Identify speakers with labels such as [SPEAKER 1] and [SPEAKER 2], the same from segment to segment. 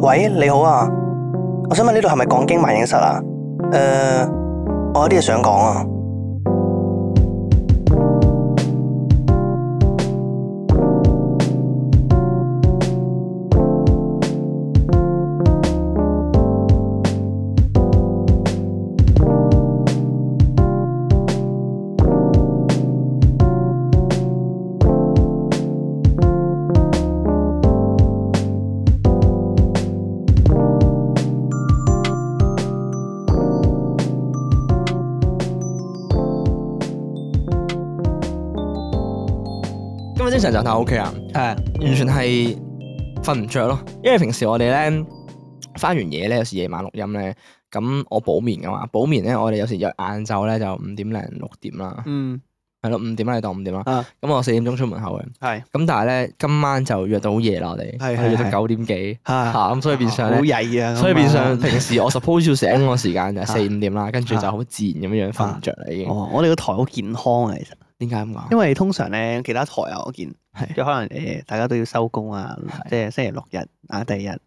[SPEAKER 1] 喂，你好啊，我想問呢度係咪講經萬影室啊？誒、我有啲嘢想講啊。
[SPEAKER 2] 今日精神狀態 O K 啊，
[SPEAKER 3] 係
[SPEAKER 2] 完全係瞓唔着咯。因為平時我哋咧翻完嘢咧，有時夜晚錄音咧，咁我補眠噶嘛，補眠咧我哋有時約晏晝咧就五點零六點啦，
[SPEAKER 3] 嗯
[SPEAKER 2] 係咯五點啦，你當五點啦。
[SPEAKER 3] 啊
[SPEAKER 2] 咁我四點鐘出門口嘅，
[SPEAKER 3] 係
[SPEAKER 2] 咁但係咧今晚就約到好夜啦，我哋
[SPEAKER 3] 係
[SPEAKER 2] 我哋約
[SPEAKER 3] 係
[SPEAKER 2] 到九點幾嚇，
[SPEAKER 3] 嚇，
[SPEAKER 2] 咁所以變相
[SPEAKER 3] 好
[SPEAKER 2] 咧。
[SPEAKER 3] 曳啊！
[SPEAKER 2] 所以變相
[SPEAKER 3] 咁啊
[SPEAKER 2] 平時我 suppose 要醒我時間就係四五點啦，跟住就
[SPEAKER 3] 啊
[SPEAKER 2] 好自然咁樣樣瞓唔着啦已經。
[SPEAKER 3] 哦，我哋個台好健康啊，其實，
[SPEAKER 2] 點解咁講？
[SPEAKER 3] 因為通常咧其他台啊，我見
[SPEAKER 2] 係
[SPEAKER 3] 即係可能誒大家都要收工啊，
[SPEAKER 2] 係
[SPEAKER 3] 即係星期六日啊，第二日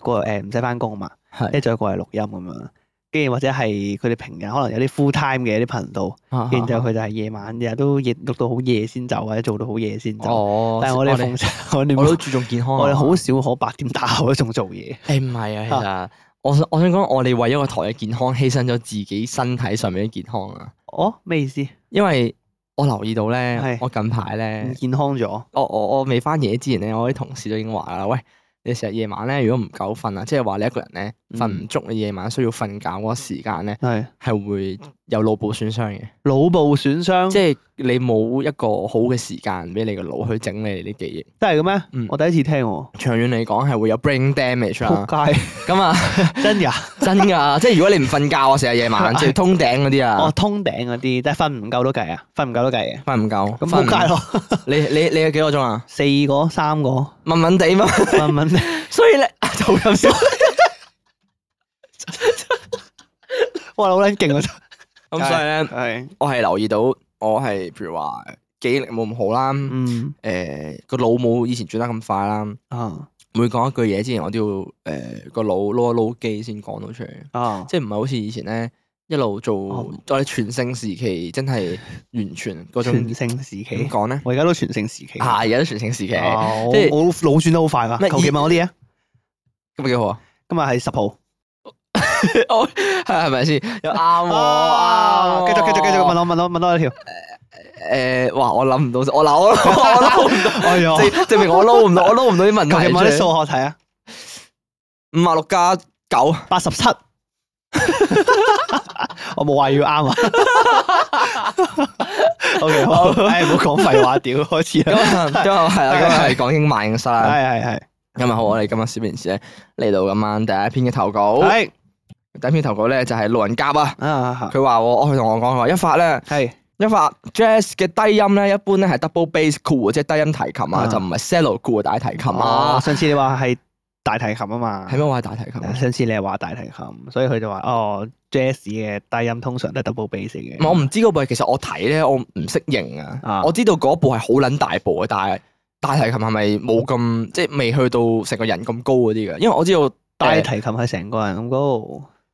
[SPEAKER 3] 過誒唔使翻工嘛，
[SPEAKER 2] 係
[SPEAKER 3] 即係再過嚟錄音咁樣。跟住或者係佢哋平日可能有啲 full time 嘅啲頻道，
[SPEAKER 2] 啊
[SPEAKER 3] 跟住之後佢就係夜晚日日都夜錄到好夜先走，或者做到好夜先走。
[SPEAKER 2] 哦，
[SPEAKER 3] 但係我哋 奉承，我哋
[SPEAKER 2] 我都注重健康啊。
[SPEAKER 3] 我哋好少可八點打後都仲做嘢。
[SPEAKER 2] 誒唔係啊，其實我想我想講，我哋為一個台嘅健康犧牲咗自己身體上面嘅健康啊。
[SPEAKER 3] 哦，咩意思？
[SPEAKER 2] 因為我留意到咧
[SPEAKER 3] 係，
[SPEAKER 2] 我近排
[SPEAKER 3] 唔
[SPEAKER 2] 咧，
[SPEAKER 3] 健康咗？
[SPEAKER 2] 我我我未翻夜之前咧，我啲同事都已經話啦，喂，你成日夜晚咧，如果唔夠瞓啊，即係話你一個人咧
[SPEAKER 3] 嗯
[SPEAKER 2] 瞓唔足，你夜晚需要瞓覺嗰個時間咧，
[SPEAKER 3] 係
[SPEAKER 2] 係會有腦部損傷嘅，
[SPEAKER 3] 腦部損傷，
[SPEAKER 2] 即係你冇一個好嘅時間俾你個腦去整理你啲記
[SPEAKER 3] 真係嘅咩？
[SPEAKER 2] 嗯
[SPEAKER 3] 我第一次聽喎，
[SPEAKER 2] 憶，長遠嚟講係會有 brain damage 啦。
[SPEAKER 3] 仆街，
[SPEAKER 2] 咁啊，
[SPEAKER 3] 真㗎？
[SPEAKER 2] 真㗎，即係如果你唔瞓覺啊，成日夜晚即係通頂嗰啲啊。
[SPEAKER 3] 哦，通頂嗰啲，但係瞓唔夠都計啊，瞓唔夠都計嘅，
[SPEAKER 2] 瞓唔夠，
[SPEAKER 3] 咁
[SPEAKER 2] 瞓唔
[SPEAKER 3] 仆街咯，
[SPEAKER 2] 你你你有幾多鐘 啊？
[SPEAKER 3] 四個三個，
[SPEAKER 2] 問問地嘛，
[SPEAKER 3] 問問 你，
[SPEAKER 2] 所以咧就會咁少。
[SPEAKER 3] 哇，好撚勁啊！
[SPEAKER 2] 咁所以咧，
[SPEAKER 3] 係，
[SPEAKER 2] 我係留意到，我係譬如話記憶力冇咁好啦，
[SPEAKER 3] 嗯
[SPEAKER 2] 誒個腦冇以前轉得咁快啦。
[SPEAKER 3] 啊
[SPEAKER 2] 每講一句嘢之前，我都要誒個腦撈一撈機先講到出嚟，
[SPEAKER 3] 啊，
[SPEAKER 2] 即係唔係好似以前咧一路做
[SPEAKER 3] 哦
[SPEAKER 2] 我哋全盛時期，真係完全嗰種
[SPEAKER 3] 全盛時期
[SPEAKER 2] 點，講 咧？
[SPEAKER 3] 我而家都全盛時期，
[SPEAKER 2] 啊，而家都全盛時期，咁
[SPEAKER 3] 啊我
[SPEAKER 2] 即係
[SPEAKER 3] 我腦轉得好快
[SPEAKER 2] 咩
[SPEAKER 3] 㗎，求其
[SPEAKER 2] 以
[SPEAKER 3] 問我啲嘢，
[SPEAKER 2] 咪幾好啊？
[SPEAKER 3] 今日係十號，
[SPEAKER 2] 我係係咪先？ 又啱
[SPEAKER 3] 啊
[SPEAKER 2] 喎，
[SPEAKER 3] 繼續繼續繼續
[SPEAKER 2] 問。
[SPEAKER 3] 問我問我問多一條，
[SPEAKER 2] 诶、哇！我諗唔到，我嗱我我 撈唔
[SPEAKER 3] 哎呀
[SPEAKER 2] 到，，證证明我撈 唔到，我撈唔到啲問
[SPEAKER 3] 求其
[SPEAKER 2] 題
[SPEAKER 3] 問啲
[SPEAKER 2] 出嚟。
[SPEAKER 3] 數學題啊，
[SPEAKER 2] 五啊六加 九，
[SPEAKER 3] 八十七，我冇話要啱啊。O K，好，唉，唔好講廢話，屌，開始
[SPEAKER 2] 咁
[SPEAKER 3] 啦，
[SPEAKER 2] 啊今日係啦，今日係講英萬應室啦。
[SPEAKER 3] 係係
[SPEAKER 2] 今日好，我哋今日小明事咧嚟到今晚第一篇嘅投稿，
[SPEAKER 3] 係，
[SPEAKER 2] 第一篇投稿咧就係路人甲啊。
[SPEAKER 3] 係啊，
[SPEAKER 2] 佢話我，佢同我講，佢話一發咧，
[SPEAKER 3] 係
[SPEAKER 2] 一發 jazz 嘅低音咧，一般咧係 double bass cool，即係低音提琴啊，
[SPEAKER 3] 啊
[SPEAKER 2] 就唔係 cello cool 大提琴
[SPEAKER 3] 哦
[SPEAKER 2] 啊。
[SPEAKER 3] 上次你話係大提琴啊嘛
[SPEAKER 2] 係，咩話係大提琴啊？
[SPEAKER 3] 上次你係話大提琴，所以佢就話哦，jazz 嘅低音通常都係 double bass 嚟
[SPEAKER 2] 唔係我
[SPEAKER 3] 嘅，
[SPEAKER 2] 唔知嗰部係，其實我睇咧，我唔識認啊
[SPEAKER 3] 嗯啊。
[SPEAKER 2] 我知道嗰部係好撚大部啊嘅，但係大提琴係咪冇咁即係未去到成個人咁高嗰啲嘅？因為我知道
[SPEAKER 3] 大
[SPEAKER 2] 誒
[SPEAKER 3] 提琴係成個人咁高，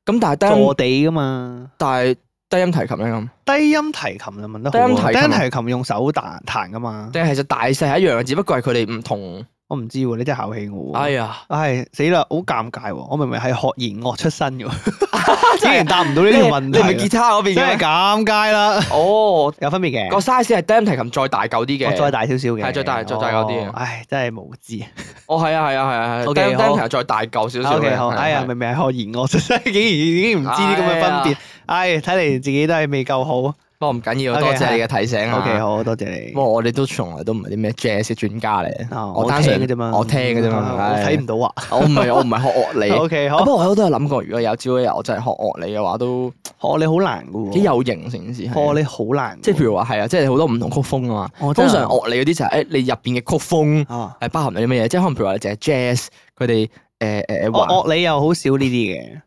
[SPEAKER 2] 咁，但係低音
[SPEAKER 3] 坐地噶嘛。
[SPEAKER 2] 但係低音提琴咧咁，
[SPEAKER 3] 低音提琴就問得好
[SPEAKER 2] 低音提琴
[SPEAKER 3] 喎，低
[SPEAKER 2] 啊
[SPEAKER 3] 音提琴用手彈彈噶嘛，
[SPEAKER 2] 但係其實大細係一樣嘅，只不過係佢哋唔同。
[SPEAKER 3] 我唔知喎，你真係考起我喎。
[SPEAKER 2] 哎呀，
[SPEAKER 3] 唉，死啦，好尷尬喎！我明明係學弦樂出身嘅喎，
[SPEAKER 2] 真
[SPEAKER 3] 竟
[SPEAKER 2] 係
[SPEAKER 3] 然答唔到呢條問
[SPEAKER 2] 你 係咪
[SPEAKER 3] 題啊
[SPEAKER 2] 吉，他嗰邊
[SPEAKER 3] 真係
[SPEAKER 2] 嘅？
[SPEAKER 3] 尷尬啦！
[SPEAKER 2] 哦，
[SPEAKER 3] 有分別
[SPEAKER 2] 個
[SPEAKER 3] 嘅，
[SPEAKER 2] size 係低音提琴再大嚿啲
[SPEAKER 3] 我
[SPEAKER 2] 嘅，
[SPEAKER 3] 哦再大少少嘅，
[SPEAKER 2] 係再大再大嗰啲啊
[SPEAKER 3] 哦唉，真係無知。
[SPEAKER 2] 哦係啊係啊係啊，係啊
[SPEAKER 3] OK，
[SPEAKER 2] 低音低
[SPEAKER 3] 好
[SPEAKER 2] 音提琴再大嚿少少
[SPEAKER 3] O
[SPEAKER 2] 嘅
[SPEAKER 3] K，好，
[SPEAKER 2] 係啊
[SPEAKER 3] 哎呀，
[SPEAKER 2] 係
[SPEAKER 3] 明明係學弦樂出身， 竟然已經唔知啲咁嘅分別，
[SPEAKER 2] 哎
[SPEAKER 3] 唉，睇嚟自己都係未夠好。O
[SPEAKER 2] 不過唔緊要，
[SPEAKER 3] OK，
[SPEAKER 2] 多謝你嘅提醒啊。
[SPEAKER 3] K，好多謝你
[SPEAKER 2] 不。過我哋都從來都唔係啲咩 jazz 嘅專家嚟
[SPEAKER 3] 啊
[SPEAKER 2] 我單純
[SPEAKER 3] 聽嘅啫嘛，
[SPEAKER 2] 我聽嘅啫嘛
[SPEAKER 3] 啊我
[SPEAKER 2] 唉
[SPEAKER 3] 睇唔到啊。
[SPEAKER 2] 我唔係我唔係學樂 理。
[SPEAKER 3] O K，好
[SPEAKER 2] 不，過我都有諗過，如果有朝一日我真係學樂理嘅話，都
[SPEAKER 3] 學哦你好難嘅喎，
[SPEAKER 2] 幾有型成件事係。啊
[SPEAKER 3] 學你好難嘅喎，
[SPEAKER 2] 即係譬如話係啊，即係好多唔同曲風啊嘛。
[SPEAKER 3] 我真
[SPEAKER 2] 通
[SPEAKER 3] 係
[SPEAKER 2] 常樂理嗰啲就係誒你入邊嘅曲風
[SPEAKER 3] 啊，
[SPEAKER 2] 係包含咗啲乜嘢？即係可能譬如話你淨係 jazz，佢哋誒誒誒
[SPEAKER 3] 我
[SPEAKER 2] 玩
[SPEAKER 3] 樂理又好少呢啲嘅，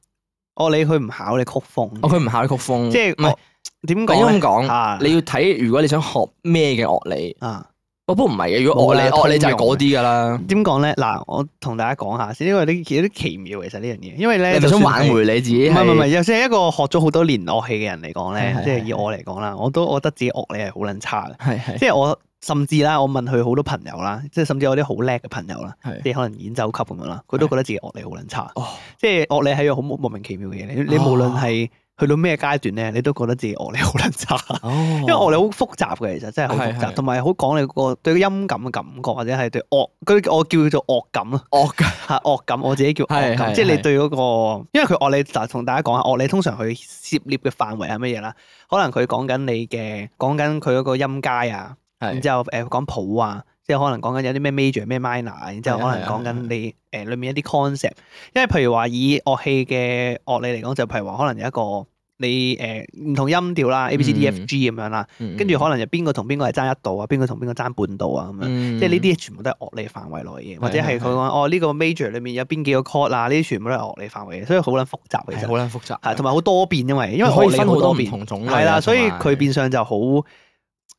[SPEAKER 3] 樂理佢唔考你曲
[SPEAKER 2] 哦，
[SPEAKER 3] 風，
[SPEAKER 2] 佢唔考你曲風，
[SPEAKER 3] 即係
[SPEAKER 2] 唔係
[SPEAKER 3] 我點
[SPEAKER 2] 我應
[SPEAKER 3] 講
[SPEAKER 2] 該
[SPEAKER 3] 咧
[SPEAKER 2] 咁講？
[SPEAKER 3] 啊
[SPEAKER 2] 你要睇如果你想學咩嘅樂理，
[SPEAKER 3] 啊
[SPEAKER 2] 不哦，不過唔係嘅，如果
[SPEAKER 3] 冇
[SPEAKER 2] 我你
[SPEAKER 3] 啦
[SPEAKER 2] 我你就係
[SPEAKER 3] 通用
[SPEAKER 2] 嗰啲㗎啦。
[SPEAKER 3] 點講咧？嗱，我同大家講下先，因為呢有啲奇妙其實呢樣嘢，因為
[SPEAKER 2] 你係
[SPEAKER 3] 咧
[SPEAKER 2] 咪想
[SPEAKER 3] 就算
[SPEAKER 2] 挽
[SPEAKER 3] 係
[SPEAKER 2] 回你自己
[SPEAKER 3] 唔係
[SPEAKER 2] 係？
[SPEAKER 3] 唔係唔係，又算係一個學咗好多年樂器嘅人嚟講咧
[SPEAKER 2] 係，係
[SPEAKER 3] 即係
[SPEAKER 2] 係
[SPEAKER 3] 以我嚟講啦，我都覺得自己樂理係好撚差嘅。
[SPEAKER 2] 係係
[SPEAKER 3] 即係我甚至啦，我問佢好多朋友啦，即係甚至我啲好叻嘅朋友啦，
[SPEAKER 2] 係
[SPEAKER 3] 即係可能演奏級咁樣啦，佢都覺得自己樂理好撚差。
[SPEAKER 2] 哦，
[SPEAKER 3] 即係樂理係一樣好莫莫名其妙嘅嘢嚟，你
[SPEAKER 2] 哦
[SPEAKER 3] 無論係去到咩階段咧，你都覺得自己樂理好 撚差。
[SPEAKER 2] 因
[SPEAKER 3] 因為樂理好複雜嘅，其實真係好
[SPEAKER 2] 係
[SPEAKER 3] 複
[SPEAKER 2] 哦係
[SPEAKER 3] 雜，同埋好講你個對音感嘅感覺，或者係對樂嗰啲我叫做樂感啦。啊
[SPEAKER 2] 惡㗎，
[SPEAKER 3] 係樂感，我自己叫樂
[SPEAKER 2] 係係
[SPEAKER 3] 感，即係你
[SPEAKER 2] 係
[SPEAKER 3] 對嗰、個，因為佢樂理嗱，同大家講下，樂理通常佢涉獵嘅範圍係乜嘢啦？可能佢講緊你嘅，講緊佢嗰個音階啊，然
[SPEAKER 2] 係
[SPEAKER 3] 之後誒講譜啊，即係可能講緊有啲咩 major 咩 minor，啊然之後
[SPEAKER 2] 係啊
[SPEAKER 3] 可能講緊
[SPEAKER 2] 係啊
[SPEAKER 3] 你誒裡面一啲 concept，因為譬如話以樂器嘅樂理嚟講，就譬如話可能有一個你誒唔同音調啦，A B C D E F
[SPEAKER 2] 嗯
[SPEAKER 3] G 咁樣啦，
[SPEAKER 2] 嗯
[SPEAKER 3] 跟住可能就邊個同邊個係爭一度啊，邊個同邊個爭半度啊咁樣。
[SPEAKER 2] 嗯
[SPEAKER 3] 即係呢啲全部都係樂理範圍內嘅嘢，或者係
[SPEAKER 2] 係
[SPEAKER 3] 佢
[SPEAKER 2] 係
[SPEAKER 3] 講哦呢個 major 裏面有邊幾個 chord 啊，呢啲全部都係樂理範圍嘅，所以好撚複雜嘅
[SPEAKER 2] 係
[SPEAKER 3] 其
[SPEAKER 2] 好
[SPEAKER 3] 實，
[SPEAKER 2] 撚複雜，
[SPEAKER 3] 係同埋好多變，因為因為
[SPEAKER 2] 可以
[SPEAKER 3] 樂理
[SPEAKER 2] 分好
[SPEAKER 3] 好
[SPEAKER 2] 多唔
[SPEAKER 3] 變，
[SPEAKER 2] 同種類啊
[SPEAKER 3] 係啦，所以
[SPEAKER 2] 同埋
[SPEAKER 3] 佢變相就好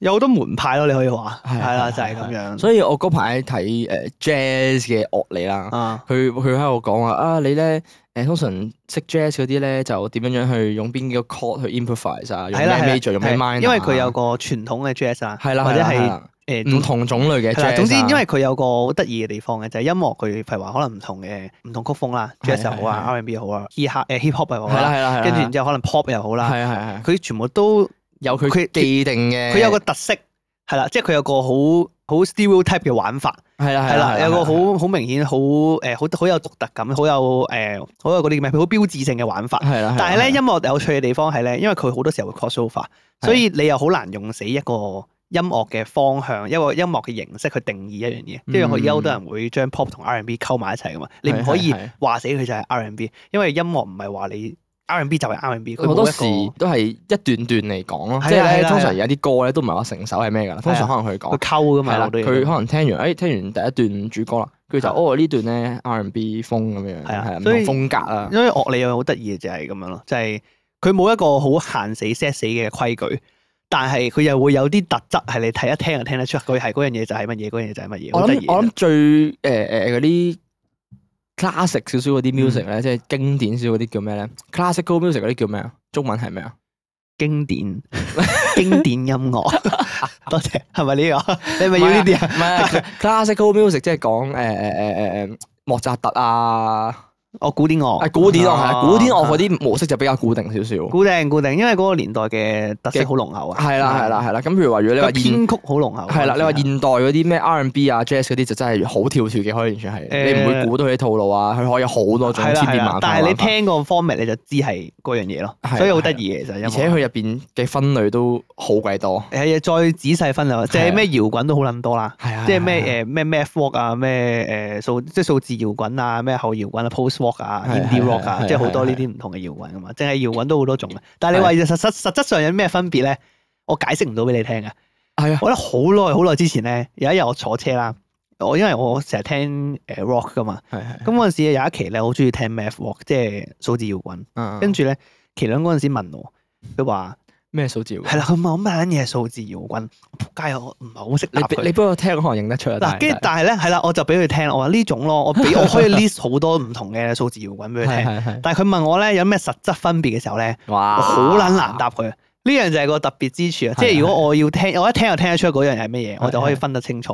[SPEAKER 3] 有好多門派咯，你可以話
[SPEAKER 2] 係
[SPEAKER 3] 係啦，
[SPEAKER 2] 係
[SPEAKER 3] 就係
[SPEAKER 2] 係
[SPEAKER 3] 咁樣
[SPEAKER 2] 所以我嗰排睇誒 jazz 嘅樂理啦，
[SPEAKER 3] 啊，
[SPEAKER 2] 佢佢喺度講話啊，你咧誒通常識 jazz 嗰啲咧就點樣樣去用邊幾個 chord 去 improvise 啊，用
[SPEAKER 3] 係
[SPEAKER 2] 咩
[SPEAKER 3] 啦係啦
[SPEAKER 2] major 用咩
[SPEAKER 3] 係
[SPEAKER 2] minor，
[SPEAKER 3] 因為佢有個傳統嘅 jazz 啦，
[SPEAKER 2] 係啦，
[SPEAKER 3] 或者
[SPEAKER 2] 係
[SPEAKER 3] 係
[SPEAKER 2] 啦係啦唔
[SPEAKER 3] 誒。
[SPEAKER 2] 同種類嘅
[SPEAKER 3] 係啦，
[SPEAKER 2] jazz
[SPEAKER 3] 總之
[SPEAKER 2] 啊
[SPEAKER 3] 因為佢有個好得意嘅地方嘅，就係音樂佢譬如話可能唔同嘅唔同曲風啦
[SPEAKER 2] 係
[SPEAKER 3] ，jazz 又好啊
[SPEAKER 2] 係
[SPEAKER 3] ，R&B 又好啊，hip hop 誒 hip hop 又
[SPEAKER 2] 係
[SPEAKER 3] 好
[SPEAKER 2] 啦
[SPEAKER 3] 啦，
[SPEAKER 2] 係啦係啦，
[SPEAKER 3] 跟住然
[SPEAKER 2] 之
[SPEAKER 3] 之後可能 pop 又好
[SPEAKER 2] 後
[SPEAKER 3] 啦，
[SPEAKER 2] 係啊係啊，
[SPEAKER 3] 佢全部都
[SPEAKER 2] 有佢
[SPEAKER 3] 佢
[SPEAKER 2] 既定嘅，
[SPEAKER 3] 佢有個特色係啦，即係佢有個好好 stereotype 嘅玩法
[SPEAKER 2] 係啦
[SPEAKER 3] 係
[SPEAKER 2] 係
[SPEAKER 3] 啦，
[SPEAKER 2] 啦，
[SPEAKER 3] 有個
[SPEAKER 2] 係啊啦
[SPEAKER 3] 好好明顯好誒好好有獨特感，好有誒好有嗰啲叫咩，好標誌性嘅玩法。
[SPEAKER 2] 係啊啦，
[SPEAKER 3] 但係咧，
[SPEAKER 2] 因
[SPEAKER 3] 音樂有趣嘅地方係咧，因為佢好多時候會 cross over，所以你又好難用死一個音樂嘅方向，一個音樂嘅形式去定義一樣嘢。即係我而家好多人會將 pop 同 R&B 溝埋一齊噶嘛，你唔可以
[SPEAKER 2] 嗯係係係
[SPEAKER 3] 話死佢就係 R&B，因為音樂唔係話你 R&B 就係 R&B，佢
[SPEAKER 2] 好多時
[SPEAKER 3] 冇一
[SPEAKER 2] 都係一段段嚟講咯，
[SPEAKER 3] 係啊啊
[SPEAKER 2] 即係
[SPEAKER 3] 係
[SPEAKER 2] 咧
[SPEAKER 3] 啦
[SPEAKER 2] 通
[SPEAKER 3] 係啦
[SPEAKER 2] 常有啲歌咧都唔係話成首係咩㗎啦，通常可能佢
[SPEAKER 3] 個
[SPEAKER 2] 講
[SPEAKER 3] 佢。溝噶
[SPEAKER 2] 係
[SPEAKER 3] 嘛，
[SPEAKER 2] 啦，
[SPEAKER 3] 好多嘢
[SPEAKER 2] 佢可能聽完，誒聽完第一段主歌啦，跟住就
[SPEAKER 3] 係
[SPEAKER 2] 哦呢段咧 R&B 風咁樣，
[SPEAKER 3] 係啊
[SPEAKER 2] 係啊唔同
[SPEAKER 3] 所以
[SPEAKER 2] 風格啦，
[SPEAKER 3] 因為樂理有好得意嘅就係咁樣咯，就係佢冇一個好限死 set 死嘅規矩，但係佢又會有啲特質係你睇一聽就聽得出，佢係嗰樣嘢就係乜嘢，嗰樣嘢就係乜嘢。
[SPEAKER 2] 我
[SPEAKER 3] 好得
[SPEAKER 2] 諗
[SPEAKER 3] 意嘅
[SPEAKER 2] 我諗最誒誒嗰啲 classic 少少嗰啲 music 咧，即係經典少少嗰啲叫咩咧？classical music 嗰啲叫咩啊？中文係咩啊？
[SPEAKER 3] 經典經典音樂， 多謝係咪呢個？你係咪要呢啲啊？
[SPEAKER 2] 唔係啊 classical music 即係講誒呃誒誒誒誒莫扎特啊，
[SPEAKER 3] 我哦古典哦樂
[SPEAKER 2] 啊古典樂係啊古典樂嗰
[SPEAKER 3] 啲
[SPEAKER 2] 啲模式就比較固定少少。
[SPEAKER 3] 固定固定，因為嗰個年代嘅特色
[SPEAKER 2] 嘅
[SPEAKER 3] 好濃厚啊。
[SPEAKER 2] 係啦係啦係啦，咁譬如話如果
[SPEAKER 3] 個
[SPEAKER 2] 你話現
[SPEAKER 3] 編曲好濃厚啊。
[SPEAKER 2] 係啦，你話
[SPEAKER 3] 嗰陣時
[SPEAKER 2] 現代嗰啲咩 R&B 啊、Jazz 嗰啲就真係好跳脱嘅，可以完全係、
[SPEAKER 3] 誒
[SPEAKER 2] 你唔會估到佢啲套路啊，佢可以好多種
[SPEAKER 3] 係啦
[SPEAKER 2] 千
[SPEAKER 3] 係
[SPEAKER 2] 變萬
[SPEAKER 3] 啦
[SPEAKER 2] 化，
[SPEAKER 3] 但係你
[SPEAKER 2] 玩法，
[SPEAKER 3] 聽個 format 你就知係嗰樣嘢咯
[SPEAKER 2] 係，
[SPEAKER 3] 所以好
[SPEAKER 2] 係
[SPEAKER 3] 得意嘅其實音樂。
[SPEAKER 2] 而且佢入邊嘅分類都好鬼多，
[SPEAKER 3] 係啊，再仔細分類，即
[SPEAKER 2] 係
[SPEAKER 3] 係
[SPEAKER 2] 啊
[SPEAKER 3] 咩搖滾都好撚多啦，
[SPEAKER 2] 係啊
[SPEAKER 3] 即係咩誒咩咩 rock 啊，咩誒數即係數字搖滾啊，咩後搖滾啊，post rock 啊
[SPEAKER 2] 係
[SPEAKER 3] ，indie
[SPEAKER 2] 係
[SPEAKER 3] rock
[SPEAKER 2] 係
[SPEAKER 3] 啊，
[SPEAKER 2] 係
[SPEAKER 3] 即係好多呢
[SPEAKER 2] 係
[SPEAKER 3] 啲唔同嘅搖滾噶嘛，淨係搖滾都好多種嘅。但係你話實實實質上有咩分別咧？我解釋唔到俾你聽嘅。
[SPEAKER 2] 係啊，
[SPEAKER 3] 我覺得好耐好耐之前咧，有一日我坐車啦，我因為我成日聽誒 rock 噶嘛，
[SPEAKER 2] 係啊係
[SPEAKER 3] 咁嗰陣時有一期咧，我好中意聽 math rock，即係數字搖滾。
[SPEAKER 2] 嗯，
[SPEAKER 3] 跟
[SPEAKER 2] 跟
[SPEAKER 3] 住咧，麒麟嗰陣時問我，佢話。
[SPEAKER 2] 咩數字喎？
[SPEAKER 3] 係啦，佢問我咩撚嘢係數字搖滾，仆街我唔係好識答
[SPEAKER 2] 你
[SPEAKER 3] 佢
[SPEAKER 2] 你不過聽可能認得出啊，
[SPEAKER 3] 嗱，跟住
[SPEAKER 2] 但
[SPEAKER 3] 但係咧，係啦，我就俾佢聽，我話呢種咯，我 俾我可以 list 好多唔同嘅數字搖滾
[SPEAKER 2] 係
[SPEAKER 3] 俾佢聽。
[SPEAKER 2] 係啊係
[SPEAKER 3] 但係佢問我咧有咩實質分別嘅時候咧，我
[SPEAKER 2] 哇，
[SPEAKER 3] 好撚難答佢。呢樣就係個特別之處啊！即係如果我要聽，我一聽就聽得出嗰樣係乜嘢，我就可以分得清楚。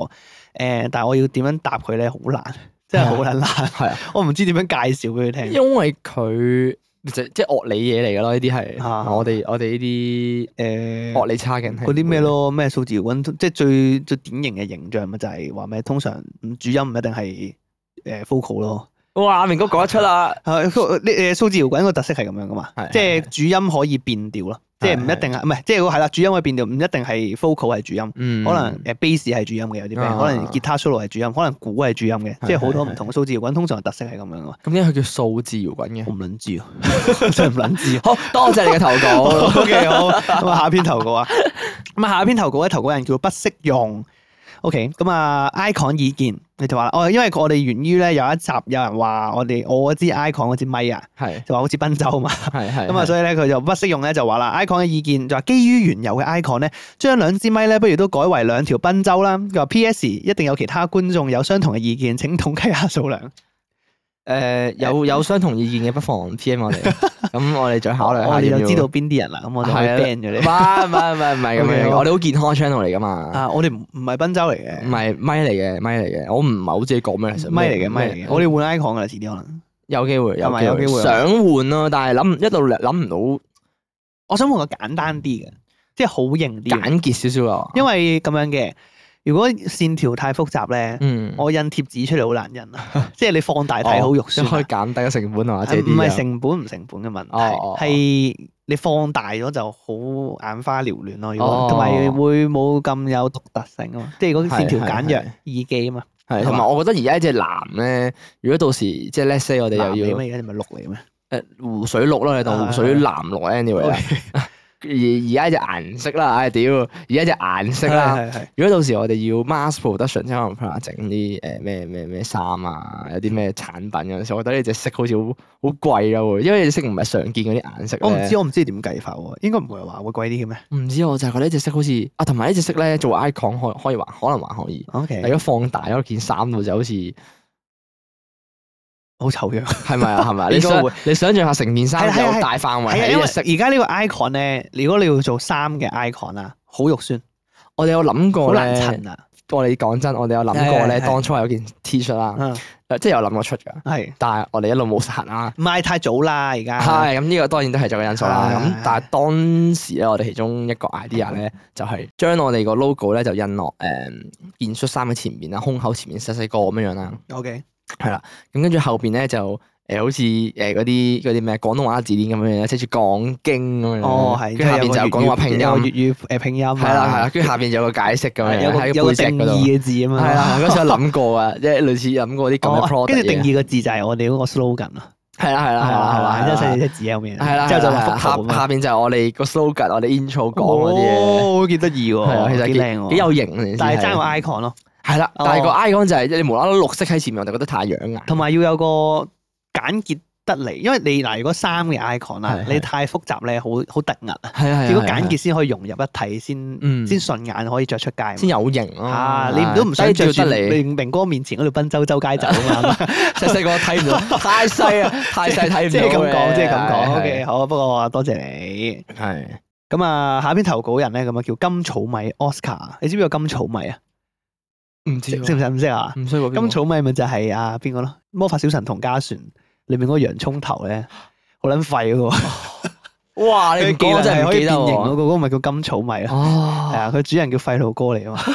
[SPEAKER 3] 誒，但係我要點樣答佢咧，好難，真係好撚難。
[SPEAKER 2] 係啊，
[SPEAKER 3] 我唔知點樣介紹俾佢聽。
[SPEAKER 2] 因為佢就即係樂理嘢嚟㗎咯，呢啲
[SPEAKER 3] 啊
[SPEAKER 2] 係我哋我哋呢啲
[SPEAKER 3] 誒，
[SPEAKER 2] 樂理差嘅人係
[SPEAKER 3] 嗰啲咩
[SPEAKER 2] 唔會
[SPEAKER 3] 咯，咩數字搖滾，即係最最典型嘅形象咪就係話咩？通常唔主音唔一定係誒 vocal 咯。啊
[SPEAKER 2] 嘅。哇，明哥講得出啦，
[SPEAKER 3] 係呢誒數字搖滾個特色係咁樣噶嘛
[SPEAKER 2] 係，
[SPEAKER 3] 即係主音可以變調咯，即係唔一定係唔係即係係啦，主音可以變調，唔一定係 vocal 係主音，
[SPEAKER 2] 嗯，
[SPEAKER 3] 可能誒 bass 係主音嘅有啲 band，
[SPEAKER 2] 啊
[SPEAKER 3] 可能吉他 solo 係主音，可能鼓係主音嘅，
[SPEAKER 2] 係
[SPEAKER 3] 即係好多
[SPEAKER 2] 係
[SPEAKER 3] 唔同嘅數字搖滾通常嘅特色係咁樣噶嘛。
[SPEAKER 2] 咁點解佢叫數字搖滾嘅？
[SPEAKER 3] 我唔撚 知啊，真係唔撚知啊。
[SPEAKER 2] 好多謝你嘅投 稿。
[SPEAKER 3] O K 好，咁啊下篇投稿啊，咁啊下篇投稿咧，投稿人叫不識用。O K，咁啊 icon 意見，你就話啦，哦，因為我哋源於咧有一集有人話我哋我嗰支 icon 嗰支咪啊，
[SPEAKER 2] 係
[SPEAKER 3] 就話好似賓州嘛，
[SPEAKER 2] 係係
[SPEAKER 3] 咁啊，
[SPEAKER 2] 以
[SPEAKER 3] 所以咧佢就不適用咧，就話啦，icon 嘅意見就話基於原有嘅 icon 咧，將兩支咪咧不如都改為兩條賓州啦。佢話 P.S. 一定有其他觀眾有相同嘅意見，請統計下數量。呃
[SPEAKER 2] 誒有有相同意見嘅，不妨 P.M 我哋，咁我哋再考慮
[SPEAKER 3] 我
[SPEAKER 2] 下
[SPEAKER 3] 哋
[SPEAKER 2] 要唔
[SPEAKER 3] 就
[SPEAKER 2] 要。
[SPEAKER 3] 知 道邊啲人啦，咁我就可以
[SPEAKER 2] 係啊
[SPEAKER 3] ban 咗
[SPEAKER 2] 唔
[SPEAKER 3] 你。
[SPEAKER 2] 係唔係唔係唔係咁
[SPEAKER 3] OK，
[SPEAKER 2] 樣，
[SPEAKER 3] 好
[SPEAKER 2] 我哋好健康 channel 嚟噶嘛，
[SPEAKER 3] 啊，我哋唔唔係賓州嚟
[SPEAKER 2] 唔
[SPEAKER 3] 嘅，
[SPEAKER 2] 係咪嚟嘅咪嚟嘅，我唔係好知講咩其實。
[SPEAKER 3] 咪嚟嘅，咪嚟嘅。我
[SPEAKER 2] 哋
[SPEAKER 3] 哋換 icon 噶啦，遲啲可能。
[SPEAKER 2] 有機會
[SPEAKER 3] 係咪
[SPEAKER 2] 有機
[SPEAKER 3] 有機
[SPEAKER 2] 會
[SPEAKER 3] 會啊
[SPEAKER 2] 想換咯，但係諗唔一路諗唔
[SPEAKER 3] 我想換個簡單啲嘅，即係好型
[SPEAKER 2] 到
[SPEAKER 3] 啲嘅。
[SPEAKER 2] 簡潔少少啊。
[SPEAKER 3] 因為咁樣嘅，如果線條太複雜咧，
[SPEAKER 2] 嗯，
[SPEAKER 3] 我印貼紙出嚟好難印啊，即係你放大睇好肉酸
[SPEAKER 2] 即係
[SPEAKER 3] 啊。
[SPEAKER 2] 可以減低個成本係嘛？
[SPEAKER 3] 係
[SPEAKER 2] 借啲啊
[SPEAKER 3] 唔係
[SPEAKER 2] 嘢
[SPEAKER 3] 成本唔啊成本嘅問
[SPEAKER 2] 哦哦哦
[SPEAKER 3] 題，係你放大咗就好眼花撩亂咯，如
[SPEAKER 2] 哦
[SPEAKER 3] 果同埋會冇咁有獨特性啊嘛，即係嗰線條
[SPEAKER 2] 係係
[SPEAKER 3] 簡約
[SPEAKER 2] 係
[SPEAKER 3] 易記啊嘛，
[SPEAKER 2] 係，
[SPEAKER 3] 係
[SPEAKER 2] 同埋
[SPEAKER 3] 嘛
[SPEAKER 2] 我覺得而家隻藍咧，如果到時即係 let's say 我哋
[SPEAKER 3] 藍
[SPEAKER 2] 又
[SPEAKER 3] 嚟
[SPEAKER 2] 要
[SPEAKER 3] 咩？而家你咪綠嚟咩？
[SPEAKER 2] 誒呃湖水綠咯，你當湖水藍綠 anyway 啦。而而家隻顏色啦，唉屌！而家隻顏色啦。
[SPEAKER 3] 係係係
[SPEAKER 2] 如果到時我哋要 mass production，即係可能譬如話整啲誒咩咩咩衫啊，有啲咩產品嗰陣時，我覺得呢隻色好似好好貴咯會，因為呢隻色唔係常見嗰啲顏色
[SPEAKER 3] 我唔知
[SPEAKER 2] 咧
[SPEAKER 3] 我唔知點計法喎，應該唔會話會貴啲嘅咩
[SPEAKER 2] 哦唔知我就係覺得呢隻色好似啊，同埋呢隻色咧做 icon 可可以還可能還可以，但如
[SPEAKER 3] ？OK，
[SPEAKER 2] 果放大咗件衫度就好似。
[SPEAKER 3] 好醜樣。
[SPEAKER 2] 係咪啊？係咪啊？
[SPEAKER 3] 應該
[SPEAKER 2] 你想
[SPEAKER 3] 會
[SPEAKER 2] 你想象下成件衫
[SPEAKER 3] 係啊係啊
[SPEAKER 2] 有大範圍
[SPEAKER 3] 係啊，
[SPEAKER 2] 係
[SPEAKER 3] 因
[SPEAKER 2] 呢
[SPEAKER 3] 為
[SPEAKER 2] 個色，
[SPEAKER 3] 而家呢個 icon 咧，如果你要做衫嘅 icon 啊，好肉酸，
[SPEAKER 2] 我哋有諗
[SPEAKER 3] 好
[SPEAKER 2] 過
[SPEAKER 3] 難
[SPEAKER 2] 咧。
[SPEAKER 3] 襯啊。
[SPEAKER 2] 我哋講真，我哋有諗過咧，
[SPEAKER 3] 係係係
[SPEAKER 2] 當初有件 T 恤啦，
[SPEAKER 3] 嗯，
[SPEAKER 2] 即係有諗過出㗎，
[SPEAKER 3] 係
[SPEAKER 2] 但係我哋一路冇實行啦。
[SPEAKER 3] 唔係太早啦？而家
[SPEAKER 2] 係咁，呢個當然都係一個因素啦。
[SPEAKER 3] 係係
[SPEAKER 2] 咁
[SPEAKER 3] 係
[SPEAKER 2] 但係當時咧，我哋其中一個 idea 咧，就係將我哋個 logo 咧就印落誒件恤衫嘅前面啊啦，胸口前面細細個咁樣樣啦。
[SPEAKER 3] OK，
[SPEAKER 2] 係啦，咁跟住後邊咧就誒好似誒嗰啲嗰啲咩廣東話字典咁樣樣，寫住講經咁樣樣。
[SPEAKER 3] 哦係，
[SPEAKER 2] 嗯跟住下邊
[SPEAKER 3] 即
[SPEAKER 2] 就
[SPEAKER 3] 係有個
[SPEAKER 2] 有廣東話拼
[SPEAKER 3] 有個
[SPEAKER 2] 音。
[SPEAKER 3] 粵語誒拼音啊
[SPEAKER 2] 係啦係啦，跟住下邊有個解釋咁樣
[SPEAKER 3] 有個
[SPEAKER 2] 喺
[SPEAKER 3] 有
[SPEAKER 2] 個
[SPEAKER 3] 個
[SPEAKER 2] 背脊
[SPEAKER 3] 定
[SPEAKER 2] 嗰
[SPEAKER 3] 義
[SPEAKER 2] 度。
[SPEAKER 3] 嘅字咁樣
[SPEAKER 2] 係啦，嗰時有諗過啊，即係類似諗過啲咁嘅
[SPEAKER 3] 哦
[SPEAKER 2] product
[SPEAKER 3] 跟住定
[SPEAKER 2] 義。
[SPEAKER 3] 義個字就係我哋嗰個 slogan 啦，
[SPEAKER 2] 係啦係啦係啦係啦，
[SPEAKER 3] 即係細細
[SPEAKER 2] 係
[SPEAKER 3] 隻字後面，啊
[SPEAKER 2] 啦係啦，
[SPEAKER 3] 之後就
[SPEAKER 2] 係
[SPEAKER 3] 畫
[SPEAKER 2] 啦
[SPEAKER 3] 幅圖咁
[SPEAKER 2] 下下
[SPEAKER 3] 樣
[SPEAKER 2] 邊就係我哋個 slogan，我哋 intro 講嗰啲嘢。
[SPEAKER 3] 哦，幾得意
[SPEAKER 2] 係啊，
[SPEAKER 3] 喎，
[SPEAKER 2] 其實
[SPEAKER 3] 幾靚
[SPEAKER 2] 幾幾
[SPEAKER 3] 喎，
[SPEAKER 2] 有型嘅。
[SPEAKER 3] 但係
[SPEAKER 2] 係
[SPEAKER 3] 爭個 icon 咯，
[SPEAKER 2] 係啦，但係個
[SPEAKER 3] 哦
[SPEAKER 2] icon 就係你無啦啦綠色喺前面，我就覺得太養眼。
[SPEAKER 3] 同埋要有個簡潔得嚟，因為你嗱，如果衫嘅 icon 啦
[SPEAKER 2] 係，係
[SPEAKER 3] 你太複雜咧，好好突兀啊，
[SPEAKER 2] 係啊，
[SPEAKER 3] 如果
[SPEAKER 2] 係啊
[SPEAKER 3] 簡
[SPEAKER 2] 係
[SPEAKER 3] 潔
[SPEAKER 2] 啊
[SPEAKER 3] 先可以融入一體，先
[SPEAKER 2] 嗯
[SPEAKER 3] 先順眼可以着出街嘛。
[SPEAKER 2] 先有型咯。
[SPEAKER 3] 啊！你唔都唔想
[SPEAKER 2] 低
[SPEAKER 3] 着
[SPEAKER 2] 調
[SPEAKER 3] 住
[SPEAKER 2] 得嚟，
[SPEAKER 3] 明明哥面前嗰度賓州周街走 啊嘛？
[SPEAKER 2] 細細個睇唔 到，太細啊，太細睇唔到嘅。
[SPEAKER 3] 即係咁講，即係咁講。
[SPEAKER 2] 係
[SPEAKER 3] OK，好，不過多謝你。
[SPEAKER 2] 係
[SPEAKER 3] 咁啊，下邊投稿人咧咁啊叫金草米 Oscar，你知唔知個金草米啊？
[SPEAKER 2] 唔
[SPEAKER 3] 識
[SPEAKER 2] 知喎
[SPEAKER 3] 唔識唔識啊？
[SPEAKER 2] 唔需要
[SPEAKER 3] 金草米咪就係啊邊個咯？魔法小神同家船裏面嗰個洋葱頭咧，好撚廢嗰個，
[SPEAKER 2] 哇！啊你唔講我真係唔
[SPEAKER 3] 可以
[SPEAKER 2] 記
[SPEAKER 3] 變
[SPEAKER 2] 得
[SPEAKER 3] 形嗰
[SPEAKER 2] 喎。
[SPEAKER 3] 個，嗰個咪叫金草米咯。係
[SPEAKER 2] 哦，
[SPEAKER 3] 啊，佢主人叫廢老哥嚟 啊嘛，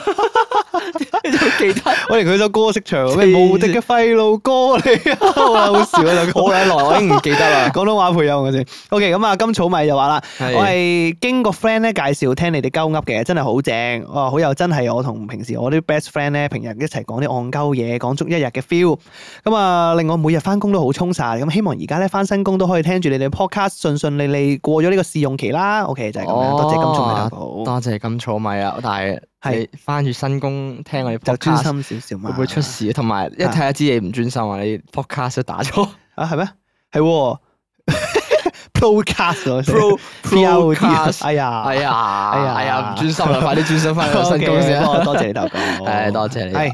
[SPEAKER 2] 你真係記得
[SPEAKER 3] 我連佢首歌識唱
[SPEAKER 2] 黐
[SPEAKER 3] 咩
[SPEAKER 2] 線
[SPEAKER 3] 無敵嘅廢老哥 嚟啊，好撚好笑啊！首
[SPEAKER 2] 好
[SPEAKER 3] 歌
[SPEAKER 2] 耐耐，我已經唔記得啦。
[SPEAKER 3] 廣東話配音嘅先。OK，咁啊，金草米就話啦。我
[SPEAKER 2] 係
[SPEAKER 3] 係經個 friend 咧介紹聽你哋鳩噏嘅，真係好正，哇！好有真係我同平時我啲 best friend 咧，平日一齊講啲戇鳩嘢，講足一日嘅 feel。咁啊，令我每日翻工都好充實。咁希望而家咧翻新工都可以聽住你哋 podcast，順順利利過咗呢個試用期啦。OK，就係咁樣，
[SPEAKER 2] 哦
[SPEAKER 3] 多謝金鐘嘅投稿，
[SPEAKER 2] 多謝金草米啊！但係
[SPEAKER 3] 係
[SPEAKER 2] 係翻住新工聽我哋
[SPEAKER 3] 就專
[SPEAKER 2] podcast
[SPEAKER 3] 心啊少少
[SPEAKER 2] 會
[SPEAKER 3] 嘛。
[SPEAKER 2] 唔會出事？同埋一睇下知你唔專心啊！你 podcast 都打錯
[SPEAKER 3] 啊？係咩？係喎 podcast 啊
[SPEAKER 2] pro
[SPEAKER 3] podcast，
[SPEAKER 2] podcast。
[SPEAKER 3] 哎呀，
[SPEAKER 2] 哎呀，哎
[SPEAKER 3] 呀
[SPEAKER 2] 呀，哎呀，唔專 心啦！快啲專心翻去個新公司
[SPEAKER 3] OK，哎
[SPEAKER 2] 啊！
[SPEAKER 3] 不過多謝你投 稿，
[SPEAKER 2] 係多謝你啊
[SPEAKER 3] 係。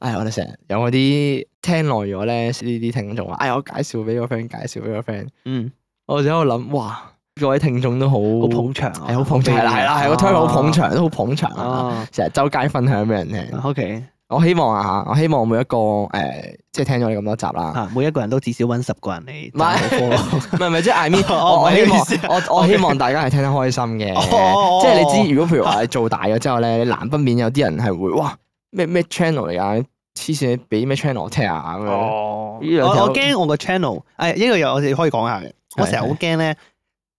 [SPEAKER 2] 唉，我哋成日有嗰啲聽耐咗咧，呢啲聽眾話：哎，我介紹俾個 friend，介紹俾個 friend。
[SPEAKER 3] 嗯，
[SPEAKER 2] 我就喺度諗，哇！各位聽眾都好
[SPEAKER 3] 好捧場啊，
[SPEAKER 2] 哦係好捧場，係啦係啦，係個推好捧場，都好捧場啊！
[SPEAKER 3] 哦
[SPEAKER 2] 成日周街分享俾人聽。
[SPEAKER 3] ，OK，
[SPEAKER 2] 我希望啊嚇，我希望每一個誒，即係聽咗你咁多集啦，
[SPEAKER 3] 啊，每一個人都至少揾十個人嚟
[SPEAKER 2] 唔係
[SPEAKER 3] 做功課
[SPEAKER 2] 唔係唔係，即係 I mean，
[SPEAKER 3] 哦
[SPEAKER 2] 我我
[SPEAKER 3] 唔係
[SPEAKER 2] 希
[SPEAKER 3] 呢個意思
[SPEAKER 2] 望我我希望大家係聽得開心 嘅，
[SPEAKER 3] 哦哦哦
[SPEAKER 2] 即係你知，如果譬如話你做大咗之後咧，你難不免有啲人係會哇咩咩 channel 嚟㗎，黐線你俾咩 channel 我聽啊咁樣。
[SPEAKER 3] 哦
[SPEAKER 2] 呢兩
[SPEAKER 3] 我
[SPEAKER 2] 條
[SPEAKER 3] 我驚我個 channel，誒哎呢個又我哋可以講下嘅，我
[SPEAKER 2] 係
[SPEAKER 3] 成日好驚咧，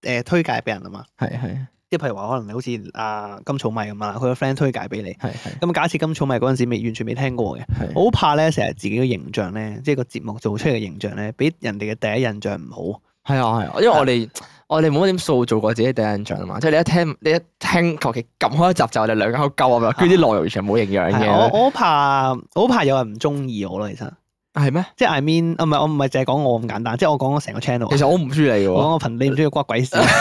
[SPEAKER 3] 誒推介俾人啊嘛，
[SPEAKER 2] 係係
[SPEAKER 3] 即係譬如話可能你好似啊金草米咁啊，佢個 friend 推介俾你，
[SPEAKER 2] 係係
[SPEAKER 3] 咁假設金草米嗰陣時未完全未聽過嘅，
[SPEAKER 2] 係
[SPEAKER 3] 我好怕咧成日自己嘅形象咧，即係個節目做出嚟嘅形象咧，俾人哋嘅第一印象唔好，
[SPEAKER 2] 係啊係啊，因為我哋我哋冇乜點塑造過自己第一印象啊嘛，即係你一聽你一聽求其撳開一集就我哋兩個喺度鳩啊，跟住啲內容完全冇營養
[SPEAKER 3] 係啊我
[SPEAKER 2] 嘅，
[SPEAKER 3] 我好怕，我好怕有人唔中意我咯。其實
[SPEAKER 2] 係咩？
[SPEAKER 3] 即係 I mean，啊唔係我唔係淨係講我咁簡單，即係我講成個 channel 啊。
[SPEAKER 2] 其實我唔中意你嘅
[SPEAKER 3] 我
[SPEAKER 2] 喎，
[SPEAKER 3] 講個頻，你唔中意關我 鬼事。啊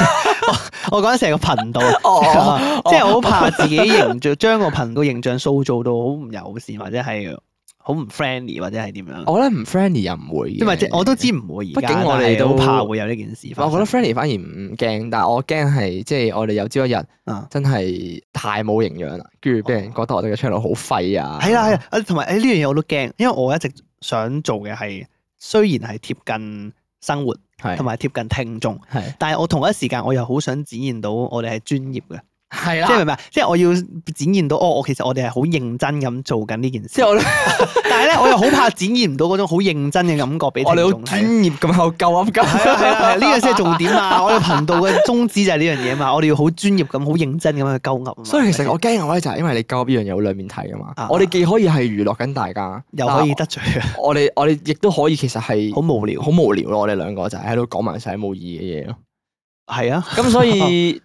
[SPEAKER 3] 我我講緊成個頻道，啊
[SPEAKER 2] 哦
[SPEAKER 3] 即係我好怕自己形象， 將個頻道形象塑造到好唔友善，或者係好唔 friendly，或者係點樣？
[SPEAKER 2] 我咧唔 friendly 又唔會嘅，
[SPEAKER 3] 因為即係我都知唔會而
[SPEAKER 2] 哦畢
[SPEAKER 3] 家，
[SPEAKER 2] 竟我哋
[SPEAKER 3] 但係
[SPEAKER 2] 都
[SPEAKER 3] 好怕會有呢件事發
[SPEAKER 2] 我
[SPEAKER 3] 生。
[SPEAKER 2] 覺得 friendly 反而唔驚，但係我驚係即係我哋有朝一日
[SPEAKER 3] 啊哦
[SPEAKER 2] 真係太冇營養啦，跟住俾人覺得我哋嘅 channel 好廢啊。
[SPEAKER 3] 係啦係啦，啊同埋誒呢樣嘢我都驚，因為我一直想做嘅係雖然係貼近生活
[SPEAKER 2] 係，
[SPEAKER 3] 同埋貼近聽眾，
[SPEAKER 2] 係
[SPEAKER 3] 但係我同一時間我又好想展現到我哋係專業嘅，
[SPEAKER 2] 係
[SPEAKER 3] 即係明
[SPEAKER 2] 啦
[SPEAKER 3] 唔，明啊？即係我要展現到哦，我其實我哋係好認真咁做緊呢件事
[SPEAKER 2] 之。後咧
[SPEAKER 3] 但係咧，我又好怕展現唔到嗰種好認真嘅感覺俾
[SPEAKER 2] 我
[SPEAKER 3] 聽
[SPEAKER 2] 哋好
[SPEAKER 3] 眾
[SPEAKER 2] 專
[SPEAKER 3] 睇。
[SPEAKER 2] 業咁喺度鳩噏
[SPEAKER 3] 係啦係啦，係啦
[SPEAKER 2] 鳩，
[SPEAKER 3] 呢個先係重點啊！我哋頻道嘅宗旨就係呢樣嘢嘛，我哋要好專業咁、好認真咁去鳩噏啊嘛。
[SPEAKER 2] 所以其實我驚我咧就係因為你鳩噏呢樣嘢好兩面睇噶嘛
[SPEAKER 3] 啊，
[SPEAKER 2] 我哋既可以係娛樂緊大家，
[SPEAKER 3] 又可以
[SPEAKER 2] 但
[SPEAKER 3] 得罪啊，
[SPEAKER 2] 我哋我哋亦都可以其實係
[SPEAKER 3] 好無聊。
[SPEAKER 2] 好無聊咯，我哋兩個就係喺度講埋晒冇意義嘅嘢咯。
[SPEAKER 3] 係啊，
[SPEAKER 2] 咁所 以，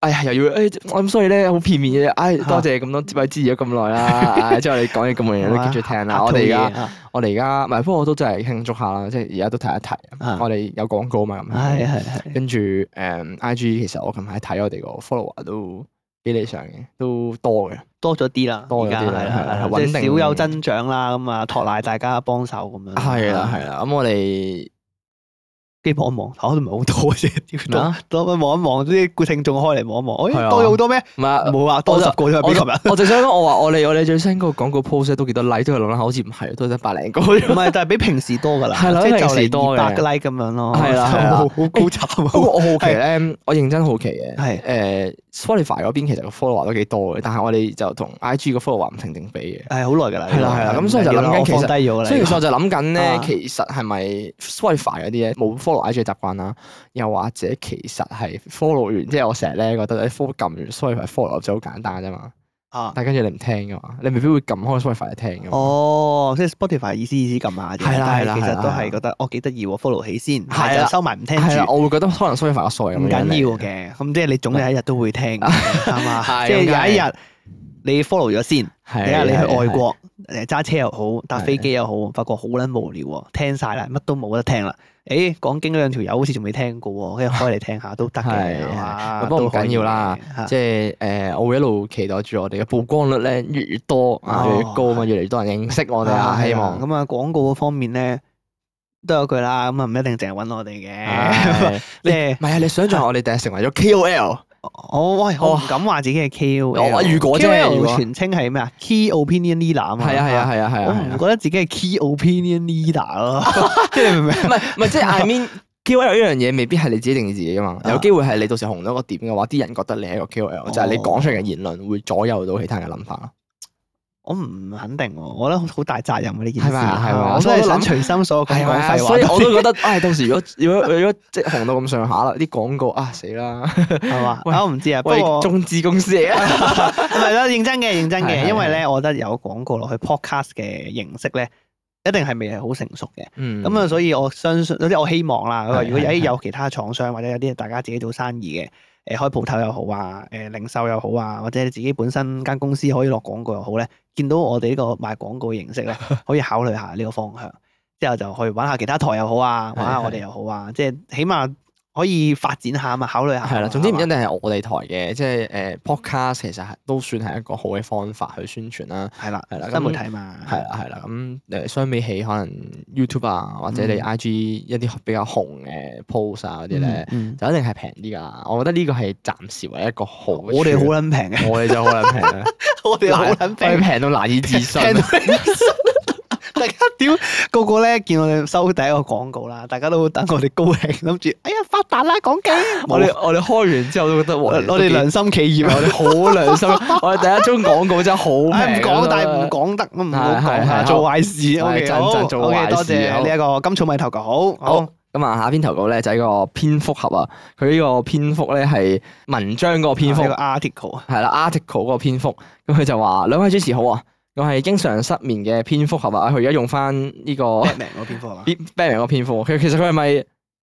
[SPEAKER 2] 哎呀，又要，哎，我咁所以咧，好片面嘅，唉，多謝咁多位支持咗咁耐 啦，哎唉，之後啊你講嘢咁嘅嘢
[SPEAKER 3] 啊
[SPEAKER 2] 都 keep 住聽啦。我哋而家，
[SPEAKER 3] 家
[SPEAKER 2] 我哋而家，唔係，不過我都真係慶祝下啦，即係而家都提一提，
[SPEAKER 3] 啊
[SPEAKER 2] 我哋有廣告嘛，
[SPEAKER 3] 係啊
[SPEAKER 2] 咁，
[SPEAKER 3] 係係
[SPEAKER 2] 跟住誒，I G 其實我近排睇我哋個 follower 都幾理想嘅，都多嘅，
[SPEAKER 3] 多咗啲啦，
[SPEAKER 2] 多咗啲啦
[SPEAKER 3] 而家係
[SPEAKER 2] 係啦
[SPEAKER 3] 啦
[SPEAKER 2] 穩
[SPEAKER 3] 係啦，即
[SPEAKER 2] 定
[SPEAKER 3] 係少有增長啦，咁啊托賴大家幫手咁樣。
[SPEAKER 2] 係
[SPEAKER 3] 啊
[SPEAKER 2] 啦係啦，咁我哋
[SPEAKER 3] 跟住望一望，我都唔係好多啫，
[SPEAKER 2] 咩
[SPEAKER 3] 屌
[SPEAKER 2] 啊
[SPEAKER 3] 多多望一望啲聽眾開嚟望一
[SPEAKER 2] 係
[SPEAKER 3] 望，
[SPEAKER 2] 啊
[SPEAKER 3] 哎多咗好多咩？
[SPEAKER 2] 唔係。
[SPEAKER 3] 冇啊，多
[SPEAKER 2] 我就
[SPEAKER 3] 十個啫，
[SPEAKER 2] 我就
[SPEAKER 3] 比琴日。
[SPEAKER 2] 我就想講，我話我哋我哋最新嗰個廣告 post 咧都幾多 like，都係諗諗下，好似唔係，都得百零 個。
[SPEAKER 3] 唔係，但係比平時多噶啦，
[SPEAKER 2] 係啦
[SPEAKER 3] 即係
[SPEAKER 2] 比
[SPEAKER 3] 就
[SPEAKER 2] 平時
[SPEAKER 3] 嚟
[SPEAKER 2] 多嘅
[SPEAKER 3] 二百個 like 咁樣咯，啊
[SPEAKER 2] 係啦係啊啦
[SPEAKER 3] 好好高慘
[SPEAKER 2] 不過
[SPEAKER 3] 啊！
[SPEAKER 2] 我好奇咧，我認真好奇嘅，
[SPEAKER 3] 係
[SPEAKER 2] 誒 Spotify 嗰邊其實個 follower 都幾多嘅，但係我哋就同 IG 個 follower 唔成正比嘅。
[SPEAKER 3] 係好耐㗎啦，
[SPEAKER 2] 係啦係啦
[SPEAKER 3] 呢個
[SPEAKER 2] 咁所以就諗緊其
[SPEAKER 3] 唔緊要啦我
[SPEAKER 2] 實
[SPEAKER 3] 放低咗㗎啦，
[SPEAKER 2] 所以其實我就諗緊咧
[SPEAKER 3] 啊，
[SPEAKER 2] 其實係咪 Spotify 嗰啲咧冇 follow IG 嘅習慣啦，又或者其實係 follow 完，即係我成日咧覺得咧哎 follow 撳完 Spotify follow 就好簡單啫嘛，
[SPEAKER 3] 啊，
[SPEAKER 2] 但係跟住你唔聽噶嘛，你未必會撳開 Spotify 嚟聽噶嘛。
[SPEAKER 3] 哦，即係 Spotify 意思意思撳下啫，
[SPEAKER 2] 係啦係
[SPEAKER 3] 但
[SPEAKER 2] 啦
[SPEAKER 3] 係其
[SPEAKER 2] 係啦
[SPEAKER 3] 實都
[SPEAKER 2] 係啦
[SPEAKER 3] 係覺得哦幾得意喎，follow 起
[SPEAKER 2] 係
[SPEAKER 3] 先，
[SPEAKER 2] 啦
[SPEAKER 3] 但係就收埋唔聽
[SPEAKER 2] 係啦，
[SPEAKER 3] 住。
[SPEAKER 2] 我會覺得可能 Spotify 個數係咁
[SPEAKER 3] 唔緊
[SPEAKER 2] 樣嚟
[SPEAKER 3] 要嘅，咁即係你總有一日都會聽， 係嘛？
[SPEAKER 2] 係
[SPEAKER 3] 即係
[SPEAKER 2] 咁梗係
[SPEAKER 3] 有一日你 follow 咗先，
[SPEAKER 2] 係
[SPEAKER 3] 第一你去外
[SPEAKER 2] 係
[SPEAKER 3] 國誒揸車又好，搭飛機又好，發覺好撚無聊喎，聽晒啦，乜都冇得聽啦。誒，講經嗰兩條友好似仲未聽過喎，跟住開嚟聽下都得
[SPEAKER 2] 係
[SPEAKER 3] 嘅，係嘛
[SPEAKER 2] 不過唔
[SPEAKER 3] 都可以
[SPEAKER 2] 緊要啦
[SPEAKER 3] 嘅嚇
[SPEAKER 2] 即係誒、呃我會一路期待住我哋嘅曝光率咧越嚟越多啊，
[SPEAKER 3] 哦
[SPEAKER 2] 越嚟越高嘛，越嚟越多人認識我哋啊，希望。
[SPEAKER 3] 咁啊，廣告嗰方面咧都有句啦，咁啊唔一定淨係揾我哋嘅，
[SPEAKER 2] 唉
[SPEAKER 3] 即係
[SPEAKER 2] 唔係啊！你想象我哋第日成為咗 KOL，
[SPEAKER 3] 我喂我唔敢話自己係 KOL，
[SPEAKER 2] 我哦如果啫如果
[SPEAKER 3] KOL 全稱係咩啊？Key Opinion Leader 啊嘛，
[SPEAKER 2] 係啊係啊係啊係
[SPEAKER 3] 我
[SPEAKER 2] 啊
[SPEAKER 3] 唔
[SPEAKER 2] 係啊，
[SPEAKER 3] 覺得自己係 Key Opinion Leader 咯， 即係你明唔明？
[SPEAKER 2] 唔係唔係，即係 I mean KOL 呢樣嘢未必係你自己定義自己噶嘛，
[SPEAKER 3] 啊哦
[SPEAKER 2] 有機會係你到時紅到一個點嘅話，啲人覺得你係一個 KOL，就係你講出嚟嘅言論會左右到其他人嘅諗法咯。
[SPEAKER 3] 我唔肯定喎，我覺得好大責任嘅呢件
[SPEAKER 2] 係
[SPEAKER 3] 事，
[SPEAKER 2] 咪啊係咪啊
[SPEAKER 3] 我
[SPEAKER 2] 所以
[SPEAKER 3] 真
[SPEAKER 2] 我
[SPEAKER 3] 係想
[SPEAKER 2] 諗
[SPEAKER 3] 隨心所欲咁
[SPEAKER 2] 係
[SPEAKER 3] 講
[SPEAKER 2] 啊，
[SPEAKER 3] 廢話，
[SPEAKER 2] 所以我都覺得，唉，到時如果如果如果即係紅到咁上下啦，啲廣告啊死啦，
[SPEAKER 3] 係嘛？
[SPEAKER 2] 喂
[SPEAKER 3] 啊我唔知啊，不
[SPEAKER 2] 喂，
[SPEAKER 3] 過
[SPEAKER 2] 中資公司嚟啊，
[SPEAKER 3] 唔係啦，認真嘅，認真
[SPEAKER 2] 係係
[SPEAKER 3] 嘅，因為咧，我覺得有廣告落去 podcast 嘅形式咧，一定係未係好成熟嘅。
[SPEAKER 2] 嗯
[SPEAKER 3] 咁啊，所以我相信，有啲我希望啦。
[SPEAKER 2] 係
[SPEAKER 3] 如果有
[SPEAKER 2] 係
[SPEAKER 3] 啲
[SPEAKER 2] 係
[SPEAKER 3] 有其他廠商或者有啲大家自己做生意嘅，誒開鋪頭又好啊，誒零售又好啊，或者你自己本身間公司可以落廣告又好咧，見到我哋呢個賣廣告嘅形式 咧，可以考慮下呢個方向。之後就去揾下其他台又好啊，
[SPEAKER 2] 係
[SPEAKER 3] 揾下我哋又好啊，即係起碼可以發展下嘛，考慮下嘛。
[SPEAKER 2] 係啦，總之唔一
[SPEAKER 3] 係
[SPEAKER 2] 定
[SPEAKER 3] 嘛
[SPEAKER 2] 係我哋台嘅，即係誒 podcast 其實係都算係一個好嘅方法去宣傳啦。
[SPEAKER 3] 係啦，
[SPEAKER 2] 係啦
[SPEAKER 3] 新媒
[SPEAKER 2] 咁
[SPEAKER 3] 體嘛，
[SPEAKER 2] 係啊啦，係啦，咁誒相比起可能 YouTube 啊，或者你
[SPEAKER 3] 嗯
[SPEAKER 2] IG 一啲比較紅嘅 post 啊嗰啲咧，
[SPEAKER 3] 嗯。嗯
[SPEAKER 2] 就一定係平啲噶啦。我覺得呢個係暫時唯一一個好。我
[SPEAKER 3] 我哋好，撚平嘅，
[SPEAKER 2] 我哋就好撚平啦，
[SPEAKER 3] 我哋好撚
[SPEAKER 2] 我哋
[SPEAKER 3] 平，
[SPEAKER 2] 平到難以置信。啊
[SPEAKER 3] 平到你都信 大家屌個個咧見我哋收第一個廣告啦，大家都等我哋高興，諗住哎呀發達啦講經，
[SPEAKER 2] 我
[SPEAKER 3] 我
[SPEAKER 2] 哋
[SPEAKER 3] 哋
[SPEAKER 2] 我哋開完之後都覺得，哇
[SPEAKER 3] 我哋良心企業
[SPEAKER 2] 我
[SPEAKER 3] 啊，
[SPEAKER 2] 哋好良心，啊我哋第一張廣告真係好平啊
[SPEAKER 3] 唉唔
[SPEAKER 2] 㗎
[SPEAKER 3] 講
[SPEAKER 2] 啦
[SPEAKER 3] 但係唔講得，唔好
[SPEAKER 2] 係係
[SPEAKER 3] 講
[SPEAKER 2] 係
[SPEAKER 3] 下
[SPEAKER 2] 好
[SPEAKER 3] 做壞事
[SPEAKER 2] 係
[SPEAKER 3] ，OK
[SPEAKER 2] 真
[SPEAKER 3] 好
[SPEAKER 2] 真做壞
[SPEAKER 3] ，OK 多
[SPEAKER 2] 事好
[SPEAKER 3] 謝呢一個金草米投稿，
[SPEAKER 2] 好
[SPEAKER 3] 好，
[SPEAKER 2] 咁啊，下一篇投稿咧就係一個蝙蝠俠啊，佢呢個蝙蝠咧係文章嗰個篇
[SPEAKER 3] 呢
[SPEAKER 2] 蝠，
[SPEAKER 3] 個 article 啊，
[SPEAKER 2] 係啦 article 嗰個篇幅，咁佢就話兩位主持好啊，我係經常失眠嘅蝙蝠俠啊，佢而家用翻呢個
[SPEAKER 3] Batman 嗰篇幅啊，
[SPEAKER 2] Batman 嗰個篇幅，佢其實佢係咪佢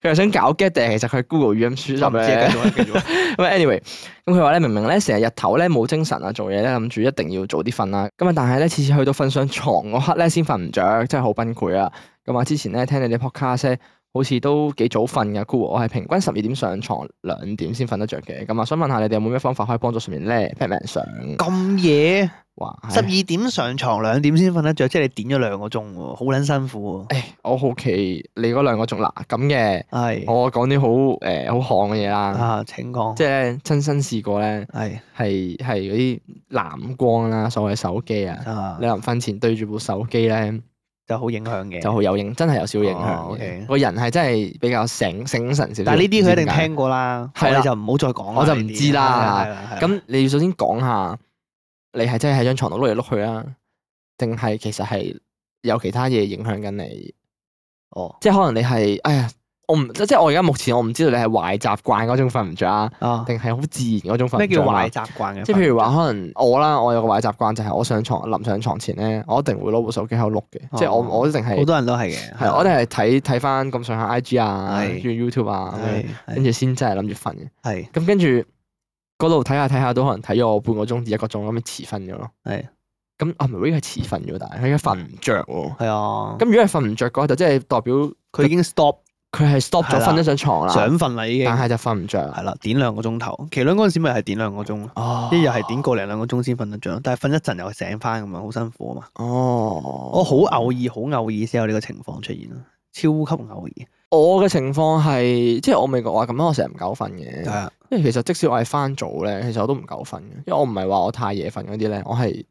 [SPEAKER 2] 佢係想搞 get 定係其實佢 Google 語音輸
[SPEAKER 3] 我唔
[SPEAKER 2] 入
[SPEAKER 3] 知啊
[SPEAKER 2] 咧？
[SPEAKER 3] 繼續啊繼續啊。
[SPEAKER 2] 咁啊 anyway，咁佢話咧，明明咧成日日頭咧冇精神啊，做嘢咧諗住一定要早啲瞓啦。咁啊，但係咧次次去到瞓上床嗰刻咧先瞓唔着，真係好崩潰啊！咁啊，之前咧聽你哋 podcast 呢好似都幾早瞓噶 Cool，我係平均十二點上床，兩點先瞓得着嘅。咁啊，想問下你哋有冇咩方法可以幫助睡眠咧？Batman 上，
[SPEAKER 3] 咁夜
[SPEAKER 2] 哇，
[SPEAKER 3] 十二點上床，兩點先瞓得着，即係你點咗兩個鐘喎，好撚辛苦喎。
[SPEAKER 2] 誒，我好奇你嗰兩個仲嗱咁嘅，
[SPEAKER 3] 係
[SPEAKER 2] 我講啲好誒好巷嘅嘢啦，
[SPEAKER 3] 啊，請講。
[SPEAKER 2] 即係咧親身試過咧，
[SPEAKER 3] 係
[SPEAKER 2] 係係嗰啲藍光啦，所謂手機啊。
[SPEAKER 3] 啊
[SPEAKER 2] 你，臨瞓前對住部手機咧，
[SPEAKER 3] 就好影響嘅。
[SPEAKER 2] 就好有影，真係有少少影
[SPEAKER 3] 哦
[SPEAKER 2] 響嘅。
[SPEAKER 3] ，OK
[SPEAKER 2] 個人係真係比較醒醒神少少。
[SPEAKER 3] 但係呢啲佢
[SPEAKER 2] 唔
[SPEAKER 3] 一定
[SPEAKER 2] 知點解。
[SPEAKER 3] 聽過啦，
[SPEAKER 2] 係
[SPEAKER 3] 係
[SPEAKER 2] 啦
[SPEAKER 3] 啦，就唔好再講啦。
[SPEAKER 2] 我就唔
[SPEAKER 3] 呢啲
[SPEAKER 2] 知啦
[SPEAKER 3] 係啦係啦
[SPEAKER 2] 咁你要首先講下，你係真係喺張床度碌嚟碌去啊，定係其實係有其他嘢影響緊你？
[SPEAKER 3] 哦
[SPEAKER 2] 即係可能你係，哎呀，我唔即係我而家目前我唔知道你係壞習慣嗰種瞓唔着啊，
[SPEAKER 3] 啊，
[SPEAKER 2] 定係好自然嗰種瞓
[SPEAKER 3] 咩
[SPEAKER 2] 唔
[SPEAKER 3] 叫
[SPEAKER 2] 着啊
[SPEAKER 3] 壞？習慣嘅？
[SPEAKER 2] 即係譬如話，可能我啦，我有個壞習慣就係我上床臨上床前咧，我一定會攞部手機喺度碌嘅，即係我
[SPEAKER 3] 哦
[SPEAKER 2] 我一定係
[SPEAKER 3] 好多人都係嘅，
[SPEAKER 2] 係，我哋係睇睇翻咁上下 I G 啊，跟
[SPEAKER 3] 係
[SPEAKER 2] 住 YouTube 啊，咁樣
[SPEAKER 3] 係
[SPEAKER 2] 跟住先真係諗住瞓嘅。
[SPEAKER 3] 係
[SPEAKER 2] 咁跟住嗰度睇下睇下，都可能睇咗我半個鐘至一個鐘咁樣遲瞓咗咯。
[SPEAKER 3] 係
[SPEAKER 2] 咁啊，唔係 Ray 係遲瞓咗，但係佢而家瞓唔着喎。
[SPEAKER 3] 係啊，
[SPEAKER 2] 咁如果係瞓唔着嘅話，就即係代表
[SPEAKER 3] 佢已經 stop
[SPEAKER 2] 佢係 stop 咗
[SPEAKER 3] 係啦
[SPEAKER 2] 瞓咗上床啦，
[SPEAKER 3] 想瞓啦已經，
[SPEAKER 2] 啊但
[SPEAKER 3] 係
[SPEAKER 2] 係就瞓唔着。
[SPEAKER 3] 啦，點兩個鐘頭，麒麟嗰陣時咪係點兩個鐘咯，
[SPEAKER 2] 哦
[SPEAKER 3] 一日係點個零兩個鐘先瞓得着，但係瞓一陣又醒翻咁樣，好辛苦啊嘛。
[SPEAKER 2] 哦，
[SPEAKER 3] 我好偶爾，好偶爾先有呢個情況出現咯，超級偶爾。
[SPEAKER 2] 我嘅情況係，即係我未講話咁樣，我成日唔夠瞓嘅。
[SPEAKER 3] 係啊，
[SPEAKER 2] 因為其實即使我係翻早咧，其實我都唔夠瞓嘅，因為我唔係話我太夜瞓嗰啲咧，我係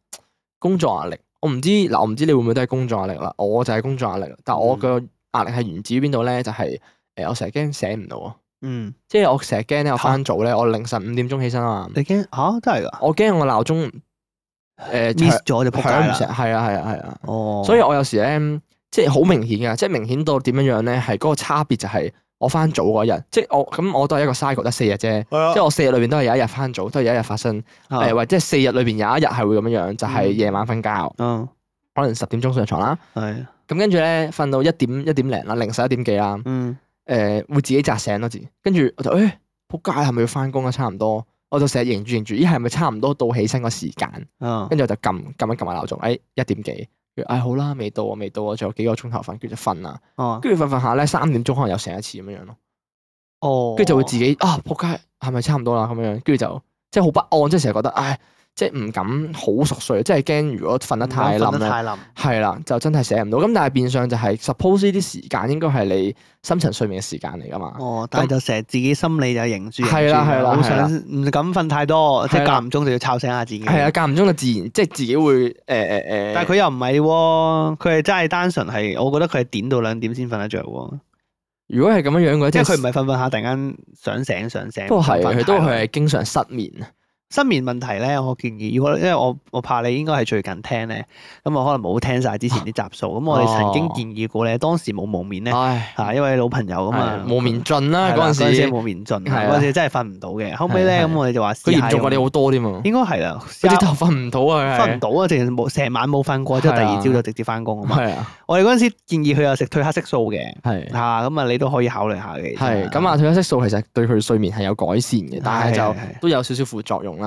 [SPEAKER 2] 工作壓力。我唔知嗱，我唔知你會唔會都係工作壓力啦，我就係工作壓力啦。但我嘅壓力係源自於邊度咧？就係、诶，我成日驚醒唔到啊！
[SPEAKER 3] 嗯，
[SPEAKER 2] 即係我成日驚啊咧，我翻早咧，我凌晨五點鐘起身啊嘛，
[SPEAKER 3] 你驚嚇真係㗎
[SPEAKER 2] 我驚我鬧鐘呃誒
[SPEAKER 3] miss 咗就仆街
[SPEAKER 2] 響唔
[SPEAKER 3] 啦。
[SPEAKER 2] 成，係啊係啊係啊，
[SPEAKER 3] 哦，
[SPEAKER 2] 所以我有時咧，即係好明顯嘅，即係明顯到點樣樣咧，係嗰個差別就係我翻早嗰日，即係我咁我都係一個 cycle 得四日啫。
[SPEAKER 3] 哦
[SPEAKER 2] 即係啊我四日裏邊都係有一日翻早，都係有一日發生，
[SPEAKER 3] 啊
[SPEAKER 2] 誒或者係四日裏邊有一日係會咁樣樣，就係
[SPEAKER 3] 嗯
[SPEAKER 2] 夜晚瞓覺，
[SPEAKER 3] 嗯
[SPEAKER 2] 可能十點鐘上床啦，
[SPEAKER 3] 係
[SPEAKER 2] 咁跟住咧瞓到一點一點零啦，凌晨一點幾啦，
[SPEAKER 3] 嗯
[SPEAKER 2] 誒會自己扎醒多字，跟住我就誒仆街係咪要翻工啊？差唔多，我就成日認住認住，咦係咪差唔多到起身個時間？
[SPEAKER 3] 啊
[SPEAKER 2] 跟住我就撳撳一撳下鬧鐘，誒哎一點幾，跟住唉好啦，未到啊，未到啊，仲有幾個鐘頭瞓，跟住就瞓啦，
[SPEAKER 3] 哦
[SPEAKER 2] 跟住瞓瞓下咧三點鐘可能又醒一次咁樣樣咯。
[SPEAKER 3] 哦，
[SPEAKER 2] 跟住就會自己啊仆街，係咪差唔多啦咁樣樣，跟住就即係好不安，即係成日覺得唉，即係唔敢好熟睡，即係驚如果瞓得太冧
[SPEAKER 3] 瞓得
[SPEAKER 2] 咧，
[SPEAKER 3] 太冧。啊
[SPEAKER 2] 係啦，就真係醒唔到。咁但係變相就係、suppose 呢啲時間應該係你深層睡眠嘅時間嚟噶嘛。
[SPEAKER 3] 哦，但係就成日自己心理就認住，
[SPEAKER 2] 係啦係啦
[SPEAKER 3] 好
[SPEAKER 2] 係啦
[SPEAKER 3] 想唔敢瞓太多，即
[SPEAKER 2] 係
[SPEAKER 3] 係
[SPEAKER 2] 啦
[SPEAKER 3] 間唔中就要吵醒下自己。
[SPEAKER 2] 係啊，，間唔中就自然即係自己會誒誒誒，呃
[SPEAKER 3] 但係佢又唔係喎，佢係真係單純係，我覺得佢係點到兩點先瞓得着喎，
[SPEAKER 2] 如果係咁樣樣嘅，
[SPEAKER 3] 即
[SPEAKER 2] 即
[SPEAKER 3] 係佢唔
[SPEAKER 2] 係
[SPEAKER 3] 係瞓瞓下突然間想醒想醒。
[SPEAKER 2] 不過係
[SPEAKER 3] 瞓太
[SPEAKER 2] 佢都
[SPEAKER 3] 耐
[SPEAKER 2] 佢係經常失眠啊
[SPEAKER 3] 失眠問題咧，我建議，如果因為我我怕你應該係最近聽咧，咁啊我可能冇聽晒之前啲集數，咁我哋曾
[SPEAKER 2] 哦
[SPEAKER 3] 經建議過咧，當時冇無眠咧
[SPEAKER 2] 唉，
[SPEAKER 3] 嚇，因為老朋友啊嘛
[SPEAKER 2] 哦係，冇眠盡啦
[SPEAKER 3] 係啦
[SPEAKER 2] 嗰陣時，
[SPEAKER 3] 冇眠盡，啊
[SPEAKER 2] 係啦啊
[SPEAKER 3] 嗰陣時真係瞓唔到嘅。後尾
[SPEAKER 2] 係
[SPEAKER 3] 咧，
[SPEAKER 2] 係
[SPEAKER 3] 咁我哋就話試
[SPEAKER 2] 佢
[SPEAKER 3] 下
[SPEAKER 2] 嚴重過你
[SPEAKER 3] 用
[SPEAKER 2] 好多添啊，
[SPEAKER 3] 應該係啦，
[SPEAKER 2] 佢
[SPEAKER 3] 試
[SPEAKER 2] 直
[SPEAKER 3] 下
[SPEAKER 2] 頭瞓唔到啊，
[SPEAKER 3] 瞓唔
[SPEAKER 2] 佢
[SPEAKER 3] 到啊，直情冇成晚冇瞓過，之後第
[SPEAKER 2] 係
[SPEAKER 3] 二
[SPEAKER 2] 啊
[SPEAKER 3] 朝就直接翻工
[SPEAKER 2] 係
[SPEAKER 3] 啊嘛。
[SPEAKER 2] 係啊，
[SPEAKER 3] 我哋嗰陣時建議佢又食褪黑色素嘅，
[SPEAKER 2] 係。
[SPEAKER 3] 嚇咁啊，你都可以考慮下嘅。其實
[SPEAKER 2] 係咁啊，褪黑色素其實對佢睡眠係有改善嘅，但係
[SPEAKER 3] 係
[SPEAKER 2] 就
[SPEAKER 3] 係係
[SPEAKER 2] 都有少少副作用啦。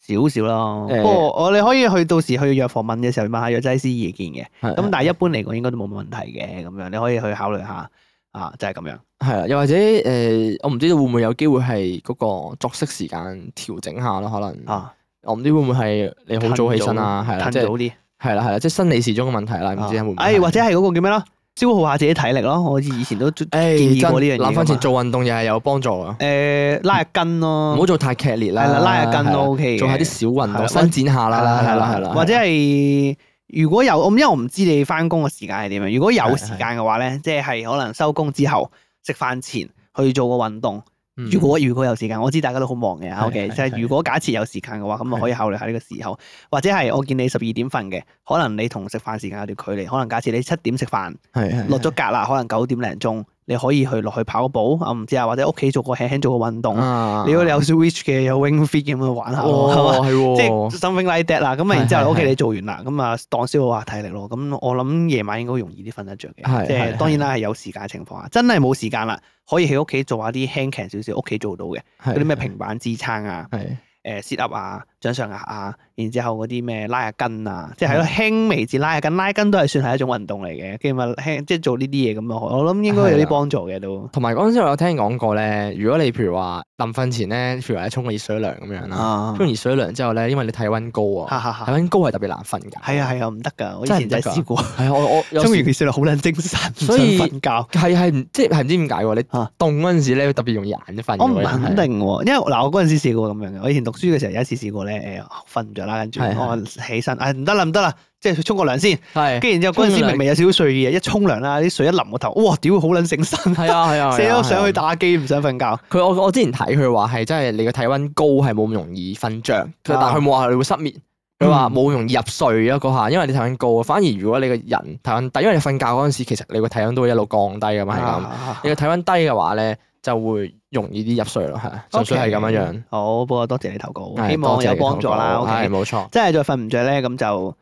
[SPEAKER 3] 少少咯。
[SPEAKER 2] 誒
[SPEAKER 3] 不過我哋可以去到時去藥房問嘅時候問下藥劑師意見嘅。咁
[SPEAKER 2] 咁
[SPEAKER 3] 但係一般嚟講應該都冇乜問題嘅，咁樣你可以去考慮下啊，就係咁樣。
[SPEAKER 2] 係啊，又或者誒，我唔知道會唔會有機會係嗰個作息時間調整下咯，可能
[SPEAKER 3] 啊，
[SPEAKER 2] 我唔知會唔會係你好早起身啊，係啦，
[SPEAKER 3] 褪
[SPEAKER 2] 即
[SPEAKER 3] 早
[SPEAKER 2] 係
[SPEAKER 3] 啲，
[SPEAKER 2] 係啦係啦，即係生理時鐘嘅問題啦，唔知會唔會
[SPEAKER 3] 啊哎
[SPEAKER 2] 係
[SPEAKER 3] 或者係嗰個叫咩啦，消耗下自己體力咯。我以前都建
[SPEAKER 2] 誒
[SPEAKER 3] 議過呢
[SPEAKER 2] 哎
[SPEAKER 3] 樣嘢
[SPEAKER 2] 真
[SPEAKER 3] 㗎嘛。
[SPEAKER 2] 臨瞓前做運動又係有幫助啊，
[SPEAKER 3] 誒拉下筋
[SPEAKER 2] 唔
[SPEAKER 3] 咯
[SPEAKER 2] 好，做太劇烈啦，
[SPEAKER 3] 嗯係啦拉下筋都 OK 嘅
[SPEAKER 2] 做下啲小運
[SPEAKER 3] 係
[SPEAKER 2] 動
[SPEAKER 3] 啦
[SPEAKER 2] 伸展下啦，係啦係啦，
[SPEAKER 3] 或者係如果有，我因為我唔知你翻工嘅時間係點啊樣。如果有
[SPEAKER 2] 係
[SPEAKER 3] 時間嘅話咧，
[SPEAKER 2] 嗯
[SPEAKER 3] 即係可能收工之後食飯前去做個運動。
[SPEAKER 2] 嗯
[SPEAKER 3] 如果如果有時間，我知大家都好忙嘅
[SPEAKER 2] 係
[SPEAKER 3] ，OK，
[SPEAKER 2] 係
[SPEAKER 3] 即係
[SPEAKER 2] 係
[SPEAKER 3] 如果假設有時間嘅話，咁
[SPEAKER 2] 係
[SPEAKER 3] 啊可以考慮下呢個時候，或者係我見你十二點瞓嘅，可能你同食飯時間有啲距離，可能假設你七點食飯，
[SPEAKER 2] 係係
[SPEAKER 3] 落咗格啦，可能九點零鐘，你可以去落去跑步，我唔知啊，或者屋企做個輕輕做個運動。
[SPEAKER 2] 啊
[SPEAKER 3] 你如果你有 Switch 嘅，有 Wing Fit 咁去玩下咯，係嘛
[SPEAKER 2] 哦，係喎，
[SPEAKER 3] 即係 something like that 啦。咁啊，然之
[SPEAKER 2] 係係
[SPEAKER 3] 後
[SPEAKER 2] 係
[SPEAKER 3] OK，你做完啦，咁啊當消耗下體力咯。咁我諗夜晚應該容易啲瞓得着
[SPEAKER 2] 係
[SPEAKER 3] 嘅。即
[SPEAKER 2] 係
[SPEAKER 3] 係當然啦，係有時間情況下，真係冇時間啦，可以喺屋企做下啲輕強少少，屋企做到嘅
[SPEAKER 2] 係
[SPEAKER 3] 嗰啲咩平板支撐啊、
[SPEAKER 2] 係
[SPEAKER 3] 誒 sit up 啊、掌上壓啊，然之後嗰啲咩拉下筋啊，
[SPEAKER 2] 嗯
[SPEAKER 3] 即係喺度輕微至拉下筋，拉筋都係算係一種運動嚟嘅。跟住咪輕即係做呢啲嘢咁啊，我諗應該有
[SPEAKER 2] 係啊
[SPEAKER 3] 啲幫助嘅都。
[SPEAKER 2] 同埋嗰陣時我有聽講過咧，如果你譬如話臨瞓前咧，譬如話你沖個熱水涼咁樣啦，
[SPEAKER 3] 啊
[SPEAKER 2] 沖完熱水涼之後咧，因為你體温高
[SPEAKER 3] 哈
[SPEAKER 2] 啊，
[SPEAKER 3] 哈哈
[SPEAKER 2] 體温高嗯係特別難瞓㗎。
[SPEAKER 3] 係啊係啊，唔得㗎！我以
[SPEAKER 2] 真係
[SPEAKER 3] 前
[SPEAKER 2] 唔得
[SPEAKER 3] 真
[SPEAKER 2] 㗎
[SPEAKER 3] 係試過，
[SPEAKER 2] 係啊，我我有
[SPEAKER 3] 沖完
[SPEAKER 2] 時
[SPEAKER 3] 熱水涼好撚精神，
[SPEAKER 2] 所以
[SPEAKER 3] 想瞓覺。
[SPEAKER 2] 係係唔即係唔知點解喎？你
[SPEAKER 3] 啊
[SPEAKER 2] 凍嗰陣時咧，會特別容易眼瞓㗎喎。
[SPEAKER 3] 我唔肯
[SPEAKER 2] 係啊
[SPEAKER 3] 定喎，因為嗱，我嗰陣時試過咁樣嘅。我以前讀書嘅時候有一次試過咧，誒瞓唔着啦，跟住
[SPEAKER 2] 係
[SPEAKER 3] 我起身，唉唔得啦唔得啦，即係沖個涼先。
[SPEAKER 2] 係
[SPEAKER 3] 跟住然之後嗰陣
[SPEAKER 2] 沖
[SPEAKER 3] 時
[SPEAKER 2] 涼
[SPEAKER 3] 明明有少少睡意嘅，一沖涼啦，啲水一淋個頭，哇屌好撚醒身，
[SPEAKER 2] 係 啊係啊，
[SPEAKER 3] 死
[SPEAKER 2] 係啊
[SPEAKER 3] 咗上去。打機唔想瞓覺。
[SPEAKER 2] 係啊佢我我之前睇佢話係真係你個體温高係冇咁容易瞓着，佢但係佢冇話你會失眠。佢話
[SPEAKER 3] 啊嗯
[SPEAKER 2] 冇咁容易入睡啊嗰下，因為你體温高啊。反而如果你個人體温低，因為你瞓覺嗰陣時，其實你個體温都會一路降低㗎嘛，係咁。
[SPEAKER 3] 啊
[SPEAKER 2] 你個體温低嘅話咧，就會容易啲入睡咯，係啊純粹係咁樣樣。
[SPEAKER 3] 好，不過多謝你投稿，
[SPEAKER 2] 係
[SPEAKER 3] 希
[SPEAKER 2] 多
[SPEAKER 3] 望
[SPEAKER 2] 謝
[SPEAKER 3] 有
[SPEAKER 2] 你
[SPEAKER 3] 幫助啦。
[SPEAKER 2] 投稿係
[SPEAKER 3] OK，
[SPEAKER 2] 冇 錯，
[SPEAKER 3] 真係再瞓唔着咧，咁就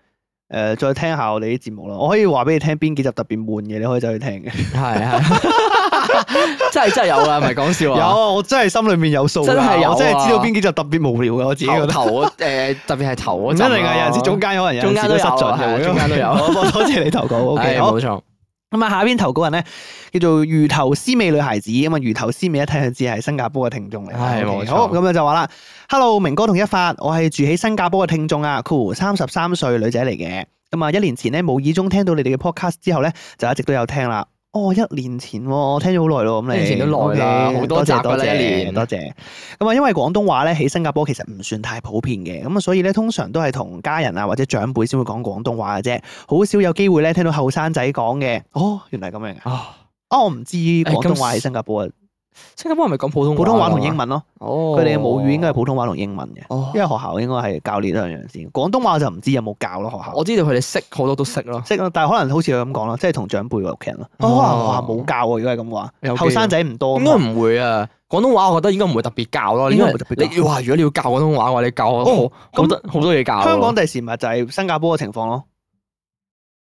[SPEAKER 3] 誒再聽下我哋啲節目咯。我可以話俾你聽邊幾集特別悶嘅，你可以走去聽嘅。
[SPEAKER 2] 係係，真係真係 有啊，唔係講笑
[SPEAKER 3] 有
[SPEAKER 2] 啊。
[SPEAKER 3] 啊，我真係心裏面有數㗎，
[SPEAKER 2] 真係有啊
[SPEAKER 3] 我真係知道邊幾集特別無聊嘅，我自己
[SPEAKER 2] 頭
[SPEAKER 3] 覺得。
[SPEAKER 2] 頭嗰 誒特別係頭嗰
[SPEAKER 3] 唔一
[SPEAKER 2] 陣
[SPEAKER 3] 定
[SPEAKER 2] 啊
[SPEAKER 3] 㗎，有陣時中間可能有
[SPEAKER 2] 中
[SPEAKER 3] 陣
[SPEAKER 2] 間
[SPEAKER 3] 時
[SPEAKER 2] 都有
[SPEAKER 3] 都失準
[SPEAKER 2] 係啊
[SPEAKER 3] 嘅，
[SPEAKER 2] 中間都 有
[SPEAKER 3] 好多謝你 投稿，OK，
[SPEAKER 2] 係
[SPEAKER 3] 好
[SPEAKER 2] 冇。錯，
[SPEAKER 3] 咁啊，下邊投稿人咧叫做魚頭絲美女孩子，咁啊魚頭絲美一睇就知係新加坡嘅聽眾嚟啦。
[SPEAKER 2] 係
[SPEAKER 3] OK，
[SPEAKER 2] 冇錯
[SPEAKER 3] 好，咁樣啊就話啦，Hello 明哥同一發，我係住喺新加坡嘅聽眾啊，Cool 三十三歲女仔嚟嘅。咁啊，一年前咧無意中聽到你哋嘅 podcast 之後咧，就一直都有聽啦。哦，一年前喎，我聽咗好耐咯，咁你
[SPEAKER 2] 一年前都耐啦
[SPEAKER 3] OK，
[SPEAKER 2] 好多集㗎啦
[SPEAKER 3] 謝
[SPEAKER 2] 一年
[SPEAKER 3] 多謝。咁啊，因為廣東話咧喺新加坡其實唔算太普遍嘅，咁啊，所以咧通常都係同家人啊或者長輩先會講廣東話嘅啫，好少有機會咧聽到後生仔講嘅。哦，原來咁樣嘅。
[SPEAKER 2] 啊，
[SPEAKER 3] 哦，我唔知廣東話
[SPEAKER 2] 咁
[SPEAKER 3] 喺新加坡啊，
[SPEAKER 2] 新加坡係咪講普通
[SPEAKER 3] 普通話同
[SPEAKER 2] 㗎
[SPEAKER 3] 英，文咯，
[SPEAKER 2] 哦，
[SPEAKER 3] 佢哋嘅母語應該係普通話同英文嘅，
[SPEAKER 2] 哦
[SPEAKER 3] 因為學校應該係教呢兩樣先。廣東話我就唔知有冇教咯，學校
[SPEAKER 2] 我知道佢哋識好多都識咯，
[SPEAKER 3] 識咯，但係可能好似佢咁講咯，即係同長輩嘅屋企人咯。
[SPEAKER 2] 哦
[SPEAKER 3] 哦，可能學校冇教喎，如果係咁
[SPEAKER 2] 有
[SPEAKER 3] 話，
[SPEAKER 2] 機會
[SPEAKER 3] 後生仔唔多㗎
[SPEAKER 2] 應
[SPEAKER 3] 嘛。
[SPEAKER 2] 該唔會啊。廣東話我覺得應該唔會特別教咯，
[SPEAKER 3] 應該
[SPEAKER 2] 因
[SPEAKER 3] 唔
[SPEAKER 2] 為
[SPEAKER 3] 會特別教
[SPEAKER 2] 你哇，如果你要教廣東話嘅話，你教
[SPEAKER 3] 哦
[SPEAKER 2] 好好多好多嘢教喎。啊
[SPEAKER 3] 香港第時咪就係新加坡嘅情況咯。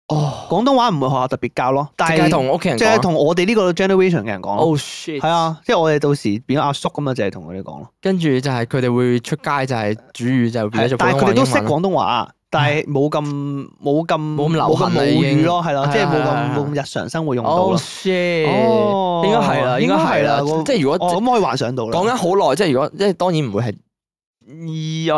[SPEAKER 2] 哦，
[SPEAKER 3] 廣東話唔會學校特別教咯，但
[SPEAKER 2] 即係
[SPEAKER 3] 係
[SPEAKER 2] 同屋企人
[SPEAKER 3] 即係
[SPEAKER 2] 講。
[SPEAKER 3] 同我哋呢個 generation 嘅人講咯。
[SPEAKER 2] Oh shit！
[SPEAKER 3] 係，啊，即係我哋到時變咗阿叔咁啊，就係同佢哋講咯。
[SPEAKER 2] 跟住就係佢哋會出街就係主語就變咗
[SPEAKER 3] 係
[SPEAKER 2] 做
[SPEAKER 3] 但係
[SPEAKER 2] 係
[SPEAKER 3] 佢哋都識廣東話，但 係冇咁冇咁
[SPEAKER 2] 冇咁
[SPEAKER 3] 冇
[SPEAKER 2] 流行啦
[SPEAKER 3] 咁母
[SPEAKER 2] 已經
[SPEAKER 3] 語咯，係啦，
[SPEAKER 2] 係啊
[SPEAKER 3] 即係冇
[SPEAKER 2] 係
[SPEAKER 3] 咁
[SPEAKER 2] 係
[SPEAKER 3] 冇咁日常生活用到
[SPEAKER 2] Oh
[SPEAKER 3] 咯。
[SPEAKER 2] shit！
[SPEAKER 3] 哦
[SPEAKER 2] 應該係啦，應該係啦
[SPEAKER 3] 我。
[SPEAKER 2] 即係如果
[SPEAKER 3] 哦，
[SPEAKER 2] 講
[SPEAKER 3] 咁可以幻想到啦。
[SPEAKER 2] 緊好耐，即係如果即係當然唔會係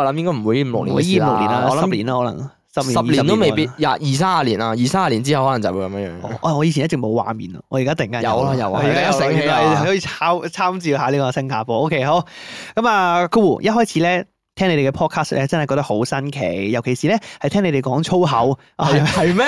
[SPEAKER 2] 二，我諗應該唔會五六年
[SPEAKER 3] 我
[SPEAKER 2] 嘅事
[SPEAKER 3] 依六年啦，
[SPEAKER 2] 我
[SPEAKER 3] 十
[SPEAKER 2] 諗
[SPEAKER 3] 年啦，可能
[SPEAKER 2] 十
[SPEAKER 3] 年
[SPEAKER 2] 年都未必
[SPEAKER 3] 20啦。
[SPEAKER 2] 廿二三十年啦，二三十年之後可能就會咁樣
[SPEAKER 3] 哦
[SPEAKER 2] 樣。
[SPEAKER 3] 哦我以前一直冇畫面啊，我而家突然間
[SPEAKER 2] 有啦
[SPEAKER 3] 啦
[SPEAKER 2] 有啊
[SPEAKER 3] 我而
[SPEAKER 2] 你
[SPEAKER 3] 家
[SPEAKER 2] 一醒起
[SPEAKER 3] 原
[SPEAKER 2] 啊
[SPEAKER 3] 來可以抄參照下呢個新加坡。OK，好咁啊，Cool，一開始咧。聽你哋嘅 podcast 咧，真係覺得好新奇，尤其是咧係聽你哋講粗口，啊
[SPEAKER 2] 係係咩？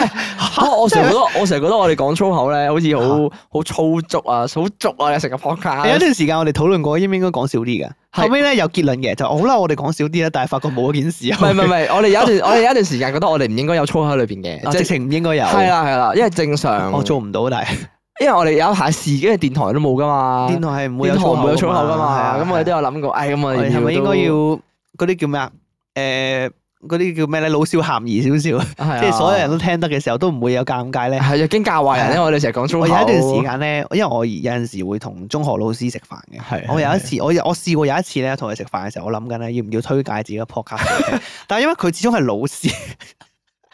[SPEAKER 2] 我我成日覺得我成日覺得我哋講粗口咧，好似好好粗俗啊，好俗啊！你成個 podcast
[SPEAKER 3] 有一段時間我哋討論過應唔應該講少啲嘅，
[SPEAKER 2] 係
[SPEAKER 3] 後尾咧有結論嘅，就好啦，我哋講少啲啦，但係發覺冇嗰件事啊，
[SPEAKER 2] 唔係唔係唔係，我哋有一段我哋有一段時間覺得我哋唔應該有粗口喺裏邊
[SPEAKER 3] 啊
[SPEAKER 2] 嘅，
[SPEAKER 3] 直
[SPEAKER 2] 即係
[SPEAKER 3] 情唔應該有，
[SPEAKER 2] 係啦係啦，因為正常
[SPEAKER 3] 我做唔到，但係
[SPEAKER 2] 因為我哋有一下事，因為電台都冇噶嘛，
[SPEAKER 3] 電台係唔會
[SPEAKER 2] 電
[SPEAKER 3] 有
[SPEAKER 2] 台
[SPEAKER 3] 粗
[SPEAKER 2] 唔
[SPEAKER 3] 口
[SPEAKER 2] 會有粗口噶
[SPEAKER 3] 㗎係
[SPEAKER 2] 嘛，
[SPEAKER 3] 啊
[SPEAKER 2] 咁我哋都有諗過，唉，咁我
[SPEAKER 3] 我
[SPEAKER 2] 哋
[SPEAKER 3] 哋係咪應該
[SPEAKER 2] 都
[SPEAKER 3] 要嗰啲叫咩啊？誒嗰啲叫咩咧？老少咸宜少少，
[SPEAKER 2] 係啊
[SPEAKER 3] 即係所有人都聽得嘅時候都唔會有尷尬 咧。
[SPEAKER 2] 係啊經教壞人咧？我哋成日講粗口，
[SPEAKER 3] 我有一段時間咧，因為我有陣時會同中學老師食飯嘅。
[SPEAKER 2] 係
[SPEAKER 3] 我有一次，我有我試過有一次咧，同佢食飯嘅時候，我諗緊咧，要唔要推介自己嘅 podcast 俾佢聽但係因為佢始終係老師，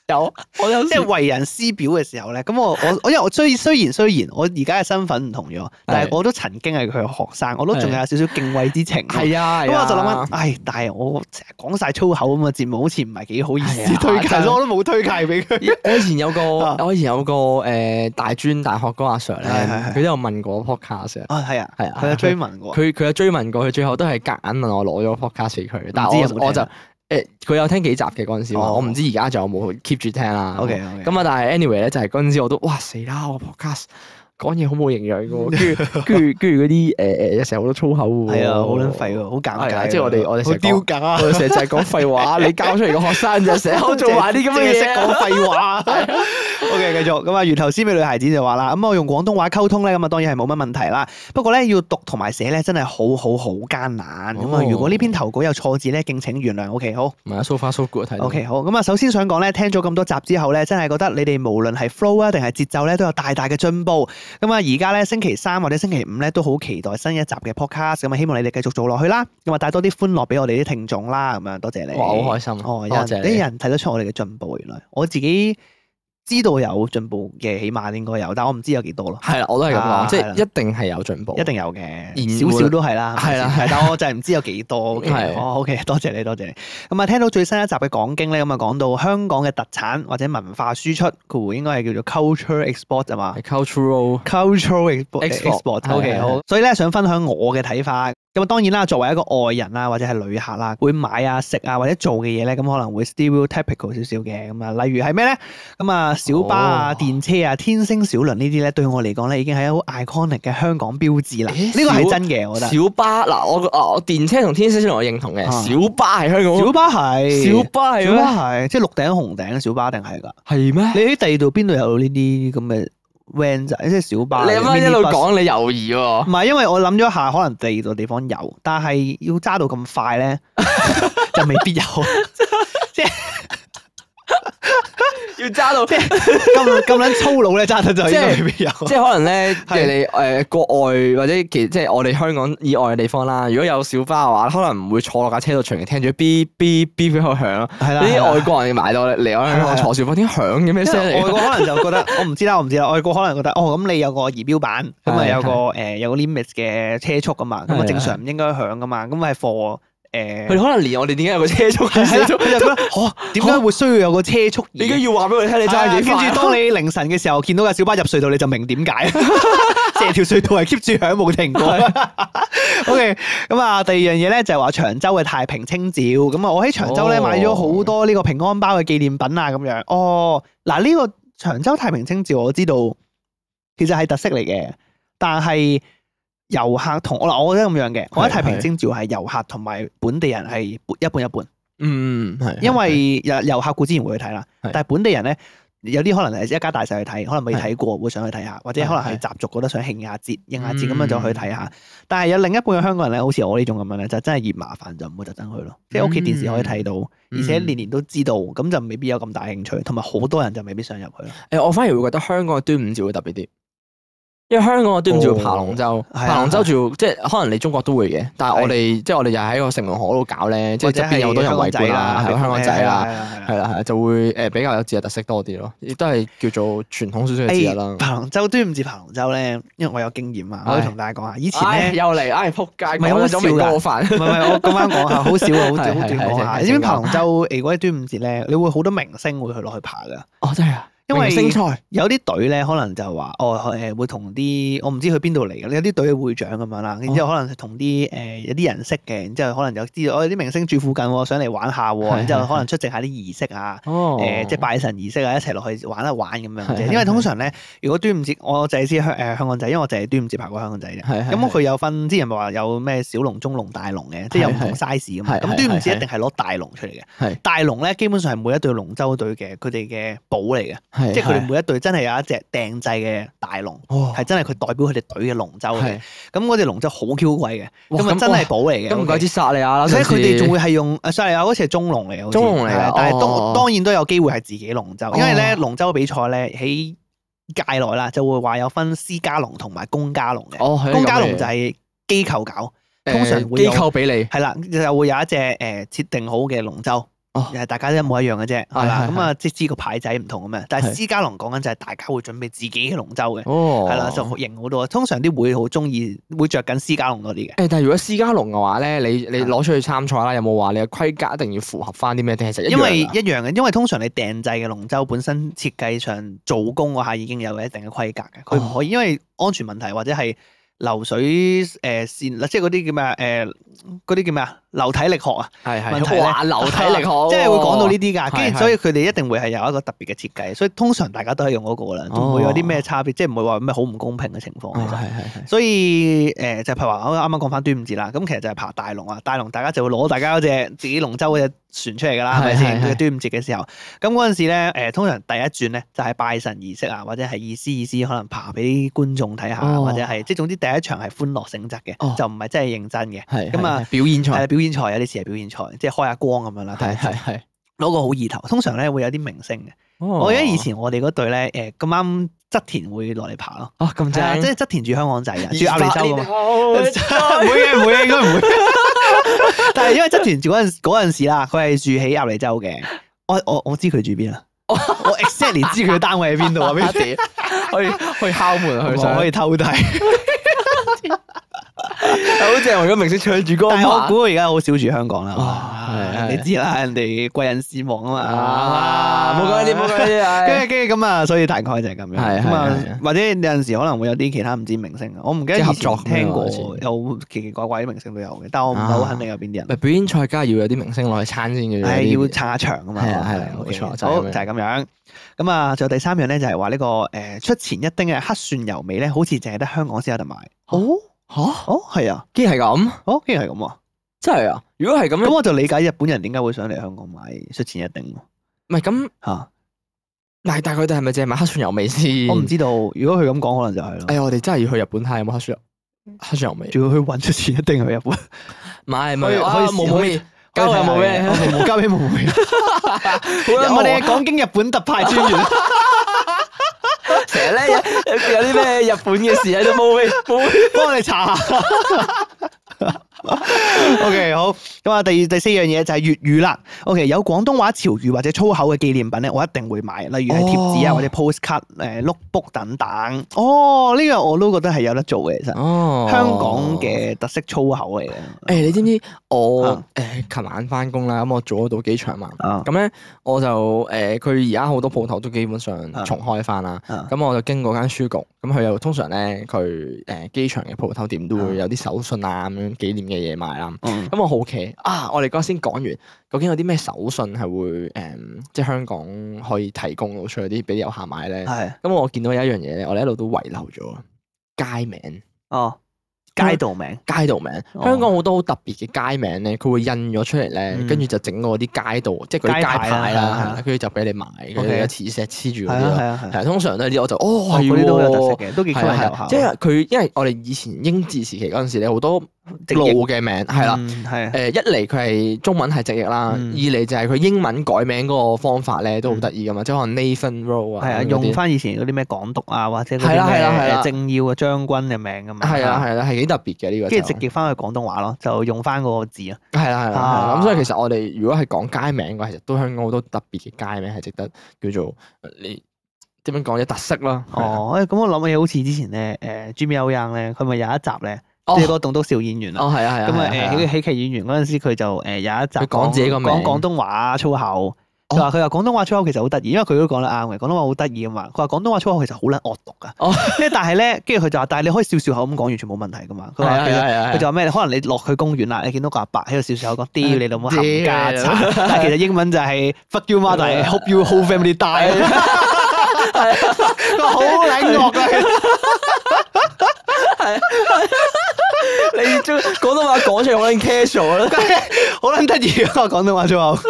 [SPEAKER 2] 有，我有
[SPEAKER 3] 即
[SPEAKER 2] 時
[SPEAKER 3] 係為人師表嘅時候咧，咁我我我因為我雖雖然雖然我而家嘅身份唔同咗，但係我都曾經係佢嘅學生，我都仲有少少敬畏之情。
[SPEAKER 2] 係啊，
[SPEAKER 3] 咁
[SPEAKER 2] 係啊
[SPEAKER 3] 我就諗緊，唉，但係我成日講晒粗口咁嘅節目，好似唔係幾好意
[SPEAKER 2] 係
[SPEAKER 3] 思
[SPEAKER 2] 啊
[SPEAKER 3] 推介，
[SPEAKER 2] 真係
[SPEAKER 3] 所以我都冇推介俾佢。
[SPEAKER 2] 我以前有個，
[SPEAKER 3] 啊
[SPEAKER 2] 我以前有個誒大專大學嗰個阿 Sir 咧
[SPEAKER 3] 係係，係
[SPEAKER 2] 佢都有問過 podcast 嘅
[SPEAKER 3] 啊，係啊，
[SPEAKER 2] 係啊
[SPEAKER 3] 佢有追問過，
[SPEAKER 2] 佢佢有追問過，佢最後都係夾硬問我攞咗 podcast 俾佢，但
[SPEAKER 3] 唔知有
[SPEAKER 2] 係
[SPEAKER 3] 冇
[SPEAKER 2] 我
[SPEAKER 3] 聽
[SPEAKER 2] 我就誒佢有聽幾集嘅嗰陣時話，
[SPEAKER 3] 哦
[SPEAKER 2] 我唔知而家仲有冇 keep 住聽啦。
[SPEAKER 3] OK OK，
[SPEAKER 2] 咁啊，但係 anyway 咧，就係嗰陣時我都哇死啦！我 podcast 講嘢好冇營養 嘅喎，跟住跟住跟住嗰啲呃誒誒，成日好多粗口嘅喎，
[SPEAKER 3] 係啊，好撚廢喎，好尷
[SPEAKER 2] 哦係啊
[SPEAKER 3] 尬。
[SPEAKER 2] 即係我哋我哋成
[SPEAKER 3] 好
[SPEAKER 2] 日
[SPEAKER 3] 丟
[SPEAKER 2] 講
[SPEAKER 3] 架
[SPEAKER 2] 我
[SPEAKER 3] 啊，
[SPEAKER 2] 哋成日 就係講廢話，你教出嚟嘅學生就成日喺度做埋啲咁嘅
[SPEAKER 3] 淨係 識
[SPEAKER 2] 嘢啊。
[SPEAKER 3] 講廢話。 OK，繼續咁啊。源頭思美女孩子就話啦，咁我啊用廣東話溝通咧，咁啊當然係冇乜問題啦。不過咧，要讀同埋寫咧，真係好好好艱難。咁啊，
[SPEAKER 2] 哦
[SPEAKER 3] 如果呢篇投稿有錯字咧，敬請原諒。OK，好。
[SPEAKER 2] 唔係啊，so far so good 睇到。
[SPEAKER 3] OK，好。咁啊，首先想講咧，聽咗咁多集之後咧，真係覺得你哋無論係 flow 啊，定係節奏咧，都有大大嘅進步。咁啊，而家咧星期三或者星期五咧，都好期待新一集嘅 podcast。咁啊，希望你哋繼續做落去啦。咁啊，帶多啲歡樂俾我哋啲聽眾啦。咁啊，多謝你。
[SPEAKER 2] 哇，好開心啊！多
[SPEAKER 3] 哦，有人
[SPEAKER 2] 謝
[SPEAKER 3] 啲
[SPEAKER 2] 你。
[SPEAKER 3] 人睇得出我哋嘅進步，原來我自己知道有進步嘅，起碼應該有，但我唔知有幾多咯，
[SPEAKER 2] 係啦，我都係咁
[SPEAKER 3] 啊
[SPEAKER 2] 講，即
[SPEAKER 3] 係啦
[SPEAKER 2] 係一定係有進步。
[SPEAKER 3] 一定有嘅，
[SPEAKER 2] 言
[SPEAKER 3] 少少
[SPEAKER 2] 會
[SPEAKER 3] 都係啦，
[SPEAKER 2] 係啦
[SPEAKER 3] 係，但我就係唔知有幾多。嘅。
[SPEAKER 2] 係
[SPEAKER 3] 哦，OK，多 謝你，多謝你。咁啊，聽到最新一集嘅講經咧，咁啊講到香港嘅特產或者文化輸出，佢會應該係叫做 culture export 啊嘛
[SPEAKER 2] 係 cultural。
[SPEAKER 3] ，cultural
[SPEAKER 2] Export，
[SPEAKER 3] export
[SPEAKER 2] 係
[SPEAKER 3] export，OK
[SPEAKER 2] 係
[SPEAKER 3] 好
[SPEAKER 2] 係。
[SPEAKER 3] 所以咧，想分享我嘅睇法。咁啊，當然啦，作為一個外人啊啦，或者係旅客啦，會買啊、食啊或者做嘅嘢咧，咁可能會 stereotypical 少少嘅。咁啊，例如係咩咧？咁啊，小巴啊、
[SPEAKER 2] 哦
[SPEAKER 3] 電車啊、天星小輪呢啲咧，對我嚟講咧，已經係好 iconic 嘅香港標誌啦。
[SPEAKER 2] 咦
[SPEAKER 3] 呢個係
[SPEAKER 2] 小
[SPEAKER 3] 真嘅，我覺得。
[SPEAKER 2] 小巴嗱，我啊我電車同天星小輪我認同嘅，
[SPEAKER 3] 啊
[SPEAKER 2] 小巴係香港。
[SPEAKER 3] 小巴係，
[SPEAKER 2] 小巴係
[SPEAKER 3] 小
[SPEAKER 2] 咩？
[SPEAKER 3] 巴係，即係綠頂紅頂小巴一定係㗎。
[SPEAKER 2] 係咩？
[SPEAKER 3] 你喺第二度邊度有呢啲咁嘅 van 仔，即係小巴？啊
[SPEAKER 2] 你啱啱一
[SPEAKER 3] minibus
[SPEAKER 2] 路講你猶豫喎
[SPEAKER 3] 唔。 係，因為我諗咗一下，可能第二度地方有，但係要揸到咁 快咧，就未必有。
[SPEAKER 2] 要揸 到，即係
[SPEAKER 3] 咁咁撚粗魯咧，揸得就應該
[SPEAKER 2] 即係
[SPEAKER 3] 未必有。
[SPEAKER 2] 即係可能咧，即
[SPEAKER 3] 係
[SPEAKER 2] 係你誒國外或者其即係我哋香港以外嘅地方啦。如果有小巴嘅話，可能唔會坐落架車度長期聽住嗶嗶嗶喺度響咯。
[SPEAKER 3] 係啦，
[SPEAKER 2] 呢啲
[SPEAKER 3] 係啦
[SPEAKER 2] 外國人買到嚟我香港坐小巴，啲響嘅咩
[SPEAKER 3] 因
[SPEAKER 2] 聲
[SPEAKER 3] 為
[SPEAKER 2] 嚟㗎？
[SPEAKER 3] 外國可能就覺得， 我唔知啦，我唔知啦。外國可能覺得，哦，咁你有個儀表板，咁啊
[SPEAKER 2] 係
[SPEAKER 3] 有個誒有個 limit 嘅車速啊嘛，咁啊
[SPEAKER 2] 係
[SPEAKER 3] 正常唔應該響噶嘛，咁係 for 誒
[SPEAKER 2] 佢。哋可能連我哋點解有個車速嘅
[SPEAKER 3] 係
[SPEAKER 2] 車
[SPEAKER 3] 啦，
[SPEAKER 2] 速，
[SPEAKER 3] 佢就覺得，嚇點 解會需要有個車速
[SPEAKER 2] 你
[SPEAKER 3] 儀
[SPEAKER 2] 而家要話俾我哋聽，你
[SPEAKER 3] 係啊
[SPEAKER 2] 揸幾快
[SPEAKER 3] 跟住當你凌晨嘅時候見到架小巴入隧道，你就明點 解，成條隧道係 keep 住響冇停過。OK，咁啊，第二樣嘢咧就係話長洲嘅太平清醮，咁啊，我喺長洲咧
[SPEAKER 2] 哦
[SPEAKER 3] 買咗好多呢個平安包嘅紀念品啊，咁樣。哦，嗱呢個長洲太平清醮我知道，其實係特色嚟嘅，但係。遊客同我嗱，我覺得咁樣嘅，我覺得太平清醮係遊客同埋本地人係一半一半。
[SPEAKER 2] 嗯，係
[SPEAKER 3] 因為遊遊客固之然會去睇啦，
[SPEAKER 2] 係
[SPEAKER 3] 但係本地人咧有啲可能係一家大細去睇，可能未睇過會想去睇下，或者可能係
[SPEAKER 2] 係
[SPEAKER 3] 習俗覺得想慶下節、應下節咁樣
[SPEAKER 2] 嗯
[SPEAKER 3] 就去睇下。但係有另一半嘅香港人咧，好似我呢種咁樣咧，就真係嫌麻煩就唔會特登去咯，即係屋企電視可以睇到，
[SPEAKER 2] 嗯
[SPEAKER 3] 而且年年都知道，咁就未必有咁大興趣，同埋好多人就未必想入去咯。
[SPEAKER 2] 誒，呃我反而會覺得香港嘅端午節會特別啲，因為香港嘅端午節會爬龍舟，
[SPEAKER 3] 係啊
[SPEAKER 2] 爬龍舟仲要即係可能你中國都會嘅，但係我哋即係我哋又喺個城門河嗰度搞咧，即係
[SPEAKER 3] 或者
[SPEAKER 2] 側邊有好多人圍觀啦，係
[SPEAKER 3] 係
[SPEAKER 2] 香港仔啦，啊
[SPEAKER 3] 係啊係係
[SPEAKER 2] 係啦係啦，就會誒比較有節日特色多啲咯，亦都係叫做傳統少少嘅節日啦。
[SPEAKER 3] 爬龍舟哎端午節爬龍舟咧，因為我有經驗啊，我可以同大家講下，以前
[SPEAKER 2] 唉
[SPEAKER 3] 咧。
[SPEAKER 2] 又嚟，唉仆街，
[SPEAKER 3] 唔係好
[SPEAKER 2] 講咗未
[SPEAKER 3] 笑㗎
[SPEAKER 2] 過分
[SPEAKER 3] 唔係唔係，我咁啱講下，好少啊好好
[SPEAKER 2] 係
[SPEAKER 3] 短
[SPEAKER 2] 係
[SPEAKER 3] 講下。
[SPEAKER 2] 係
[SPEAKER 3] 你知唔知
[SPEAKER 2] 正
[SPEAKER 3] 爬
[SPEAKER 2] 講
[SPEAKER 3] 龍舟？誒，如果喺端午節咧，你會好多明星會去落去爬噶。
[SPEAKER 2] 哦，真係啊，
[SPEAKER 3] 因為
[SPEAKER 2] 明星賽
[SPEAKER 3] 有啲隊咧，可能就話哦誒，會同啲我唔知去邊度嚟嘅，有啲隊嘅會長咁
[SPEAKER 2] 哦
[SPEAKER 3] 樣啦，然之後可能同啲誒有啲人識嘅，然之後可能有知道哦有啲明星住附近喎，想嚟玩下喎，
[SPEAKER 2] 係
[SPEAKER 3] 然之後
[SPEAKER 2] 係
[SPEAKER 3] 可能出席下啲儀式啊。
[SPEAKER 2] 哦
[SPEAKER 3] 誒、即係拜神儀式啊，一齊落去玩一玩咁樣
[SPEAKER 2] 係
[SPEAKER 3] 啫。
[SPEAKER 2] 係
[SPEAKER 3] 因為通常咧，如果端午節，我就係知香誒香港仔，因為我就係端午節拍過香港仔啫。
[SPEAKER 2] 係係
[SPEAKER 3] 咁
[SPEAKER 2] 係
[SPEAKER 3] 佢有分，之前咪話有咩小龍、中龍、大龍嘅，即係有唔同
[SPEAKER 2] 係
[SPEAKER 3] size 咁嘛。
[SPEAKER 2] 係
[SPEAKER 3] 咁
[SPEAKER 2] 係
[SPEAKER 3] 端午節
[SPEAKER 2] 係
[SPEAKER 3] 一定係攞大龍出嚟嘅。
[SPEAKER 2] 係
[SPEAKER 3] 大龍咧，基本上係每一隊龍舟隊嘅佢哋嘅寶嚟嘅，
[SPEAKER 2] 係
[SPEAKER 3] 即係佢哋
[SPEAKER 2] 係
[SPEAKER 3] 每一隊真係有一隻訂製嘅大龍，
[SPEAKER 2] 哇
[SPEAKER 3] 係真係佢代表佢哋隊嘅龍舟嘅。
[SPEAKER 2] 係
[SPEAKER 3] 咁嗰隻龍舟好 Q 貴嘅，
[SPEAKER 2] 哇
[SPEAKER 3] 咁啊
[SPEAKER 2] 咁
[SPEAKER 3] 真
[SPEAKER 2] 哇
[SPEAKER 3] 係寶嚟嘅。
[SPEAKER 2] 咁唔
[SPEAKER 3] OK
[SPEAKER 2] 怪之殺你啊啦，
[SPEAKER 3] 而且
[SPEAKER 2] 上次
[SPEAKER 3] 佢哋仲會係用誒，sorry 啊，好似係中龍嚟嘅，好似
[SPEAKER 2] 中龍嚟㗎
[SPEAKER 3] 係但係當
[SPEAKER 2] 哦
[SPEAKER 3] 當然都有機會係自己龍舟，因為咧
[SPEAKER 2] 哦
[SPEAKER 3] 龍舟比賽咧喺界內啦，就會話有分私家龍同埋公家龍嘅，
[SPEAKER 2] 哦係啊
[SPEAKER 3] 公家
[SPEAKER 2] 咁嘅
[SPEAKER 3] 龍就係機構搞，
[SPEAKER 2] 誒
[SPEAKER 3] 通常會
[SPEAKER 2] 機
[SPEAKER 3] 有
[SPEAKER 2] 構俾你
[SPEAKER 3] 係啦，就會有一隻誒設定好嘅龍舟
[SPEAKER 2] 哦。
[SPEAKER 3] 又係大家都一模一樣嘅啫，係啦，
[SPEAKER 2] 係係
[SPEAKER 3] 咁啊，即係知個牌仔唔同咁樣。但係
[SPEAKER 2] 係
[SPEAKER 3] 私家龍講緊就係大家會準備自己嘅龍舟嘅，
[SPEAKER 2] 哦，
[SPEAKER 3] 係啦，就型好多。通常啲會好中意會着緊私家龍多啲嘅。
[SPEAKER 2] 誒，但係如果私家龍嘅話咧，你你
[SPEAKER 3] 啊
[SPEAKER 2] 攞出去參賽啦，有冇話你嘅規格一定要符合翻啲咩？定係其實一啊
[SPEAKER 3] 因為
[SPEAKER 2] 為
[SPEAKER 3] 一樣嘅，因為通常你訂製嘅龍舟本身設計上做工嗰下已經有一定嘅規格嘅，佢
[SPEAKER 2] 哦
[SPEAKER 3] 唔可以因為安全問題或者係流水誒、呃、線，即係嗰啲叫咩誒嗰啲叫咩啊？流體力學啊，
[SPEAKER 2] 係
[SPEAKER 3] 問題
[SPEAKER 2] 係
[SPEAKER 3] 呢
[SPEAKER 2] 哇流 體力學，
[SPEAKER 3] 即係會講到呢啲㗎。跟
[SPEAKER 2] 哦係
[SPEAKER 3] 住所以佢哋一定會係有一個特別嘅設計，所以通常大家都係用嗰個啦，唔會有啲咩差別，即係唔會話咩好唔公平嘅情況。
[SPEAKER 2] 哦，
[SPEAKER 3] 其實
[SPEAKER 2] 係係係，
[SPEAKER 3] 所以誒、就譬如話，我啱啱講翻端午節啦，咁其實就係爬大龍啊，大龍大家就會攞大家嗰隻自己龍舟嗰隻船出嚟㗎啦，係咪
[SPEAKER 2] 係
[SPEAKER 3] 先？
[SPEAKER 2] 係係
[SPEAKER 3] 佢端午節嘅時候，咁嗰陣時咧誒、通常第一轉咧就係、拜神儀式啊，或者係意思意思可能爬俾啲觀眾睇下，
[SPEAKER 2] 哦
[SPEAKER 3] 或者係即係總之第一場係歡樂性質嘅，
[SPEAKER 2] 哦
[SPEAKER 3] 就唔係真係認真嘅。
[SPEAKER 2] 係
[SPEAKER 3] 咁啊
[SPEAKER 2] 係係表演
[SPEAKER 3] 係
[SPEAKER 2] 賽，
[SPEAKER 3] 表演賽有啲時係表演賽，即係開下光咁樣啦。
[SPEAKER 2] 係係係。
[SPEAKER 3] 攞個好意頭，通常咧會有啲明星嘅。
[SPEAKER 2] 我
[SPEAKER 3] 我記得以前我哋嗰隊咧，誒咁啱側田會落嚟爬咯，
[SPEAKER 2] 啊咁
[SPEAKER 3] 係啊，
[SPEAKER 2] 正，
[SPEAKER 3] 即係側田住香港仔啊，住鴨脷洲㗎 嘛。唔
[SPEAKER 2] 啊
[SPEAKER 1] 嘛。
[SPEAKER 3] 會嘅，唔會嘅，應該唔會。 但係因為側田住嗰陣嗰陣時啦，佢係住喺鴨脷洲嘅。我我我知佢住邊啊！
[SPEAKER 2] 哦
[SPEAKER 3] 我 exactly 知佢嘅單位喺邊度啊！俾 你
[SPEAKER 2] 去去敲 門去
[SPEAKER 3] 我
[SPEAKER 2] 上，
[SPEAKER 3] 可以偷睇，
[SPEAKER 2] 好正！我而家明星唱住歌啊
[SPEAKER 3] 但係我
[SPEAKER 2] 嘛，
[SPEAKER 3] 估而家好少住香港啦。
[SPEAKER 2] 啊係
[SPEAKER 3] 哇你知啦，人哋貴人事忙啊嘛。
[SPEAKER 2] 啊，冇講呢啲，冇講呢啲，
[SPEAKER 3] 跟
[SPEAKER 2] 唉
[SPEAKER 3] 住跟住咁啊，所以大概就係咁樣。
[SPEAKER 2] 係係
[SPEAKER 3] 咁啊
[SPEAKER 2] 係係，
[SPEAKER 3] 或者有陣時可能會有啲其他唔知明星啊，我唔記得
[SPEAKER 2] 即係合
[SPEAKER 3] 以
[SPEAKER 2] 作
[SPEAKER 3] 前聽過
[SPEAKER 2] 咁樣好似
[SPEAKER 3] 有奇奇怪怪啲明星都有嘅，但我唔係好肯定有邊啲人。
[SPEAKER 2] 咪表演賽梗係要有啲明星落去撐先嘅，
[SPEAKER 3] 係要撐下場啊嘛，
[SPEAKER 2] 係啊
[SPEAKER 3] 可
[SPEAKER 2] 係
[SPEAKER 3] 能
[SPEAKER 2] 啊
[SPEAKER 3] ，OK，
[SPEAKER 2] 冇錯就係咁樣
[SPEAKER 3] 好就係咁樣。咁啊，仲有第三樣咧，就係話呢個誒出前一丁嘅黑蒜油味咧，好似淨係得香港先有得賣。哦，
[SPEAKER 2] 吓，
[SPEAKER 3] 哦，係啊，
[SPEAKER 2] 竟然係咁，
[SPEAKER 3] 哦，竟然係咁啊！
[SPEAKER 2] 真係啊！如果係咁
[SPEAKER 3] 咁
[SPEAKER 2] 樣，
[SPEAKER 3] 我就理解日本人點解會想嚟香港買出前一丁咯
[SPEAKER 2] 唔係咁，
[SPEAKER 3] 嚇。
[SPEAKER 2] 但但佢哋係咪淨係買黑蒜油味先？
[SPEAKER 3] 我唔。知道，如果佢咁講，可能就係
[SPEAKER 2] 哎
[SPEAKER 3] 咯。
[SPEAKER 2] 呀，我哋嗯真係要去日本睇下有冇黑蒜油，黑蒜油味。
[SPEAKER 3] 仲要去揾出前一丁去日本，
[SPEAKER 2] 唔係唔
[SPEAKER 3] 嗯可以
[SPEAKER 2] 係，啊
[SPEAKER 3] 可以
[SPEAKER 2] 冇
[SPEAKER 3] 試
[SPEAKER 2] 冇
[SPEAKER 3] 可以
[SPEAKER 2] 味，交友冇咩？
[SPEAKER 3] 我冇冇交俾冇 啊冇嘅。
[SPEAKER 2] 好啦，
[SPEAKER 3] 我
[SPEAKER 2] 我
[SPEAKER 3] 哋
[SPEAKER 2] 哋
[SPEAKER 3] 係講經日本特派專 員。
[SPEAKER 2] 成日咧有 有啲咩日本嘅事喺度冇味冇味。
[SPEAKER 3] 幫我哋查下。OK，好。咁啊，第二第四樣嘢就係粵語啦。OK，有廣東話潮語或者粗口嘅紀念品咧，我一定會買，例如係貼紙啊，
[SPEAKER 2] 哦
[SPEAKER 3] 或者 postcard、誒 notebook 等等。哦，呢個我都覺得係有得做嘅，其實。
[SPEAKER 2] 哦
[SPEAKER 3] 香港嘅特色粗口嚟嘅。
[SPEAKER 2] 誒、你知唔知我
[SPEAKER 3] 啊
[SPEAKER 2] 誒琴晚翻工啦？咁我做咗到幾場嘛？
[SPEAKER 3] 啊
[SPEAKER 2] 咁咧我就誒，佢而家好多鋪頭都基本上
[SPEAKER 3] 啊
[SPEAKER 2] 重開翻啦。
[SPEAKER 3] 啊
[SPEAKER 2] 咁我就經過間書局，咁佢又通常咧佢誒機場嘅鋪頭店都會有啲手信啊咁樣紀念嘅嘢賣啦。
[SPEAKER 3] 嗯
[SPEAKER 2] 咁我好奇啊，我哋嗰陣先講完，究竟有啲咩手信係會誒、即係香港可以提供到出去啲俾遊客買咧？
[SPEAKER 3] 係
[SPEAKER 2] 咁我見到有一樣嘢咧，我哋一路都遺留咗街名。
[SPEAKER 3] 哦，街道名
[SPEAKER 2] 街道名，
[SPEAKER 3] 哦
[SPEAKER 2] 香港好多好特別嘅街名咧，佢會印咗出嚟咧，
[SPEAKER 3] 嗯
[SPEAKER 2] 跟住就整嗰啲街道，即係嗰啲
[SPEAKER 3] 街牌
[SPEAKER 2] 街牌啦係
[SPEAKER 3] 啦係
[SPEAKER 2] 啦
[SPEAKER 3] 啊，
[SPEAKER 2] 跟住就俾你買，跟住
[SPEAKER 3] OK
[SPEAKER 2] 有磁石黐住
[SPEAKER 3] 係
[SPEAKER 2] 嗰啲
[SPEAKER 3] 啊係
[SPEAKER 2] 咯。
[SPEAKER 3] 啊係
[SPEAKER 2] 係
[SPEAKER 3] 啊
[SPEAKER 2] 啊，通常都係呢啲，我就哦
[SPEAKER 3] 哦，
[SPEAKER 2] 係
[SPEAKER 3] 嗰啲都有特色
[SPEAKER 2] 喎，
[SPEAKER 3] 嘅，都幾吸引
[SPEAKER 2] 係
[SPEAKER 3] 遊
[SPEAKER 2] 啊係
[SPEAKER 3] 客
[SPEAKER 2] 啊。即係佢，因為我哋以前英治時期嗰陣時咧，好多
[SPEAKER 3] 直
[SPEAKER 2] 路
[SPEAKER 3] 譯
[SPEAKER 2] 嘅名係啦。
[SPEAKER 3] 嗯係啊
[SPEAKER 2] 誒呃一嚟佢係中文係直譯啦，二
[SPEAKER 3] 嗯
[SPEAKER 2] 嚟就係佢英文改名嗰個方法咧都好得意噶嘛，即係可能 Nathan Road 啊，
[SPEAKER 3] 係啊，
[SPEAKER 2] 咁嗰啲
[SPEAKER 3] 用翻以前嗰啲咩港督啊，或者嗰
[SPEAKER 2] 係
[SPEAKER 3] 啲
[SPEAKER 2] 啦係啦係
[SPEAKER 3] 咩
[SPEAKER 2] 啦
[SPEAKER 3] 誒政要啊、將軍嘅名咁嘛。
[SPEAKER 2] 係啦係啦係幾特別嘅呢個就，
[SPEAKER 3] 啊跟住直譯翻去廣東話咯，就用翻嗰個字啊。
[SPEAKER 2] 係啦係啦，係啦
[SPEAKER 3] 啊
[SPEAKER 2] 咁所以其實我哋如果係講街名嘅話，其實都香港好多特別嘅街名係值得叫做呃你點樣講有特色啦。係啊，
[SPEAKER 3] 哦，誒咁我諗起好似之前咧，誒 Jimmy O Young 咧，佢咪有一集咧，
[SPEAKER 2] 哦
[SPEAKER 3] 即係嗰個棟篤笑演員啊。
[SPEAKER 2] 哦係啊係啊，
[SPEAKER 3] 咁啊
[SPEAKER 2] 係啊
[SPEAKER 3] 誒
[SPEAKER 2] 係
[SPEAKER 3] 喜
[SPEAKER 2] 啊
[SPEAKER 3] 喜劇演員嗰陣時，佢就誒有一集
[SPEAKER 2] 佢講自己個名
[SPEAKER 3] 講廣東話粗口。佢話佢話廣東話粗口其實好得意，因為佢都講得啱嘅，廣東話好得意啊嘛。佢話廣東話粗口其實好撚惡毒噶
[SPEAKER 2] 哦，
[SPEAKER 3] 跟住但係咧，跟住佢就話，但係你可以笑笑口咁講，完全冇問題噶嘛。佢
[SPEAKER 2] 係啊
[SPEAKER 3] 話其實
[SPEAKER 2] 係啊係啊
[SPEAKER 3] 佢就話咩？可能你落去公園啦，你見到個阿伯喺度笑笑口講屌你老母
[SPEAKER 2] 屌
[SPEAKER 3] 冚家
[SPEAKER 2] 你
[SPEAKER 3] 鏟， 但係其實英文就係 fuck you mother hope you whole family die。佢話好 撚惡啊㗎，其實
[SPEAKER 2] 你將廣東話講出嚟好撚 casual 啊啦，
[SPEAKER 3] 好撚得意啊！廣東話粗口，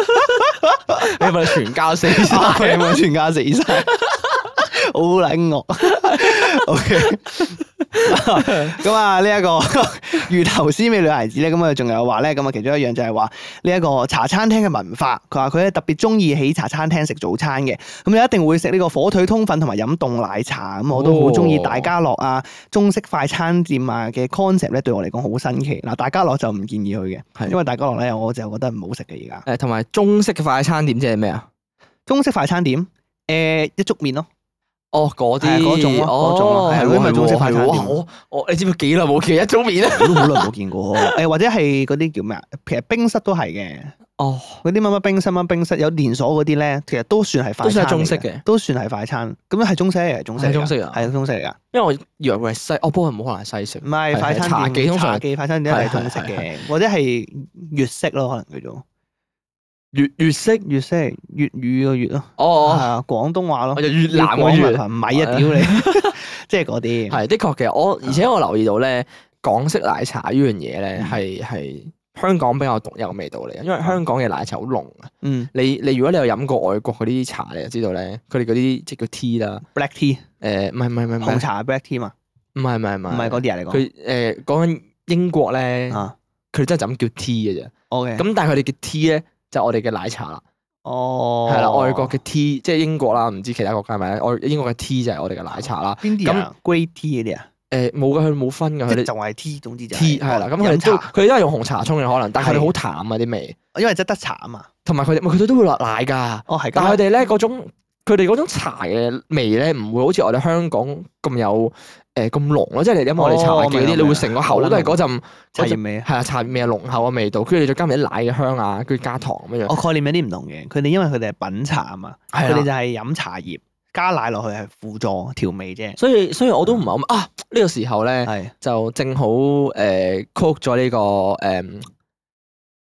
[SPEAKER 2] 你係咪全家死晒？
[SPEAKER 3] 你冇全家死晒，好撚惡。OK，咁啊呢一個魚頭絲尾女孩子咧，咁啊仲有話咧，咁啊其中一樣就係話呢一個茶餐廳嘅文化，佢話佢咧特別中意喺茶餐廳食早餐嘅，咁你一定會食呢個火腿通粉同埋飲凍奶茶，咁我都好中意大家樂啊、中式快餐店啊嘅 concept 咧，對我嚟講好新奇。嗱，大家樂就唔建議佢
[SPEAKER 2] 係
[SPEAKER 3] 嘅，因為大家樂咧我就覺得唔好食嘅而家。
[SPEAKER 2] 誒同埋中式嘅快餐店即係咩啊？
[SPEAKER 3] 中式快餐店。誒、一粥麵咯，
[SPEAKER 2] 哦，嗰啲
[SPEAKER 3] 係啊嗰種咯嗰種咯
[SPEAKER 2] 哦
[SPEAKER 3] 係啊
[SPEAKER 2] 係
[SPEAKER 3] 嗰啲咪
[SPEAKER 2] 喎
[SPEAKER 3] 中式快餐
[SPEAKER 2] 係喎
[SPEAKER 3] 店
[SPEAKER 2] 我我你知唔知幾耐冇見一種面咧？
[SPEAKER 3] 啊我都好耐冇見過。誒、或者係嗰啲叫咩啊？其實冰室都係嘅，
[SPEAKER 2] 哦，
[SPEAKER 3] 嗰啲乜乜冰室乜乜冰室有連鎖嗰啲咧，其實都算係快
[SPEAKER 2] 都
[SPEAKER 3] 餐
[SPEAKER 2] 算係
[SPEAKER 3] 嚟
[SPEAKER 2] 中式嘅
[SPEAKER 3] 都算係快餐。咁係中式嚟，係中式嚟
[SPEAKER 2] 係
[SPEAKER 3] 㗎，
[SPEAKER 2] 中式啊
[SPEAKER 3] 係中式嚟㗎。
[SPEAKER 2] 因為我以為佢係西，哦，不過冇可能係西式
[SPEAKER 3] 唔，係
[SPEAKER 2] 係
[SPEAKER 3] 快餐
[SPEAKER 2] 茶記
[SPEAKER 3] 店，
[SPEAKER 2] 通常
[SPEAKER 3] 茶記快餐店係
[SPEAKER 2] 係係
[SPEAKER 3] 中式
[SPEAKER 2] 係
[SPEAKER 3] 嘅，或者係粵式咯，可能叫做
[SPEAKER 2] 粵粵式，
[SPEAKER 3] 粵式係粵語個粵咯，
[SPEAKER 2] 哦哦，
[SPEAKER 3] 係啊，廣東話咯
[SPEAKER 2] 我，就越南嗰
[SPEAKER 3] 粵廣
[SPEAKER 2] 粵
[SPEAKER 3] 文化唔係啊，屌 你，即係嗰啲。
[SPEAKER 2] 係的確嘅，我而且我留意到咧，港式奶茶呢樣嘢咧
[SPEAKER 3] 嗯
[SPEAKER 2] 係係香港比較獨有嘅味道嚟嘅，因為香港嘅奶茶好濃啊。
[SPEAKER 3] 嗯
[SPEAKER 2] 你你如果你有飲過外國嗰啲茶，你就知道咧，佢哋嗰啲即叫 tea 啦，
[SPEAKER 3] ，black tea
[SPEAKER 2] 誒唔係唔係唔係唔
[SPEAKER 3] 紅
[SPEAKER 2] 係
[SPEAKER 3] 茶 black tea 嘛，
[SPEAKER 2] 唔係唔係唔
[SPEAKER 3] 唔
[SPEAKER 2] 係
[SPEAKER 3] 係嗰啲人嚟講
[SPEAKER 2] 佢誒講緊英國咧，
[SPEAKER 3] 啊。
[SPEAKER 2] 佢真係就咁叫 tea 嘅啫。
[SPEAKER 3] OK，
[SPEAKER 2] 咁但係佢哋嘅 tea 咧就係我哋嘅奶茶啦，
[SPEAKER 3] 哦，
[SPEAKER 2] 係啦，外國嘅 tea 即係英國啦，唔知其他國家係咪咧？外英國嘅 tea 就係我哋嘅奶茶啦。
[SPEAKER 3] 邊啲啊？grey tea 嗰啲啊，
[SPEAKER 2] 誒冇㗎，佢冇分㗎，
[SPEAKER 3] 即
[SPEAKER 2] 佢
[SPEAKER 3] 係
[SPEAKER 2] 哋
[SPEAKER 3] 就係 tea，總之就
[SPEAKER 2] tea 係啦。咁佢
[SPEAKER 3] 飲
[SPEAKER 2] 哋都
[SPEAKER 3] 茶，
[SPEAKER 2] 佢哋都係用紅茶沖嘅可能，但係佢哋
[SPEAKER 3] 係
[SPEAKER 2] 好淡啊啲味，
[SPEAKER 3] 因為即係得茶啊嘛。
[SPEAKER 2] 同埋佢哋唔係佢哋都會落奶㗎。
[SPEAKER 3] 哦，係咁
[SPEAKER 2] 但
[SPEAKER 3] 啊。
[SPEAKER 2] 係佢哋咧嗰種佢哋嗰種茶嘅味咧，唔會好似我哋香港咁有誒咁濃咯。即係你飲我哋
[SPEAKER 3] 哦
[SPEAKER 2] 茶
[SPEAKER 3] 我
[SPEAKER 2] 記
[SPEAKER 3] 明啦
[SPEAKER 2] 啲，你
[SPEAKER 3] 明
[SPEAKER 2] 會
[SPEAKER 3] 啦
[SPEAKER 2] 成個口都係嗰陣
[SPEAKER 3] 茶
[SPEAKER 2] 嗰
[SPEAKER 3] 葉
[SPEAKER 2] 陣
[SPEAKER 3] 味啊。
[SPEAKER 2] 係啊茶葉味啊濃厚嘅味道，跟住你再加埋啲奶嘅香啊，跟住加糖咁樣。
[SPEAKER 3] 我概念有啲唔同嘅，佢哋因為佢哋係品茶啊嘛，
[SPEAKER 2] 係
[SPEAKER 3] 佢
[SPEAKER 2] 啦
[SPEAKER 3] 哋就係飲茶葉加奶落去係輔助調味啫。
[SPEAKER 2] 所以所以我都唔係咁啊！呢個時候咧
[SPEAKER 3] 係
[SPEAKER 2] 就正好誒 cook 咗呢個誒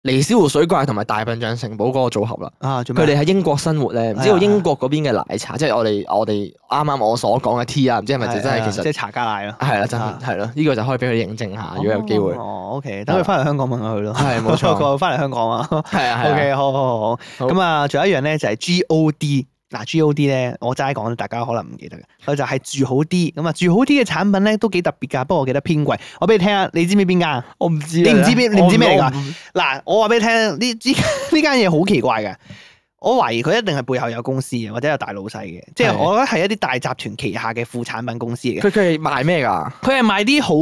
[SPEAKER 2] 尼斯湖水怪同埋大笨象城堡嗰個組合啦。
[SPEAKER 3] 啊，做
[SPEAKER 2] 佢
[SPEAKER 3] 咩啊？
[SPEAKER 2] 哋喺英國生活咧，唔知
[SPEAKER 3] 係
[SPEAKER 2] 道
[SPEAKER 3] 啊
[SPEAKER 2] 英國嗰邊嘅奶茶，即係我哋我哋啱啱我所講嘅 tea 啊，唔知係咪就真
[SPEAKER 3] 係
[SPEAKER 2] 係
[SPEAKER 3] 啊
[SPEAKER 2] 其實
[SPEAKER 3] 即係茶加奶咯。
[SPEAKER 2] 係啦，真係
[SPEAKER 3] 啊
[SPEAKER 2] 係咯，呢個就可以俾佢哋認證下，如果有機會
[SPEAKER 3] 哦。哦，OK，等佢翻嚟香港問下佢咯。
[SPEAKER 2] 係冇錯
[SPEAKER 3] 佢翻嚟香港啊。
[SPEAKER 2] 係啊係啊，
[SPEAKER 3] OK，好好好。
[SPEAKER 2] 好
[SPEAKER 3] 咁啊，仲有一樣咧就係 GOD。嗱，GOD 咧，我齋講，大家可能唔記得嘅，佢就係住好啲。咁啊，住好啲嘅產品咧都幾特別㗎，不過我記得偏貴。我俾你聽下，你知唔知邊間啊？
[SPEAKER 2] 我唔知
[SPEAKER 3] 你唔知邊你唔知咩嚟㗎
[SPEAKER 2] 㗎？
[SPEAKER 3] 嗱，我話俾你聽，呢呢呢間嘢好奇怪嘅。我懷疑佢一定係背後有公司嘅，或者有大老細嘅，即係
[SPEAKER 2] 係
[SPEAKER 3] 我覺得係一啲大集團旗下嘅副產品公司嚟嘅。
[SPEAKER 2] 佢佢係賣咩㗎？
[SPEAKER 3] 佢係賣啲好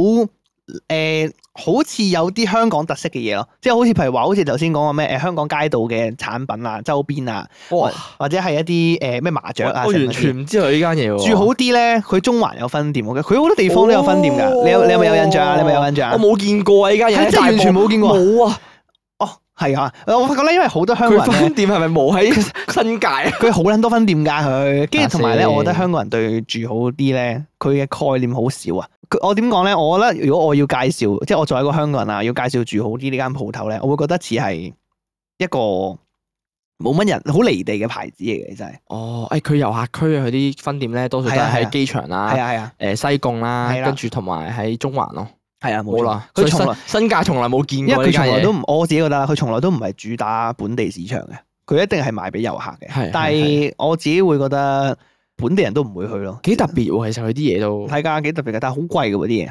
[SPEAKER 3] 誒，好似有啲香港特色嘅嘢咯，即係好似譬如話，好似頭先講過咩誒香港街道嘅產品啊、周邊啊，
[SPEAKER 2] 哇！
[SPEAKER 3] 或者係一啲誒咩麻雀啊，
[SPEAKER 2] 我
[SPEAKER 3] 成嗰
[SPEAKER 2] 完
[SPEAKER 3] 啲
[SPEAKER 2] 全唔知道呢間嘢喎。
[SPEAKER 3] 住好啲咧，佢中環有分店嘅，佢好多地方都有分店㗎。你有你有咪有印象啊？你咪有印象啊
[SPEAKER 2] 哦我？冇見過啊！呢間嘢
[SPEAKER 3] 係真係完全冇見過啊
[SPEAKER 2] 冇啊！
[SPEAKER 3] 哦，係啊，我發覺咧，因為好多香
[SPEAKER 2] 佢
[SPEAKER 3] 港人啊咧
[SPEAKER 2] 分。店係咪冇喺新界啊？
[SPEAKER 3] 佢好撚多分店㗎佢，跟住同埋咧，
[SPEAKER 2] 啊死
[SPEAKER 3] 我覺得香港人對住好啲咧，佢嘅概念好少啊。佢我點講咧？我覺得如果我要介紹，即係我作為一個香港人啊，要介紹住好啲呢間鋪頭咧，我會覺得似係一個冇乜人好離地嘅牌子嚟嘅，真係。
[SPEAKER 2] 哦，誒佢遊客區啊，佢啲分店咧多數都
[SPEAKER 3] 係啊係
[SPEAKER 2] 係
[SPEAKER 3] 啊
[SPEAKER 2] 喺機場
[SPEAKER 3] 係
[SPEAKER 2] 啦、
[SPEAKER 3] 啊係啊
[SPEAKER 2] 誒西貢啦，
[SPEAKER 3] 係啦
[SPEAKER 2] 跟住同埋喺中環咯，
[SPEAKER 3] 係啊，
[SPEAKER 2] 冇
[SPEAKER 3] 冇錯
[SPEAKER 2] 啦。。
[SPEAKER 3] 佢
[SPEAKER 2] 佢
[SPEAKER 3] 從來
[SPEAKER 2] 新，新界從來冇見
[SPEAKER 3] 因為
[SPEAKER 2] 過呢
[SPEAKER 3] 佢
[SPEAKER 2] 間
[SPEAKER 3] 從來
[SPEAKER 2] 嘢
[SPEAKER 3] 都。唔，我自己覺得啦，佢從來都唔係主打本地市場嘅，佢一定係賣俾遊客
[SPEAKER 2] 係
[SPEAKER 3] 嘅。但係我自己會覺得本地人都唔會去咯。
[SPEAKER 2] 幾特別喎，其實佢啲嘢都。
[SPEAKER 3] 係㗎，幾特別㗎，但係好貴㗎喎啲嘢，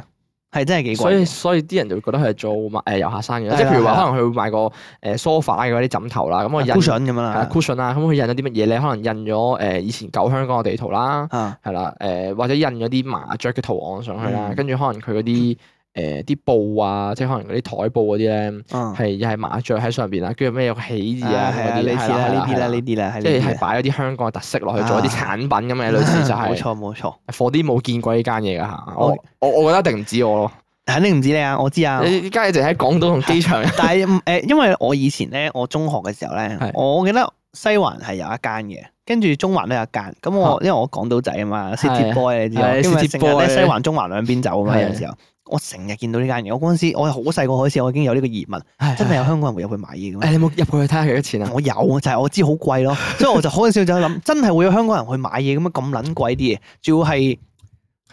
[SPEAKER 3] 係真係幾貴嘅。
[SPEAKER 2] 哦所以所以啲人就會覺得佢係做賣誒遊客生意啦，
[SPEAKER 3] 係啦啊
[SPEAKER 2] 即係譬如
[SPEAKER 3] 係
[SPEAKER 2] 話
[SPEAKER 3] 啦
[SPEAKER 2] 可能佢會賣個誒 sofa 嘅嗰啲枕頭啦，咁我印
[SPEAKER 3] 啊 cushion 咁樣
[SPEAKER 2] 係啦
[SPEAKER 3] 啦，
[SPEAKER 2] cushion 啊啦，咁佢印咗啲乜嘢咧？可能印咗誒以前舊香港嘅地圖啦，
[SPEAKER 3] 啊，
[SPEAKER 2] 係啦，誒或者印咗啲麻雀嘅圖案上去啦，
[SPEAKER 3] 嗯
[SPEAKER 2] 跟住可能佢嗰啲誒啲布啊，即係可能嗰啲台布嗰啲咧，
[SPEAKER 3] 嗯
[SPEAKER 2] 係又係麻雀喺上邊啦，跟住咩有個喜字啊
[SPEAKER 3] 係
[SPEAKER 2] 嗰
[SPEAKER 3] 啊，
[SPEAKER 2] 啲，
[SPEAKER 3] 類似啦，呢啲啦，
[SPEAKER 2] 係
[SPEAKER 3] 呢啲啦，係
[SPEAKER 2] 即係
[SPEAKER 3] 呢啲
[SPEAKER 2] 係
[SPEAKER 3] 啦啊
[SPEAKER 2] 擺咗啲香港嘅特色落去做一啲產品咁 嘅，類似就
[SPEAKER 3] 冇
[SPEAKER 2] 係
[SPEAKER 3] 錯冇錯，
[SPEAKER 2] for 啲冇見過呢間嘢㗎嚇，我
[SPEAKER 3] OK
[SPEAKER 2] 我我覺得一定唔止我咯。
[SPEAKER 3] 肯定唔止你啊，我知啊。
[SPEAKER 2] 你依家嘢就喺港島同機場，
[SPEAKER 3] 但係誒，呃因為我以前咧，我中學嘅時候咧
[SPEAKER 2] 係，
[SPEAKER 3] 我記得西環係有一間嘅，跟住中環都有一間。咁我因為我港島仔啊嘛
[SPEAKER 2] 係
[SPEAKER 3] ，City Boy 你知啊，
[SPEAKER 2] 係
[SPEAKER 3] 因為
[SPEAKER 2] City
[SPEAKER 3] 成日
[SPEAKER 2] boy
[SPEAKER 3] 咧西環中環兩邊走啊嘛，
[SPEAKER 2] 係
[SPEAKER 3] 有時候我成日見到呢間嘢。我嗰陣時我係好細個開始，我已經有呢個 疑問，真係有香港人會入去買嘢嘅
[SPEAKER 2] 誒，
[SPEAKER 3] 咩？
[SPEAKER 2] 你有冇入過去睇下幾多錢啊？
[SPEAKER 3] 我有啊，就係、我知好 貴咯，所以我就嗰陣時就諗，真係會有香港人去買嘢咁樣咁撚貴啲嘢，仲要係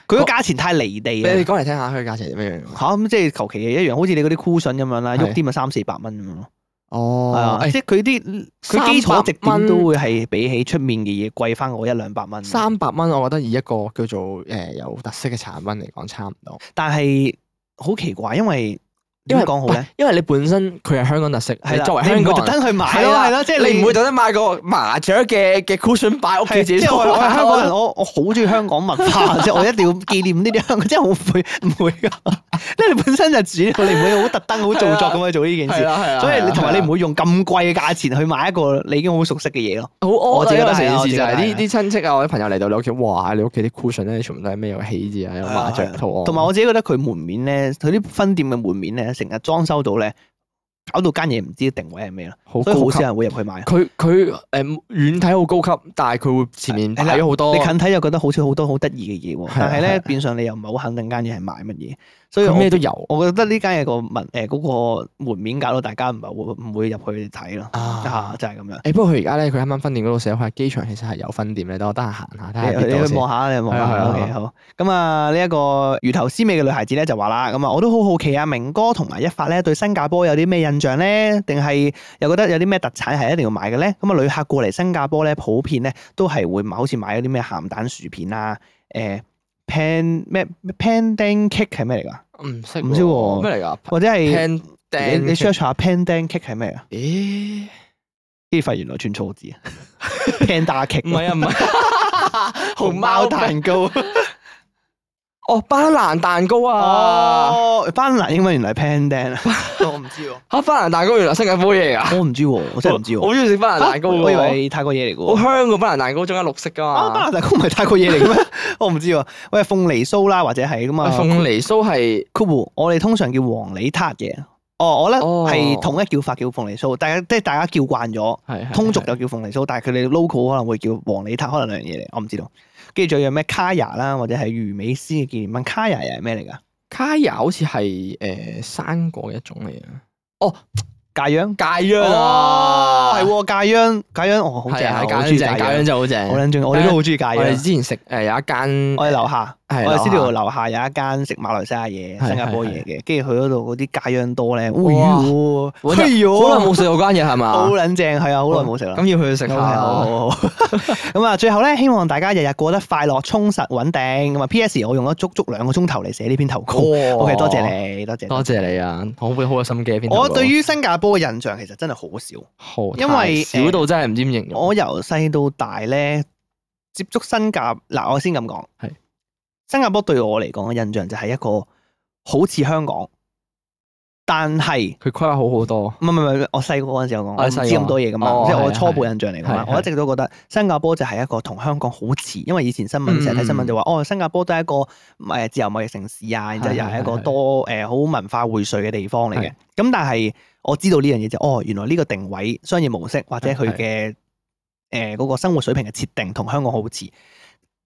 [SPEAKER 3] 佢個價錢太離地
[SPEAKER 2] 你你
[SPEAKER 3] 啦
[SPEAKER 2] 講嚟聽下佢嘅價錢點樣樣？
[SPEAKER 3] 嚇咁即係求其嘢一樣，好似你嗰啲 cushion 咁樣啦，
[SPEAKER 2] 係
[SPEAKER 3] 喐啲咪三四百蚊咁樣咯，係
[SPEAKER 2] 哦
[SPEAKER 3] 啊，即係佢啲佢基礎值點都會係比起出面嘅嘢貴翻我一兩百蚊，
[SPEAKER 2] 三百蚊，我覺得以一個叫做誒有特色嘅產品嚟講，差唔多。
[SPEAKER 3] 但係好奇怪，因為點
[SPEAKER 2] 為
[SPEAKER 3] 講好咧？，
[SPEAKER 2] 因為你本身佢係香港特色，
[SPEAKER 3] 係
[SPEAKER 2] 你
[SPEAKER 3] 啦
[SPEAKER 2] 作為
[SPEAKER 3] 你
[SPEAKER 2] 香
[SPEAKER 3] 唔會
[SPEAKER 2] 港
[SPEAKER 3] 特
[SPEAKER 2] 人，
[SPEAKER 3] 登去買
[SPEAKER 2] 係
[SPEAKER 3] 咯，
[SPEAKER 2] 啦
[SPEAKER 3] 係咯，即係
[SPEAKER 2] 你唔會特登買個麻雀嘅嘅 cushion 擺屋企
[SPEAKER 3] 係
[SPEAKER 2] 自己
[SPEAKER 3] 即係我係我係香港人，
[SPEAKER 2] 坐
[SPEAKER 3] 我我好中意香港文 化，即係我一定要紀念呢啲香港，真係我唔會唔會噶， 因為你本身就主流，你唔會好特登好做作咁去做呢件
[SPEAKER 2] 啊係
[SPEAKER 3] 事。
[SPEAKER 2] 啦係啦，啊
[SPEAKER 3] 所以你同埋你唔
[SPEAKER 2] 會
[SPEAKER 3] 會用咁貴嘅價錢去買一個你已經好熟悉嘅嘢咯，
[SPEAKER 2] 好我
[SPEAKER 3] 我
[SPEAKER 2] 自
[SPEAKER 3] 自己
[SPEAKER 2] 己
[SPEAKER 3] 覺得
[SPEAKER 2] 成
[SPEAKER 3] 係啊
[SPEAKER 2] 件
[SPEAKER 3] 我自
[SPEAKER 2] 事
[SPEAKER 3] 己
[SPEAKER 2] 就
[SPEAKER 3] 覺得
[SPEAKER 2] 係
[SPEAKER 3] 係
[SPEAKER 2] 呢
[SPEAKER 3] 啊
[SPEAKER 2] 啲親戚啊，我啲朋友嚟到你屋企，哇！你屋企啲 cushion 咧，全部都係咩有喜字啊，有麻雀圖案，
[SPEAKER 3] 同埋我自己覺得佢門面咧，佢啲分店嘅門面咧，成日裝修到咧搞到間嘢唔知定位係咩啦，
[SPEAKER 2] 好
[SPEAKER 3] 所以好
[SPEAKER 2] 高
[SPEAKER 3] 少
[SPEAKER 2] 級。哦
[SPEAKER 3] 人會入去買。
[SPEAKER 2] 佢佢誒遠睇好高級，但係佢會前面擺咗好多
[SPEAKER 3] 你，近睇又覺得好似好多好得意嘅嘢
[SPEAKER 2] 係
[SPEAKER 3] 喎
[SPEAKER 2] 啊，
[SPEAKER 3] 但係
[SPEAKER 2] 係
[SPEAKER 3] 咧
[SPEAKER 2] 啊
[SPEAKER 3] 變相你又唔係好肯定間嘢係賣乜嘢，所以
[SPEAKER 2] 佢
[SPEAKER 3] 我
[SPEAKER 2] 咩都有
[SPEAKER 3] 我覺得呢間嘢個文誒嗰個門面搞到大家唔係會唔會入去睇咯，啊
[SPEAKER 2] 啊！
[SPEAKER 3] 就係咁樣。
[SPEAKER 2] 誒不過佢而家咧，佢啱啱分店嗰度寫開機場其實係有分店咧，等我得閒行下睇下
[SPEAKER 3] 你
[SPEAKER 2] 邊
[SPEAKER 3] 你
[SPEAKER 2] 度
[SPEAKER 3] 去
[SPEAKER 2] 先。
[SPEAKER 3] 望下，你去望
[SPEAKER 2] 係
[SPEAKER 3] 下
[SPEAKER 2] 啊係啊
[SPEAKER 3] ，OK
[SPEAKER 2] 係啊
[SPEAKER 3] 好。咁啊，呢一個魚頭絲尾嘅女孩子咧就話啦，咁啊，我都好好奇啊，明哥同埋一發咧對新加坡有啲咩印象咧？定係又覺得有啲咩特產係一定要買嘅咧？咁啊，旅客過嚟新加坡咧，普遍咧都係會買好似買嗰啲咩鹹蛋薯片啊，誒 pan 咩咩 pandang cake 係咩嚟㗎？
[SPEAKER 2] 唔識
[SPEAKER 3] 唔知喎
[SPEAKER 2] 咩嚟㗎
[SPEAKER 3] 或者係
[SPEAKER 2] Pan
[SPEAKER 3] 你
[SPEAKER 2] Dan
[SPEAKER 3] 你 search 下 pandang cake 係咩啊？
[SPEAKER 2] 咦？
[SPEAKER 3] 跟住發現原來串錯字啊 ，panda cake
[SPEAKER 2] 唔係啊，唔 係
[SPEAKER 3] 熊貓 蛋糕。
[SPEAKER 2] 哦，班蘭蛋糕啊！
[SPEAKER 3] 哦，班蘭英文原來係 pandan 啊， 我唔知喎，
[SPEAKER 2] 嚇，班蘭蛋糕原來新加坡嘢啊！
[SPEAKER 3] 我唔知喎，我真係唔知
[SPEAKER 2] 我
[SPEAKER 3] 喎。
[SPEAKER 2] 好中意食班蘭蛋糕
[SPEAKER 3] 啊
[SPEAKER 2] 㗎喎
[SPEAKER 3] 我以為泰國嘢嚟
[SPEAKER 2] 好
[SPEAKER 3] 嘅喎。
[SPEAKER 2] 香個班蘭蛋糕，中間綠色㗎
[SPEAKER 3] 啊，
[SPEAKER 2] 嘛。
[SPEAKER 3] 班蘭蛋糕唔係泰國嘢嚟 嘅咩？我唔知喎。喂，鳳梨酥啦，或者係咁
[SPEAKER 2] 喂
[SPEAKER 3] 啊。
[SPEAKER 2] 鳳梨酥係
[SPEAKER 3] Kubu，我哋通常叫黃梨撻嘅。哦，我咧
[SPEAKER 2] 哦
[SPEAKER 3] 係統一叫法叫鳳梨酥，大家即係大家叫慣咗，
[SPEAKER 2] 係係
[SPEAKER 3] 通俗
[SPEAKER 2] 係
[SPEAKER 3] 就叫鳳梨酥，但係佢哋 local 可能會叫黃梨撻，可能兩樣嘢嚟，我唔知道。跟住仲有咩卡牙啦，或者係魚尾絲嘅紀念品。卡牙又係咩嚟㗎？
[SPEAKER 2] 卡雅好似係誒生果嘅一種嚟嘅，
[SPEAKER 3] 啊芥秧。
[SPEAKER 2] 芥秧
[SPEAKER 3] 哦，
[SPEAKER 2] 啊，
[SPEAKER 3] 係喎，芥秧，芥秧哦，好正啊，
[SPEAKER 2] 係
[SPEAKER 3] 我好
[SPEAKER 2] 芥
[SPEAKER 3] 中
[SPEAKER 2] 秧正，
[SPEAKER 3] 意
[SPEAKER 2] 芥秧真係好正。
[SPEAKER 3] 好撚中意，我哋都好中意芥哎
[SPEAKER 2] 我哋
[SPEAKER 3] 秧。
[SPEAKER 2] 之前食誒有一間，
[SPEAKER 3] 我哋樓下，
[SPEAKER 2] 係
[SPEAKER 3] 我哋
[SPEAKER 2] 樓
[SPEAKER 3] studio 樓下有一間食馬來西亞嘢、
[SPEAKER 2] 係
[SPEAKER 3] 新加坡嘢嘅，跟住佢嗰度嗰啲芥秧多咧，哎
[SPEAKER 2] 哇
[SPEAKER 3] 呦，
[SPEAKER 2] 哇
[SPEAKER 3] 哎呦
[SPEAKER 2] 下好耐冇食啊過間嘢係
[SPEAKER 3] 好
[SPEAKER 2] 嘛？
[SPEAKER 3] 撚正，係啊，好耐冇食啦。
[SPEAKER 2] 咁要去食下。
[SPEAKER 3] 好好好好。 咁啊，最後咧，希望大家日日過得快樂、充實、穩定。咁啊，P.S. 我用咗足足兩個鐘頭嚟寫呢篇投稿。O.K. 多謝，你，多謝。
[SPEAKER 2] 多謝你啊！好好有心機嘅篇投稿。
[SPEAKER 3] 我對於新加坡嘅印象其實真係好少。
[SPEAKER 2] 好，
[SPEAKER 3] 因
[SPEAKER 2] 太
[SPEAKER 3] 為
[SPEAKER 2] 少到真係唔知點形容。
[SPEAKER 3] 我由細到大咧，接觸新加嗱，我先咁講，
[SPEAKER 2] 係
[SPEAKER 3] 新加坡對我嚟講嘅印象就係一個好似香港，但係
[SPEAKER 2] 佢規劃好好多，
[SPEAKER 3] 唔係唔係唔係，我細個嗰陣時有講，我
[SPEAKER 2] 啊
[SPEAKER 3] 唔
[SPEAKER 2] 細個
[SPEAKER 3] 知咁多嘢噶嘛，
[SPEAKER 2] 哦
[SPEAKER 3] 即係
[SPEAKER 2] 係
[SPEAKER 3] 我
[SPEAKER 2] 係
[SPEAKER 3] 初步印象嚟講啦
[SPEAKER 2] 係，係
[SPEAKER 3] 我一直都覺得新加坡就係一個同香港好似，因為以前新
[SPEAKER 2] 嗯
[SPEAKER 3] 聞成日睇新聞就話，哦，新加坡都係一個誒自由貿易城市啊，然之後又係一
[SPEAKER 2] 係
[SPEAKER 3] 個
[SPEAKER 2] 係係
[SPEAKER 3] 多誒好文化匯粹嘅地方嚟嘅
[SPEAKER 2] 係。
[SPEAKER 3] 咁但係我知道呢樣嘢就，哦，原來呢個定位、商業模式或者佢嘅誒嗰個生活水平嘅設定同香港好似。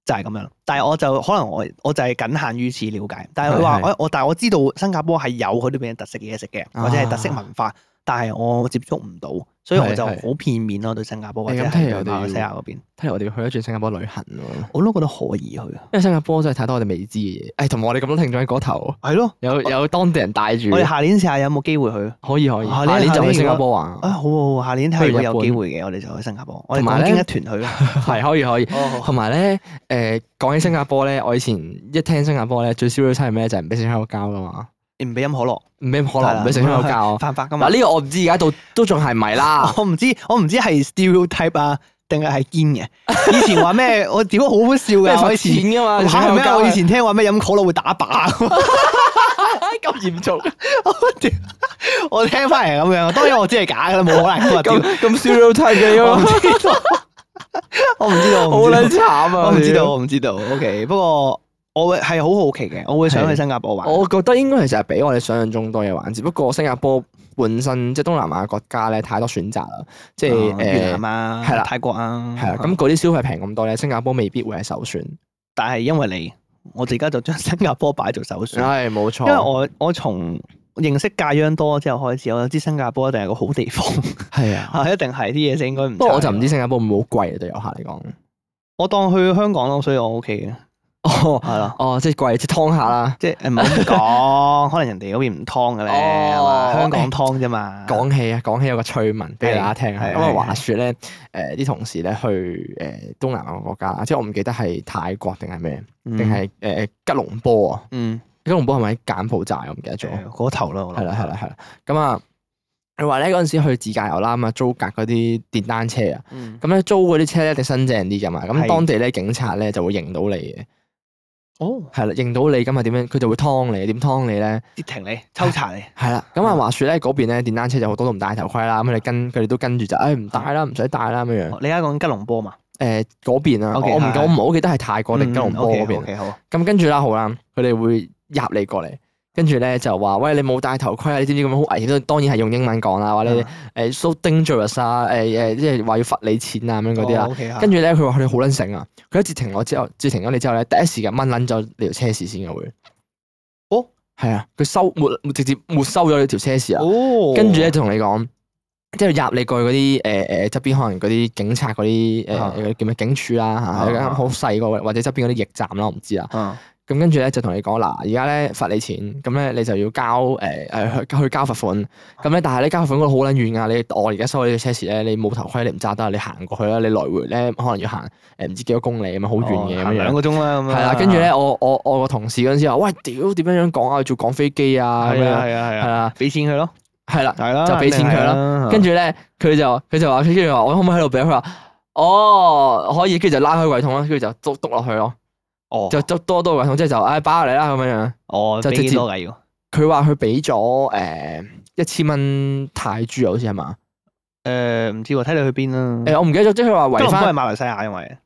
[SPEAKER 3] 就係咁樣，但係我就可能我我就係僅限於此了解，但係佢話
[SPEAKER 2] 係係
[SPEAKER 3] 我我但係我知道新加坡係有佢呢邊嘅特色嘢食嘅，或者係特色
[SPEAKER 2] 啊
[SPEAKER 3] 文化，但係我接觸唔到，所以我
[SPEAKER 2] 係
[SPEAKER 3] 就
[SPEAKER 2] 係
[SPEAKER 3] 好片面咯對新加坡或
[SPEAKER 2] 你
[SPEAKER 3] 者
[SPEAKER 2] 咁
[SPEAKER 3] 係
[SPEAKER 2] 聽
[SPEAKER 3] 對
[SPEAKER 2] 嚟
[SPEAKER 3] 馬來
[SPEAKER 2] 我哋
[SPEAKER 3] 西亞嗰邊，
[SPEAKER 2] 睇嚟我哋要去一轉新加坡旅行喎。因
[SPEAKER 3] 我都覺得可以去。
[SPEAKER 2] 為新加坡真係太多我哋未知嘅嘢，哎誒，同埋我哋咁多聽眾喺嗰頭，
[SPEAKER 3] 係咯，
[SPEAKER 2] 有有當地人帶住，
[SPEAKER 3] 我哋
[SPEAKER 2] 可
[SPEAKER 3] 下年試下有冇機會去啊？
[SPEAKER 2] 以可以，
[SPEAKER 3] 下年
[SPEAKER 2] 下年就去新加坡
[SPEAKER 3] 好
[SPEAKER 2] 玩，
[SPEAKER 3] 啊好啊，下年睇
[SPEAKER 2] 去
[SPEAKER 3] 下
[SPEAKER 2] 日
[SPEAKER 3] 有
[SPEAKER 2] 本
[SPEAKER 3] 機會嘅，我哋就去新加坡，我哋
[SPEAKER 2] 同埋
[SPEAKER 3] 講經
[SPEAKER 2] 呢
[SPEAKER 3] 一團 去啦。
[SPEAKER 2] 係可以可以。
[SPEAKER 3] 哦，好
[SPEAKER 2] 同埋咧，誒講起新加坡咧，我以前一聽新加坡咧，最少都差係咩？就係唔俾食香口膠噶嘛，
[SPEAKER 3] 唔俾飲可樂，
[SPEAKER 2] 唔俾可
[SPEAKER 3] 係啦啊
[SPEAKER 2] 樂，唔俾食香口 膠。
[SPEAKER 3] 犯法噶嘛
[SPEAKER 2] 嗱，？呢個我唔知而家到都仲係咪 啦？
[SPEAKER 3] 我唔知，我唔知係 stereotype 啊，定係係堅嘅。以前話咩？ 我屌好好笑
[SPEAKER 2] 咩
[SPEAKER 3] 㗎，我以
[SPEAKER 2] 罰
[SPEAKER 3] 前
[SPEAKER 2] 錢啊噶嘛？
[SPEAKER 3] 嚇係咩？我以
[SPEAKER 2] 食
[SPEAKER 3] 前聽話咩飲可樂會打靶。
[SPEAKER 2] 香口膠 咁嚴重。
[SPEAKER 3] 啊我聽翻嚟咁樣，當然我知係假噶啦，冇可能噶
[SPEAKER 2] 咁咁 stereotype 嘅
[SPEAKER 3] 我
[SPEAKER 2] 應
[SPEAKER 3] 唔
[SPEAKER 2] 該
[SPEAKER 3] 知道，我唔知道，
[SPEAKER 2] 好
[SPEAKER 3] 我唔
[SPEAKER 2] 撚
[SPEAKER 3] 知
[SPEAKER 2] 慘啊！
[SPEAKER 3] 道，我唔知道，我唔知道。OK，不過我會係好好奇嘅，我會想去新加坡玩。
[SPEAKER 2] 我覺得應該其實係比我哋想象中多嘢玩，只不過新加坡本身即係東南亞國家咧太多選擇啦，即係
[SPEAKER 3] 啊越
[SPEAKER 2] 誒
[SPEAKER 3] 南啊，
[SPEAKER 2] 哦係啦
[SPEAKER 3] 泰國啊，
[SPEAKER 2] 係啦，咁嗰啲消費平咁多咧，新加坡未必會係首選。
[SPEAKER 3] 但係因為你，我而家就將新加坡擺做首選，
[SPEAKER 2] 唉，冇
[SPEAKER 3] 因
[SPEAKER 2] 錯，
[SPEAKER 3] 為我我從認識芥秧多之後開始，我就知新加坡一定係個好地方，
[SPEAKER 2] 係啊。
[SPEAKER 3] 啊一定係啲嘢食應該唔。
[SPEAKER 2] 不過我就唔知，新加坡會唔會好貴啊對遊客嚟講。
[SPEAKER 3] 我當去香港咯，所以我 OK 嘅，
[SPEAKER 2] 哦
[SPEAKER 3] 係啦。
[SPEAKER 2] 哦，即係貴，即係劏下啦。
[SPEAKER 3] 即係唔好 咁講，可能人哋嗰邊唔湯嘅咧，係嘛
[SPEAKER 2] 哦
[SPEAKER 3] 香港湯啫嘛。
[SPEAKER 2] 講起啊，講起有個趣聞俾大家聽啊。
[SPEAKER 3] 係係
[SPEAKER 2] 咁啊，
[SPEAKER 3] 係
[SPEAKER 2] 話説咧，誒啲同事咧去誒東南亞國家啦，即係我唔記得係泰國定係咩，
[SPEAKER 3] 定
[SPEAKER 2] 定係誒吉隆坡啊。
[SPEAKER 3] 嗯
[SPEAKER 2] 吉隆坡係咪喺柬埔寨？啊我唔記得咗。
[SPEAKER 3] 誒嗰頭啦，我諗
[SPEAKER 2] 係啦，係啦，係啦。咁啊，佢話咧嗰陣時去自駕遊啦，咁啊租架嗰啲電單車啊，
[SPEAKER 3] 嗯
[SPEAKER 2] 咁咧租嗰啲車咧一定新淨啲噶嘛。
[SPEAKER 3] 係
[SPEAKER 2] 咁當地咧警察咧就會認到你嘅，
[SPEAKER 3] 哦，
[SPEAKER 2] 係啦，認到你咁啊點樣？佢就會劏你，點劏你咧？
[SPEAKER 3] 截停你抽查你，
[SPEAKER 2] 係啦。咁啊話説咧嗰邊咧電單車就好多都唔戴頭盔啦，咁啊你跟佢哋都跟住就誒唔戴啦，唔使戴啦咁樣樣。
[SPEAKER 3] 你而家講緊吉隆坡嘛？
[SPEAKER 2] 誒嗰邊啊，
[SPEAKER 3] OK，
[SPEAKER 2] 我唔我
[SPEAKER 3] 係
[SPEAKER 2] 哦唔係好記得係泰國定
[SPEAKER 3] 嗯
[SPEAKER 2] 吉隆坡嗰邊啊
[SPEAKER 3] OK，OK，好，
[SPEAKER 2] 咁跟住啦，好啦，佢哋會入你過嚟，跟住咧就話：喂，你冇戴頭盔啊！你知唔知咁樣好危險？當然係用英文講啦，話你
[SPEAKER 3] 嗯
[SPEAKER 2] 誒 so dangerous 啊！誒誒，即係話要罰你錢啊咁樣嗰啲啦。
[SPEAKER 3] 啦
[SPEAKER 2] 跟
[SPEAKER 3] 住
[SPEAKER 2] 住咧，佢話佢哋好撚醒啊！佢一截停我之後，截停咗你之後咧，第一時間掹撚咗你條車匙先嘅會。
[SPEAKER 3] 哦，
[SPEAKER 2] 係啊，佢收沒直接沒收咗你條車匙啊！
[SPEAKER 3] 哦，
[SPEAKER 2] 跟住咧就同你講，即係入你過去嗰啲誒誒側邊可能嗰啲警察嗰啲
[SPEAKER 3] 啊
[SPEAKER 2] 誒叫咩警署啦
[SPEAKER 3] 啊
[SPEAKER 2] 嚇，
[SPEAKER 3] 啊
[SPEAKER 2] 好細個或者側邊嗰啲驛站啦，我唔知啊。
[SPEAKER 3] 啊，
[SPEAKER 2] 咁跟住咧就同你講嗱，而家咧罰你錢，咁咧你就要交呃誒誒、去去交罰款。咁咧但係咧交罰款嗰度好撚遠啊！你我而家收你嘅車匙咧，你冇頭盔你唔揸得啊，你行過去啦，你來回咧可能要行呃誒唔知幾多公里咁樣好遠嘅咁樣
[SPEAKER 3] 哦兩。個鐘啦咁樣。
[SPEAKER 2] 係啦，啊跟住咧，我我我個同事嗰陣時話：，喂，屌點樣樣講啊？要做趕飛機啊咁樣，
[SPEAKER 3] 係啊係啊係
[SPEAKER 2] 係
[SPEAKER 3] 啊，嗯
[SPEAKER 2] 啦，
[SPEAKER 3] 俾錢佢咯，
[SPEAKER 2] 係啦。
[SPEAKER 3] 係啦，啊
[SPEAKER 2] 就俾錢佢啦
[SPEAKER 3] 啦
[SPEAKER 2] 跟住咧，佢就佢就話，跟住話我可唔可以喺度俾佢話？哦，可以，跟住就拉開櫃桶啦，跟住就篤篤落去咯，
[SPEAKER 3] 哦
[SPEAKER 2] 就篤多多個櫃桶，即係就唉包你啦咁樣樣。
[SPEAKER 3] 哦，
[SPEAKER 2] 就
[SPEAKER 3] 俾
[SPEAKER 2] 直
[SPEAKER 3] 幾
[SPEAKER 2] 接
[SPEAKER 3] 多㗎要？
[SPEAKER 2] 佢話佢俾咗誒一千蚊泰銖啊，好似係嘛？
[SPEAKER 3] 誒唔知喎，睇你去邊啦。
[SPEAKER 2] 誒、我唔記得咗，即係佢話
[SPEAKER 3] 吉
[SPEAKER 2] 圍
[SPEAKER 3] 隆坡係
[SPEAKER 2] 翻
[SPEAKER 3] 馬來西亞，因為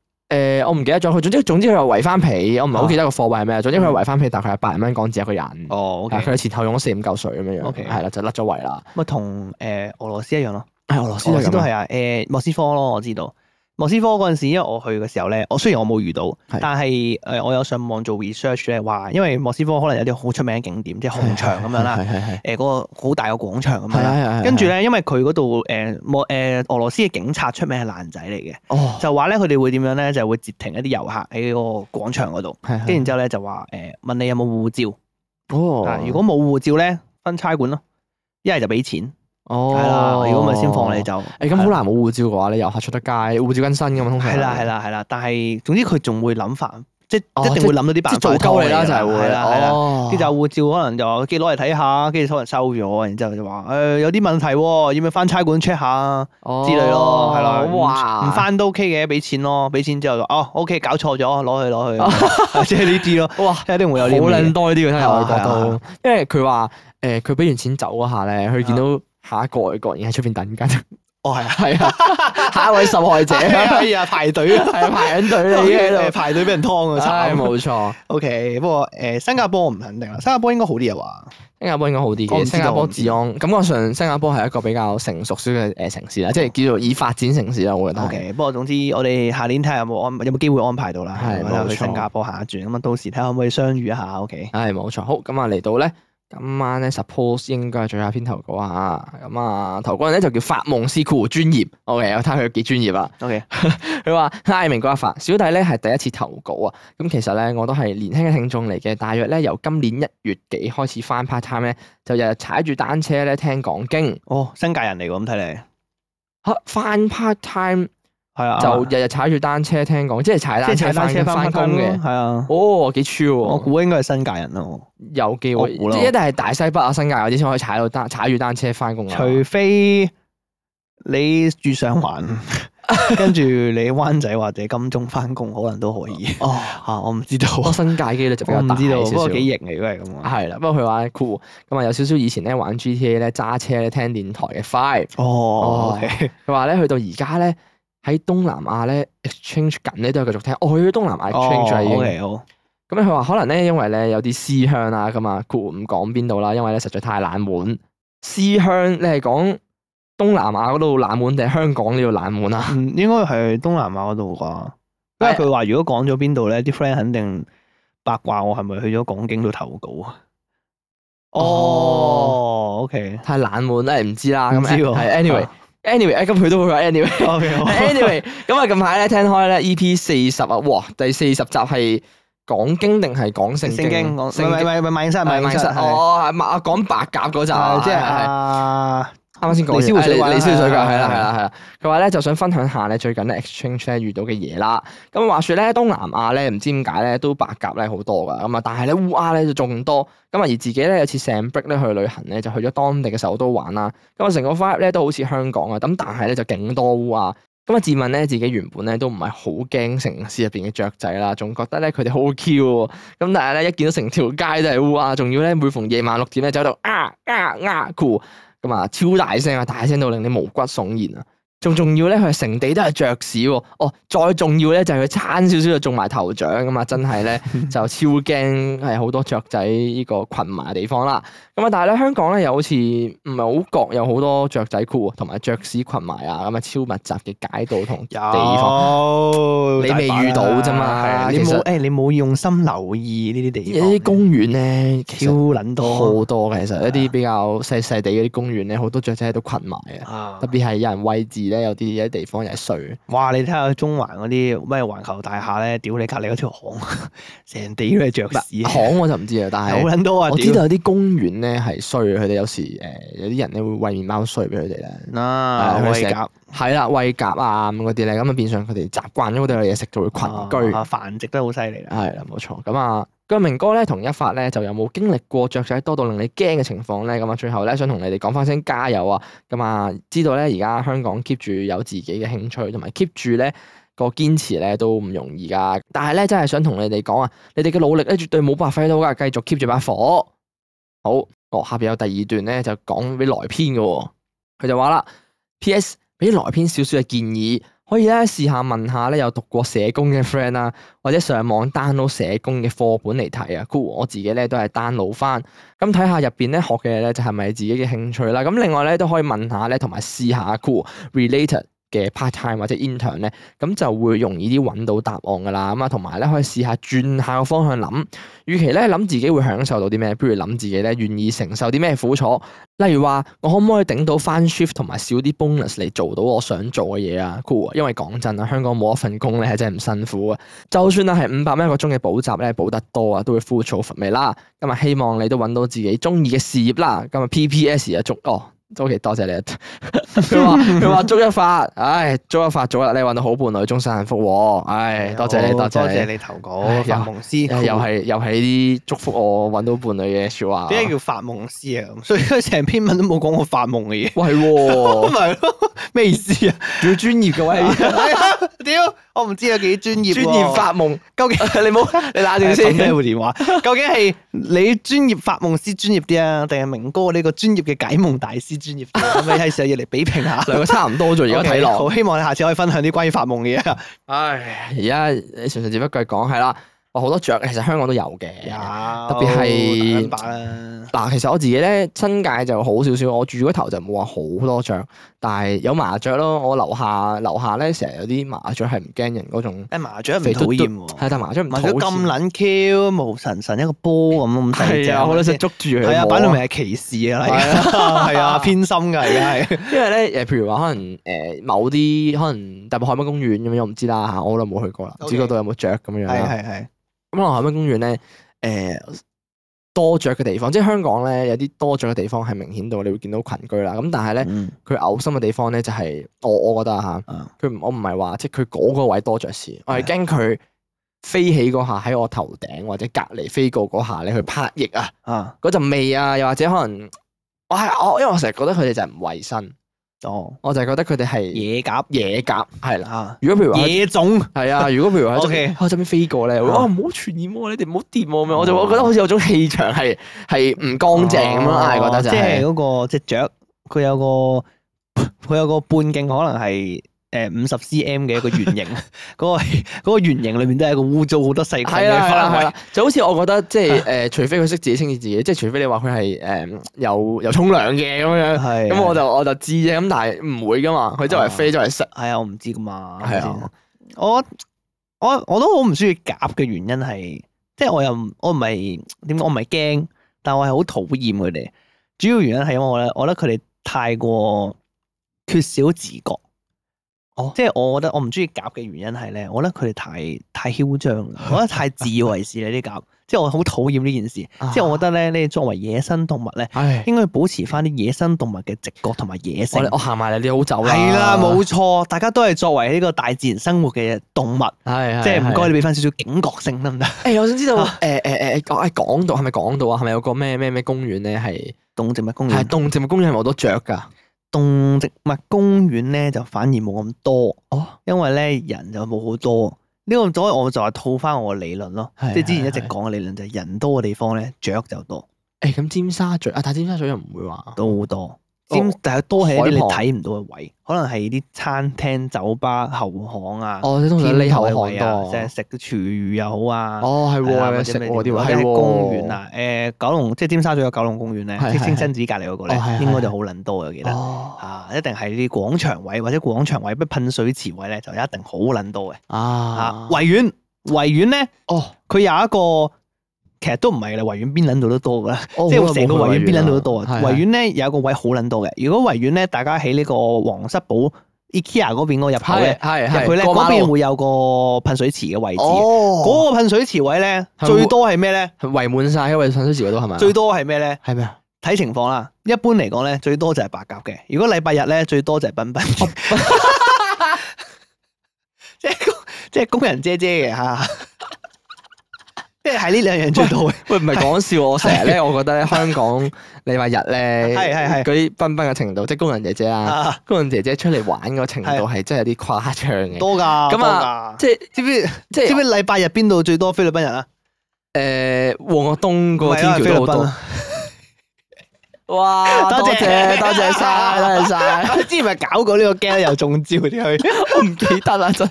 [SPEAKER 2] 誒，我唔記得咗。佢總之總之佢話圍翻皮，我唔係好記得個貨幣係咩。總之佢話圍翻皮，大概係百零蚊港紙一個人。
[SPEAKER 3] 嗯哦
[SPEAKER 2] 係
[SPEAKER 3] OK，
[SPEAKER 2] 啊佢前後用咗四五嚿水咁樣樣，
[SPEAKER 3] OK
[SPEAKER 2] 係啦，就甩咗圍啦。
[SPEAKER 3] 咪同誒俄羅斯一樣咯。
[SPEAKER 2] 係俄羅
[SPEAKER 3] 俄羅
[SPEAKER 2] 係
[SPEAKER 3] 斯
[SPEAKER 2] 咁
[SPEAKER 3] 都
[SPEAKER 2] 啊
[SPEAKER 3] 係啊，誒莫斯科咯，我知道。莫斯科嗰陣時，因為我去嘅時候咧，我雖然我冇遇到，
[SPEAKER 2] 係
[SPEAKER 3] 但係誒我有上網做 research 咧，話因為莫斯科可能有啲好出名嘅景點，即係紅場咁樣啦，
[SPEAKER 2] 係係係
[SPEAKER 3] 誒嗰個好大個廣場咁樣
[SPEAKER 2] 係啊
[SPEAKER 3] 啦。
[SPEAKER 2] 係啊。
[SPEAKER 3] 跟住
[SPEAKER 2] 係啊，
[SPEAKER 3] 咧，因為佢嗰度誒莫誒俄羅斯嘅警察出名係爛仔嚟嘅，
[SPEAKER 2] 哦，
[SPEAKER 3] 就話咧佢哋會點樣咧，就會截停一啲遊客喺個廣場嗰度，
[SPEAKER 2] 係
[SPEAKER 3] 跟住然
[SPEAKER 2] 住
[SPEAKER 3] 之後咧就話誒問你有冇護照，啊
[SPEAKER 2] 哦，
[SPEAKER 3] 如果冇護照咧分差館咯，一係就俾錢，
[SPEAKER 2] 哦
[SPEAKER 3] 係啦，如果咪先放你。走。
[SPEAKER 2] 誒咁好難冇護照嘅話，你遊客出得街，護照更新噶嘛，通常
[SPEAKER 3] 係啦係，啦係啦，但係總之佢仲會諗法，即
[SPEAKER 2] 哦
[SPEAKER 3] 一定會諗到啲
[SPEAKER 2] 即係
[SPEAKER 3] 辦
[SPEAKER 2] 做
[SPEAKER 3] 法
[SPEAKER 2] 鳩你啦，就係會
[SPEAKER 3] 係啦係啦。
[SPEAKER 2] 哦，
[SPEAKER 3] 跟住就護照可能就話寄攞嚟睇下，跟住可能收咗，然之後就話誒有啲問題喎，要唔要翻差館 check 下之類咯，係啦，
[SPEAKER 2] 哦
[SPEAKER 3] 唔
[SPEAKER 2] 哇，
[SPEAKER 3] 唔翻都 OK 嘅，俾錢咯，俾錢之後就哦 OK 搞錯咗，攞去攞 去，即係呢啲咯，
[SPEAKER 2] 哇，
[SPEAKER 3] 一定會有
[SPEAKER 2] 好
[SPEAKER 3] 呢啲咁嘅
[SPEAKER 2] 撚
[SPEAKER 3] 嘢。
[SPEAKER 2] 多呢啲嘅，真係外啊國
[SPEAKER 3] 係
[SPEAKER 2] 都，因為佢話誒佢俾完錢走嗰下咧，佢見到下一個外國人喺出邊等 緊，
[SPEAKER 3] 哦係啊，
[SPEAKER 2] 係啊，下一位受害者係
[SPEAKER 3] 係啊 排隊啊，
[SPEAKER 2] 啊哎排緊隊你 喺度，
[SPEAKER 3] 排隊俾人劏啊，
[SPEAKER 2] 唉
[SPEAKER 3] 慘。
[SPEAKER 2] 冇錯，
[SPEAKER 3] OK，不過誒新加坡我唔肯定啦，新加坡應該好啲啊話。
[SPEAKER 2] 新加坡應該好啲
[SPEAKER 3] 我唔
[SPEAKER 2] 嘅，
[SPEAKER 3] 知道
[SPEAKER 2] 新加
[SPEAKER 3] 我唔
[SPEAKER 2] 坡
[SPEAKER 3] 知
[SPEAKER 2] 治安感覺上新加坡係一個比較成熟少少嘅誒城市啦，即係叫做已發展城市啦，我覺得
[SPEAKER 3] O
[SPEAKER 2] 係。
[SPEAKER 3] K，不過總之我哋下年睇下有冇安有冇機會安排到啦，
[SPEAKER 2] 係
[SPEAKER 3] 咁啊
[SPEAKER 2] 冇
[SPEAKER 3] 去
[SPEAKER 2] 錯
[SPEAKER 3] 新加坡下一轉咁啊，到時睇下可唔可以相遇一下。O K，
[SPEAKER 2] 唉，冇錯。好，咁啊嚟到咧，今晚咧 suppose 應該係最後一篇投稿啊。咁啊，投稿人咧就叫發夢思酷專業。OK，我睇下佢幾專業啊。
[SPEAKER 3] O K，
[SPEAKER 2] 佢話：嗨，明哥阿發，小弟咧係第一次投稿啊。咁其實咧我都係年輕嘅聽眾嚟嘅，大約咧由今年一月幾開始翻 part time 咧，就日日踩住單車咧聽講經。
[SPEAKER 3] 哦，新界人嚟喎，咁睇嚟
[SPEAKER 2] 嚇，翻 part time
[SPEAKER 3] 係啊，
[SPEAKER 2] 就日日踩住單車聽講，即係踩
[SPEAKER 3] 即
[SPEAKER 2] 單車
[SPEAKER 3] 係踩單
[SPEAKER 2] 翻
[SPEAKER 3] 車
[SPEAKER 2] 翻
[SPEAKER 3] 翻
[SPEAKER 2] 工
[SPEAKER 3] 工嘅，
[SPEAKER 2] 嘅。
[SPEAKER 3] 係啊，
[SPEAKER 2] 哦，幾 chill
[SPEAKER 3] 我
[SPEAKER 2] 喎！
[SPEAKER 3] 估應該係新界人咯，
[SPEAKER 2] 有機會，
[SPEAKER 3] 我
[SPEAKER 2] 即
[SPEAKER 3] 估啦
[SPEAKER 2] 係一定係大西北啊、新界嗰啲先可以踩到單踩住單車翻工啊。
[SPEAKER 3] 除非你住上環， 跟住你灣仔或者金鐘翻工，可能都可以。
[SPEAKER 2] 哦，
[SPEAKER 3] 啊，我唔知道，
[SPEAKER 2] 我哦新界機率就比
[SPEAKER 3] 我
[SPEAKER 2] 較
[SPEAKER 3] 唔
[SPEAKER 2] 大
[SPEAKER 3] 知道，
[SPEAKER 2] 少
[SPEAKER 3] 不過
[SPEAKER 2] 少。
[SPEAKER 3] 幾型嘅，如果係咁啊。
[SPEAKER 2] 係啦，不過佢話酷咁啊，有少少以前咧玩 GTA 咧揸車咧聽電台嘅 five。
[SPEAKER 3] 哦，OK，
[SPEAKER 2] 佢話咧去到而家咧喺東南亞咧 exchange 緊咧都係繼續聽。我去咗東南亞 exchange 啦已經。
[SPEAKER 3] 哦，OK，好，
[SPEAKER 2] 咁咧佢話可能咧因為咧有啲思鄉啦咁啊，酷唔講邊度啦，因為咧實在太冷門。思鄉你係講東南亞嗰度冷門定係香港呢度冷門啊？
[SPEAKER 3] 嗯，應該係東南亞嗰度啩，因為佢話如果講咗邊度咧，啲 friend 肯定八卦我係咪去咗港經度投稿啊？哦，OK，
[SPEAKER 2] 太冷門咧唔知啦。咁
[SPEAKER 3] 唔知喎哦
[SPEAKER 2] 係 anyway
[SPEAKER 3] 啊
[SPEAKER 2] anyway，咁佢都會話 anyway。
[SPEAKER 3] ，OK，好
[SPEAKER 2] anyway，咁啊近排咧聽開咧 EP 四十啊，哇！第四十集係講經定係講聖
[SPEAKER 3] 聖經講，唔
[SPEAKER 2] 聖
[SPEAKER 3] 係唔
[SPEAKER 2] 經
[SPEAKER 3] 係唔係萬應室，萬應室，
[SPEAKER 2] 實
[SPEAKER 3] 係
[SPEAKER 2] 哦，係啊講白鴿嗰集啊，
[SPEAKER 3] 係即係
[SPEAKER 2] 係係
[SPEAKER 3] 啊，
[SPEAKER 2] 啱啱先講完
[SPEAKER 3] 李斯湖水怪
[SPEAKER 2] 哎李李斯湖水怪
[SPEAKER 3] 係啊
[SPEAKER 2] 係啦
[SPEAKER 3] 係
[SPEAKER 2] 係啦係啦。佢話咧就想分享下咧最近咧 exchange 咧遇到嘅嘢啦。咁啊話說咧東南亞咧唔知點解咧都白鴿咧好多㗎，咁啊但係咧烏鴉咧就仲多。咁啊而自己咧有次成 break 咧去旅行咧就去咗當地嘅首都玩啦。咁啊成個 vibe 咧都好似香港啊，咁但係咧就勁多烏鴉。咁啊自問咧自己原本咧都唔係好驚城市入邊嘅雀仔啦，仲覺得咧佢哋好 Q 喎。咁但係咧一見到成條街都係烏鴉，仲要咧每逢夜晚六點咧就喺度啊啊啊 cool 咁啊，超大聲啊，大聲到令你毛骨悚然啊！仲重要咧，佢係成地都係爵士喎。哦，再重要咧就係佢差少少就中埋頭獎㗎嘛，真 係咧就超驚係好多雀仔呢個群埋地方啦。咁啊，但係咧香港咧又好似唔係好覺有好多雀仔庫喎同埋爵士群埋啊，咁啊超密集嘅街道同地方。
[SPEAKER 3] 有
[SPEAKER 2] 你未遇到啫嘛
[SPEAKER 3] 係啊你
[SPEAKER 2] 其實
[SPEAKER 3] 冇誒，你冇用心留意呢啲地
[SPEAKER 2] 有啲
[SPEAKER 3] 方，
[SPEAKER 2] 公園咧，其
[SPEAKER 3] 超
[SPEAKER 2] 實
[SPEAKER 3] 撚
[SPEAKER 2] 好
[SPEAKER 3] 多
[SPEAKER 2] 多嘅，其實一
[SPEAKER 3] 係
[SPEAKER 2] 啲比較細細地嗰啲公園咧，好多雀仔喺度群埋嘅。
[SPEAKER 3] 啊
[SPEAKER 2] 特！別係有人位置咧，有啲有啲地方又係碎。
[SPEAKER 3] 哇！你睇下中環嗰啲咩環球大廈咧，屌你隔離嗰條巷， 成地都係爵士，好
[SPEAKER 2] 巷我就唔知啊，但係
[SPEAKER 3] 撚多啊！
[SPEAKER 2] 我知
[SPEAKER 3] 屌
[SPEAKER 2] 道有啲公園咧係衰嘅，佢哋有時誒、有啲人咧會餵麵包碎俾佢哋咧。
[SPEAKER 3] 啊，
[SPEAKER 2] 係佢
[SPEAKER 3] 喂
[SPEAKER 2] 成日
[SPEAKER 3] 鴿
[SPEAKER 2] 係啦，餵鴿啊咁嗰啲咧，咁啊變相佢哋習慣咗佢哋嘅嘢食就會群居。
[SPEAKER 3] 啊，繁殖得好犀利啦！
[SPEAKER 2] 係啦，冇錯。咁啊，咁啊明哥咧同一發咧就有冇經歷過雀仔多到令你驚嘅情況咧？咁啊，最後咧想同你哋講翻聲加油啊！咁啊，知道咧而家香港 keep 住有自己嘅興趣，同埋 keep 住咧個堅持咧都唔容易噶。但係咧真係想同你哋講啊，你哋嘅努力咧絕對冇白費到噶，繼續 keep 住把火。好，哦，下邊有第二段咧就講俾萊編嘅喎，佢就話啦，P.S. 俾萊編少少嘅建議，可以咧試下問下咧有讀過社工嘅 friend 啊啦。或者上網 download 社工嘅課本嚟睇啊。Cool，我自己咧都係 download 翻，咁睇下入邊咧學嘅嘢咧就係咪自己嘅興趣啦。咁另外咧都可以問下咧，同埋試下 Cool related。嘅 part time 或者 intern 咧，咁就會容易啲揾到答案噶啦。咁啊，同埋咧可以試下轉下個方向諗。與其咧諗自己會享受到啲咩，不如諗自己咧願意承受啲咩苦楚。例如話，我可唔可以頂到翻 shift 同埋少啲 bonus 嚟做到我想做嘅嘢啊？Cool，因為講真啊，香港冇一份工咧係真係唔辛苦啊。就算啊係五百蚊一個鐘嘅補習咧，補得多啊，都會枯燥乏味啦。咁啊，希望你都揾到自己中意嘅事業啦。咁啊，PPS 啊，祝哦，OK，多謝你 啊。佢話佢話祝一發，唉，祝一發早日你揾到好伴侶，終身幸福喎。唉，多謝你，
[SPEAKER 3] 啊好
[SPEAKER 2] 多
[SPEAKER 3] 多
[SPEAKER 2] 謝
[SPEAKER 3] 謝
[SPEAKER 2] 你。
[SPEAKER 3] 你投稿
[SPEAKER 2] 唉，
[SPEAKER 3] 發
[SPEAKER 2] 又
[SPEAKER 3] 夢師
[SPEAKER 2] 唉又係又係呢啲祝福我揾到伴侶嘅説話。
[SPEAKER 3] 點解叫發夢師啊？咁 所以佢成篇文都冇講我發夢嘅嘢，
[SPEAKER 2] 喂係
[SPEAKER 3] 咁
[SPEAKER 2] 喎，
[SPEAKER 3] 咪係咯咩意思啊？
[SPEAKER 2] 最專業嘅位，
[SPEAKER 3] 係啊，屌，我唔知有幾專業喎。
[SPEAKER 2] 專業發夢。
[SPEAKER 3] 究竟
[SPEAKER 2] 你冇，你冷靜
[SPEAKER 3] 係撳咩
[SPEAKER 2] 啊先。
[SPEAKER 3] 部電話？ 究竟係你專業發夢師專業啲啊，定係明哥呢個專業嘅解夢大師專業 啲啊？咁你係時候要嚟比拼下。
[SPEAKER 2] 兩個差唔多咗，而家睇
[SPEAKER 3] OK，
[SPEAKER 2] 落
[SPEAKER 3] 好。希望你下次可以分享啲關於發夢嘅嘢啊。
[SPEAKER 2] 唉，而家你純粹只不過係講係啦，哇好多雀其實香港 都有嘅。
[SPEAKER 3] 特
[SPEAKER 2] 別係
[SPEAKER 3] 把啦，
[SPEAKER 2] 嗱，其實我自己咧新界就好少少，我住嗰頭就冇話好多雀，但係有麻雀咯。我樓下樓下咧成日有啲麻雀係唔驚人嗰種，
[SPEAKER 3] 誒麻雀唔
[SPEAKER 2] 肥
[SPEAKER 3] 討
[SPEAKER 2] 嘟嘟
[SPEAKER 3] 厭喎
[SPEAKER 2] 係。啊但麻雀唔
[SPEAKER 3] 麻雀
[SPEAKER 2] 討
[SPEAKER 3] 咁
[SPEAKER 2] 厭
[SPEAKER 3] 撚 Q，毛神神一個波咁咁細隻，
[SPEAKER 2] 係啊，我都想捉住佢。
[SPEAKER 3] 係啊，擺到明。係歧視啊，係啊，係啊，偏心噶而家係。
[SPEAKER 2] 因為咧誒，譬如話可能誒某啲可能大埔海濱公園咁樣，我唔知啦嚇，我好耐冇去過啦，唔知
[SPEAKER 3] OK
[SPEAKER 2] 嗰度有冇雀咁樣啦。
[SPEAKER 3] 係係係，
[SPEAKER 2] 咁可能海濱公園咧，誒、多雀嘅地方，即係香港咧有啲多雀嘅地方係明顯到你會見到群居啦。咁但係咧，
[SPEAKER 3] 嗯
[SPEAKER 2] 佢嘔心嘅地方咧就係、我我覺得嚇
[SPEAKER 3] 啊，
[SPEAKER 2] 佢唔我唔係話即係佢嗰個位多雀事，我係驚佢飛起嗰下喺我頭頂或者隔離飛過嗰下咧去拍翼啊，
[SPEAKER 3] 啊，
[SPEAKER 2] 嗰陣味啊，又或者可能我係我因為我成日覺得佢哋就係唔衞生，
[SPEAKER 3] 哦，
[SPEAKER 2] 我就係覺得佢哋係
[SPEAKER 3] 野鴿
[SPEAKER 2] 野鴿係啦。
[SPEAKER 3] 啊，
[SPEAKER 2] 如果譬如話
[SPEAKER 3] 野種
[SPEAKER 2] 係啊，如果譬如話喺
[SPEAKER 3] OK
[SPEAKER 2] 側喺側邊飛過咧，會
[SPEAKER 3] 啊
[SPEAKER 2] 哦唔好傳染喎，你哋唔好掂喎咁樣，我就我覺得好似有種氣場係係唔乾淨咁樣啊，
[SPEAKER 3] 哦
[SPEAKER 2] 覺得就
[SPEAKER 3] 即係
[SPEAKER 2] 係
[SPEAKER 3] 嗰個只雀，佢有個佢有個 半徑可能係。誒五十 cm 嘅一個 圓形，嗰個嗰個圓形裏面都係一個污糟好多細菌
[SPEAKER 2] 係
[SPEAKER 3] 嘅
[SPEAKER 2] 啦係啦係
[SPEAKER 3] 範圍
[SPEAKER 2] 啦，就好似我覺得即係誒，除非佢識自己清潔自己，即係除非你話佢係誒有有沖涼嘅咁樣，
[SPEAKER 3] 係
[SPEAKER 2] 咁我就我就知啫，咁但係唔會噶嘛，佢周圍飛周圍食，
[SPEAKER 3] 係啊，我唔知噶嘛。
[SPEAKER 2] 係啊
[SPEAKER 3] 係咪先，我我我都好唔中意鴿嘅原因係，即係我又唔我唔係點講，我唔係驚，但我係好討厭佢哋。主要原因係因為我咧，我覺得佢哋太過缺少自覺。
[SPEAKER 2] 哦
[SPEAKER 3] 即係我覺得我唔中意鴿嘅原因係咧，我覺得佢哋太太囂張啦， 我覺得太自以為是啦啲鴿。即係我好討厭呢件事。
[SPEAKER 2] 啊
[SPEAKER 3] 即係我覺得咧，你哋作為野生動物咧，
[SPEAKER 2] 唉，
[SPEAKER 3] 應該保持翻啲野生動物嘅直覺同埋野性
[SPEAKER 2] 我。我行埋嚟，你好走啦，
[SPEAKER 3] 係啦，冇錯，大家都係作為呢個大自然生活嘅動物，
[SPEAKER 2] 係，係
[SPEAKER 3] 即係唔該
[SPEAKER 2] 係
[SPEAKER 3] 你俾翻少少警覺性得唔得？
[SPEAKER 2] 誒，我想知道誒誒誒誒，港誒港島係咪港島啊？係咪有個咩咩咩公園咧？係
[SPEAKER 3] 動植物公
[SPEAKER 2] 係
[SPEAKER 3] 園，
[SPEAKER 2] 動植物公園係咪好多雀㗎？
[SPEAKER 3] 動植物公園咧就反而冇咁多，
[SPEAKER 2] 哦。
[SPEAKER 3] 因為咧人就冇好多。呢個所以我就話套翻我嘅理論咯，
[SPEAKER 2] 係
[SPEAKER 3] 即係之哦前一直
[SPEAKER 2] 係係
[SPEAKER 3] 講嘅理論就係人多嘅地方咧，雀就多，
[SPEAKER 2] 誒咁尖沙咀啊，但係尖沙咀又唔會話
[SPEAKER 3] 都好多。尖但係都係一啲
[SPEAKER 2] 海
[SPEAKER 3] 你
[SPEAKER 2] 旁
[SPEAKER 3] 睇唔到嘅位，可能係啲餐廳、酒吧、後巷啊，
[SPEAKER 2] 哦，你通常
[SPEAKER 3] 天
[SPEAKER 2] 匿
[SPEAKER 3] 台
[SPEAKER 2] 後巷
[SPEAKER 3] 位啊，
[SPEAKER 2] 多
[SPEAKER 3] 即。係食啲廚餘又好啊。
[SPEAKER 2] 哦，係
[SPEAKER 3] 係啦
[SPEAKER 2] 喎，有
[SPEAKER 3] 或
[SPEAKER 2] 嘢
[SPEAKER 3] 者
[SPEAKER 2] 食
[SPEAKER 3] 咩
[SPEAKER 2] 喎，
[SPEAKER 3] 地
[SPEAKER 2] 啲
[SPEAKER 3] 方
[SPEAKER 2] 位
[SPEAKER 3] 或者
[SPEAKER 2] 係
[SPEAKER 3] 係
[SPEAKER 2] 喎
[SPEAKER 3] 公園，啊，誒九龍即係尖沙咀有九龍公園咧，
[SPEAKER 2] 係
[SPEAKER 3] 即
[SPEAKER 2] 係
[SPEAKER 3] 係清真寺隔離嗰個咧
[SPEAKER 2] 哦係，
[SPEAKER 3] 應
[SPEAKER 2] 係
[SPEAKER 3] 該就好撚多嘅，我記得。
[SPEAKER 2] 哦
[SPEAKER 3] 啊，一定係啲廣場位或者廣場位咩噴水池位咧，就一定好撚多嘅。啊
[SPEAKER 2] 啊，，
[SPEAKER 3] 維園維園咧，
[SPEAKER 2] 哦，
[SPEAKER 3] 佢有一個其實都唔係啦，維園邊撚度都多噶啦，
[SPEAKER 2] 我
[SPEAKER 3] 即
[SPEAKER 2] 哦好耐
[SPEAKER 3] 係成個
[SPEAKER 2] 冇去
[SPEAKER 3] 維園邊撚度都
[SPEAKER 2] 啦
[SPEAKER 3] 多啊。
[SPEAKER 2] 係
[SPEAKER 3] 維園咧有一個位好撚多嘅，如果維園咧大家喺呢個皇室堡 IKEA 嗰邊嗰個入口
[SPEAKER 2] 係
[SPEAKER 3] 咧
[SPEAKER 2] 係係
[SPEAKER 3] 入去咧，
[SPEAKER 2] 過馬
[SPEAKER 3] 嗰邊
[SPEAKER 2] 路
[SPEAKER 3] 會有個噴水池嘅位置。啊
[SPEAKER 2] 哦，
[SPEAKER 3] 嗰個噴水池位咧，
[SPEAKER 2] 係
[SPEAKER 3] 最多係咩咧？
[SPEAKER 2] 嗰圍滿晒，因為上水池嗰度係咪啊？
[SPEAKER 3] 最多係咩咧？
[SPEAKER 2] 係咩啊？
[SPEAKER 3] 睇情況啦。一般嚟講咧，最多就係白鴿嘅。如果禮拜日咧，最多就係賓賓。
[SPEAKER 2] 哦
[SPEAKER 3] 即係工即係工人姐姐嘅嚇，即係係呢兩樣最多嘅。
[SPEAKER 2] 喂，唔係講笑，我成日咧，我覺得咧，香港 禮拜日咧，
[SPEAKER 3] 係係
[SPEAKER 2] 嗰
[SPEAKER 3] 係
[SPEAKER 2] 啲賓賓嘅程度，即係工人姐姐啊，
[SPEAKER 3] 啊
[SPEAKER 2] 工人姐姐出嚟玩個程度係真係有啲誇張嘅，
[SPEAKER 3] 多㗎，
[SPEAKER 2] 咁
[SPEAKER 3] 咁
[SPEAKER 2] 啊
[SPEAKER 3] 啊，
[SPEAKER 2] 即係
[SPEAKER 3] 知唔知？
[SPEAKER 2] 即
[SPEAKER 3] 知唔
[SPEAKER 2] 係
[SPEAKER 3] 知禮拜日邊度最多菲律賓人啊？
[SPEAKER 2] 誒旺角東嗰個天
[SPEAKER 3] 唔係啊
[SPEAKER 2] 橋
[SPEAKER 3] 菲律
[SPEAKER 2] 都好
[SPEAKER 3] 賓
[SPEAKER 2] 多
[SPEAKER 3] 啊。
[SPEAKER 2] 哇！
[SPEAKER 3] 多
[SPEAKER 2] 多
[SPEAKER 3] 謝
[SPEAKER 2] 謝多謝晒，多謝晒。
[SPEAKER 3] 之前咪搞過呢個 game 又中招啲去
[SPEAKER 2] 我唔記得啦，真。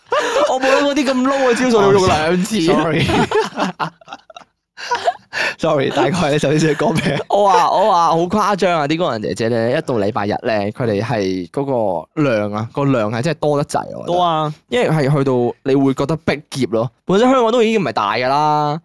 [SPEAKER 2] 我冇諗嗰啲咁 low 嘅招數，你用兩 次。
[SPEAKER 3] ，sorry。sorry，大概你首先想講咩？
[SPEAKER 2] 我話我話好誇張啊！啲工人姐姐咧，一到禮拜日咧，佢哋係嗰個量啊，個量係真係多得滯。我覺得，
[SPEAKER 3] 啊，
[SPEAKER 2] 因為係去到你會覺得逼劫咯。本身香港都已經唔係大㗎啦，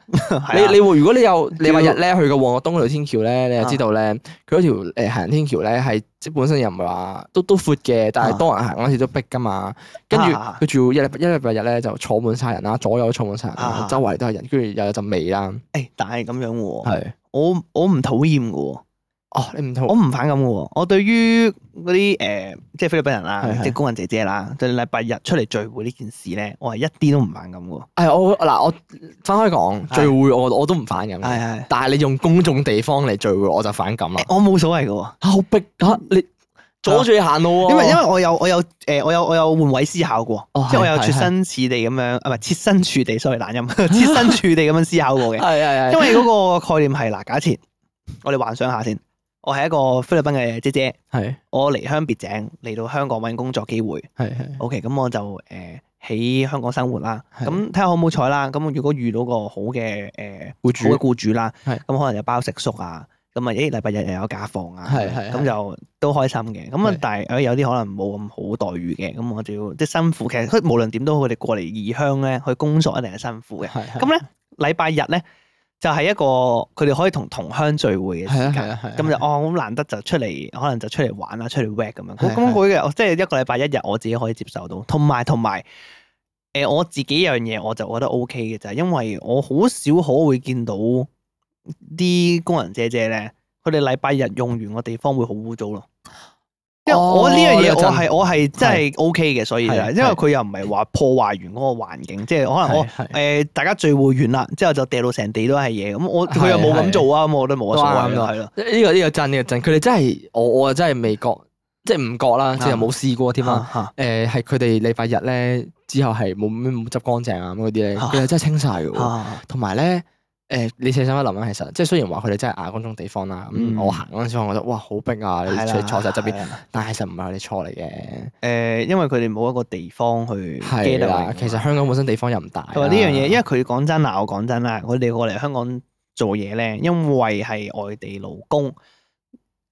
[SPEAKER 2] 你
[SPEAKER 3] 你
[SPEAKER 2] 你會如果你有禮拜日咧去個旺角東嗰條天橋咧，
[SPEAKER 3] 啊
[SPEAKER 2] 你就知道咧，佢嗰條誒行人天橋咧係即係本身又唔係話都都闊嘅，但係
[SPEAKER 3] 啊
[SPEAKER 2] 多人行嗰時都逼噶嘛。跟住
[SPEAKER 3] 啊
[SPEAKER 2] 佢仲要一禮一禮拜日咧就坐滿晒人啦，左右都坐滿晒人啦
[SPEAKER 3] 啊，
[SPEAKER 2] 周圍都係人，跟住又有陣味啦。
[SPEAKER 3] 誒，哎但係咁樣喎，
[SPEAKER 2] 係
[SPEAKER 3] 我我唔討厭嘅喎。
[SPEAKER 2] 哦，你唔
[SPEAKER 3] 我
[SPEAKER 2] 同
[SPEAKER 3] 唔反感嘅喎，我對於嗰啲誒，即係菲律賓人啦
[SPEAKER 2] 係係，
[SPEAKER 3] 即係工人姐姐啦，對禮拜日出嚟聚會呢件事咧，我係一啲都唔反感嘅喎。
[SPEAKER 2] 係哎我嗱我分開講
[SPEAKER 3] 係
[SPEAKER 2] 聚會我我都唔反感嘅，
[SPEAKER 3] 係係，
[SPEAKER 2] 但係你用公眾地方嚟聚會我就反感啦
[SPEAKER 3] 誒。我冇所謂嘅喎，
[SPEAKER 2] 嚇好逼嚇你阻住你行路喎，
[SPEAKER 3] 因為因為我有我有誒我有我有換位思考嘅
[SPEAKER 2] 哦
[SPEAKER 3] 喎，即係我有
[SPEAKER 2] 係係
[SPEAKER 3] 設身處地咁樣，啊唔係設身處地，sorry 懶音， 設身處地咁樣思考過嘅。
[SPEAKER 2] 係係係
[SPEAKER 3] 因為嗰個概念係嗱，假設我哋幻想下先，我係一個菲律賓嘅姐姐，
[SPEAKER 2] 係
[SPEAKER 3] 我離鄉別井嚟到香港揾工作機會。
[SPEAKER 2] 係係
[SPEAKER 3] O.K. 咁我就誒喺、香港生活啦，
[SPEAKER 2] 係
[SPEAKER 3] 咁睇下好唔好彩啦。咁如果遇到個好嘅誒、呃
[SPEAKER 2] 僱
[SPEAKER 3] 好
[SPEAKER 2] 主
[SPEAKER 3] 嘅僱主啦，
[SPEAKER 2] 係
[SPEAKER 3] 咁可能有包食宿啊，咁啊咦禮拜日又有假放啊，
[SPEAKER 2] 係係係
[SPEAKER 3] 咁就都開心嘅。咁
[SPEAKER 2] 係
[SPEAKER 3] 啊，但係呃有啲可能冇咁好待遇嘅，咁我就要即係辛苦。其實佢無論點都好，佢哋過嚟異鄉咧去工作一定係辛苦嘅。
[SPEAKER 2] 係係
[SPEAKER 3] 咁咧禮拜日咧就係、一個佢哋可以同同鄉聚會
[SPEAKER 2] 係
[SPEAKER 3] 嘅
[SPEAKER 2] 啊
[SPEAKER 3] 時
[SPEAKER 2] 係
[SPEAKER 3] 間。
[SPEAKER 2] 啊係啊，
[SPEAKER 3] 咁就哦，咁難得就出嚟，可能就出嚟玩啊，出嚟 work 咁樣。
[SPEAKER 2] 係
[SPEAKER 3] 咁
[SPEAKER 2] 係
[SPEAKER 3] 咁佢嘅，哦我即係一個禮拜一日，我自己可以接受到。同埋同埋，誒、我自己有樣嘢我就覺得 O K 嘅就係，因為我好少可會見到啲工人姐姐咧，佢哋禮拜日用完個地方會好污糟咯。因為我呢樣
[SPEAKER 2] 哦呢
[SPEAKER 3] 嘢
[SPEAKER 2] 個
[SPEAKER 3] 我
[SPEAKER 2] 真
[SPEAKER 3] 係我係真係 O K 嘅，所以就
[SPEAKER 2] 係
[SPEAKER 3] 係因為
[SPEAKER 2] 係
[SPEAKER 3] 佢又唔係話破壞完嗰個環境，即係可能我
[SPEAKER 2] 係係
[SPEAKER 3] 誒、大家聚會完啦，之後就掉到成地都係嘢，咁我佢又
[SPEAKER 2] 係
[SPEAKER 3] 冇
[SPEAKER 2] 係
[SPEAKER 3] 咁做啊，咁我覺得冇乜所謂
[SPEAKER 2] 都啱
[SPEAKER 3] 啦，係咯。
[SPEAKER 2] 哎呢個呢個真呢個真，佢哋真係我我真係未覺，即係唔覺啦，即係冇試過添啊。
[SPEAKER 3] 啊
[SPEAKER 2] 誒係佢哋禮拜日咧之後係冇咩冇執乾淨啊咁嗰啲咧，
[SPEAKER 3] 啊
[SPEAKER 2] 佢哋真係清晒嘅喎。
[SPEAKER 3] 啊
[SPEAKER 2] 同埋咧誒，你細心一諗啊，其實即係雖然話佢哋真係亞公眾地方啦，
[SPEAKER 3] 嗯
[SPEAKER 2] 咁我行嗰陣時我覺得哇好逼啊，
[SPEAKER 3] 係
[SPEAKER 2] 你
[SPEAKER 3] 啦
[SPEAKER 2] 坐坐晒側邊，
[SPEAKER 3] 係啦
[SPEAKER 2] 但係其實唔係佢哋錯嚟嘅，
[SPEAKER 3] 誒，因為佢哋冇一個地方去 g
[SPEAKER 2] 係啦。其實香港本身地方又唔大啦，啊
[SPEAKER 3] 同埋呢樣嘢，因為佢講真嗱，我講真啦，佢哋過嚟香港做嘢咧，因為係外地勞工。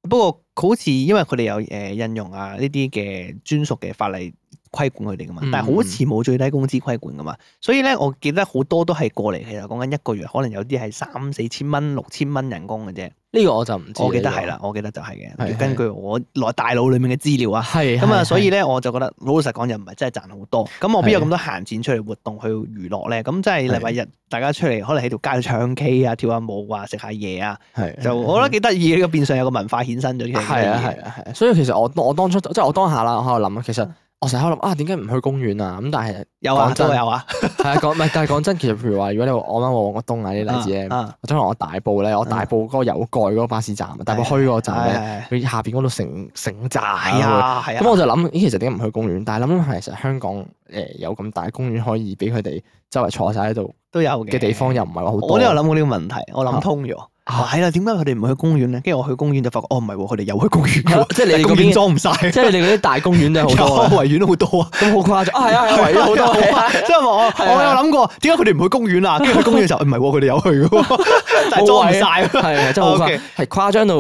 [SPEAKER 3] 不過好似因為佢哋有誒印用啊呢啲嘅專屬嘅法例規管佢哋噶嘛，
[SPEAKER 2] 嗯
[SPEAKER 3] 但係好似冇最低工資規管噶嘛，所以咧我記得好多都係過嚟，其實講緊一個月可能有啲係三四千蚊、六千蚊人工嘅啫。
[SPEAKER 2] 呢個我就唔知。啊
[SPEAKER 3] 我記得係啦，，我記得就係
[SPEAKER 2] 係係
[SPEAKER 3] 嘅，根據我內大腦裡面嘅資料啊。
[SPEAKER 2] 係
[SPEAKER 3] 咁啊，
[SPEAKER 2] 係
[SPEAKER 3] 所以
[SPEAKER 2] 係
[SPEAKER 3] 咧我就覺得老實講又唔係真係賺好多，咁我邊有
[SPEAKER 2] 係
[SPEAKER 3] 咁多閒錢出嚟活動去娛樂咧？咁真係
[SPEAKER 2] 係
[SPEAKER 3] 禮拜日大家出嚟可能喺條街度唱 K 啊、跳下舞啊、食下嘢啊，
[SPEAKER 2] 係
[SPEAKER 3] 就我覺得幾得意嘅，呢個變相有個文化衍生咗嘅。
[SPEAKER 2] 嗯係啊係啊係啊，所以其實我我當初即係我當下啦，我喺度諗啊，其實我成日喺度諗啊，點解唔去公園啊？咁但係
[SPEAKER 3] 有啊
[SPEAKER 2] 講真
[SPEAKER 3] 都有啊，
[SPEAKER 2] 係啊講唔係，但係講真，其實譬如話，如果你話我啱我旺角東啊呢啲例子咧，
[SPEAKER 3] 啊啊
[SPEAKER 2] 或者可能我大埔咧，我大埔嗰個有蓋嗰個巴士站，大埔墟嗰個站咧，
[SPEAKER 3] 係
[SPEAKER 2] 佢下邊嗰度成成寨
[SPEAKER 3] 係
[SPEAKER 2] 啊。
[SPEAKER 3] 啊係
[SPEAKER 2] 咁
[SPEAKER 3] 啊，
[SPEAKER 2] 我就諗，咦，其實點解唔去公園？但係諗諗下，其實香港誒有咁大公園可以俾佢哋周圍坐晒喺度
[SPEAKER 3] 都有
[SPEAKER 2] 嘅地方，又唔係話好多。
[SPEAKER 3] 我都有諗過呢個問題，我諗通咗，啊係啦，點解佢哋唔去公園咧？跟住我去公園就發覺，哦唔係喎，佢哋有去 公園
[SPEAKER 2] 係咯
[SPEAKER 3] 喎，
[SPEAKER 2] 即係你哋
[SPEAKER 3] 公
[SPEAKER 2] 公
[SPEAKER 3] 園
[SPEAKER 2] 園
[SPEAKER 3] 裝唔晒，
[SPEAKER 2] 即係你哋嗰啲大公園都有好多啊
[SPEAKER 3] 有，維園好多 啊。
[SPEAKER 2] 咁好誇張啊！係啊係啊，圍咗好多係啊，
[SPEAKER 3] 即係我我我有諗過，點解佢哋唔去公 園啊？跟住去公園嘅時候，唔係喎，佢哋有去嘅喎，但係裝唔晒喎。
[SPEAKER 2] 係係真係好啊
[SPEAKER 3] OK
[SPEAKER 2] 誇，係誇張到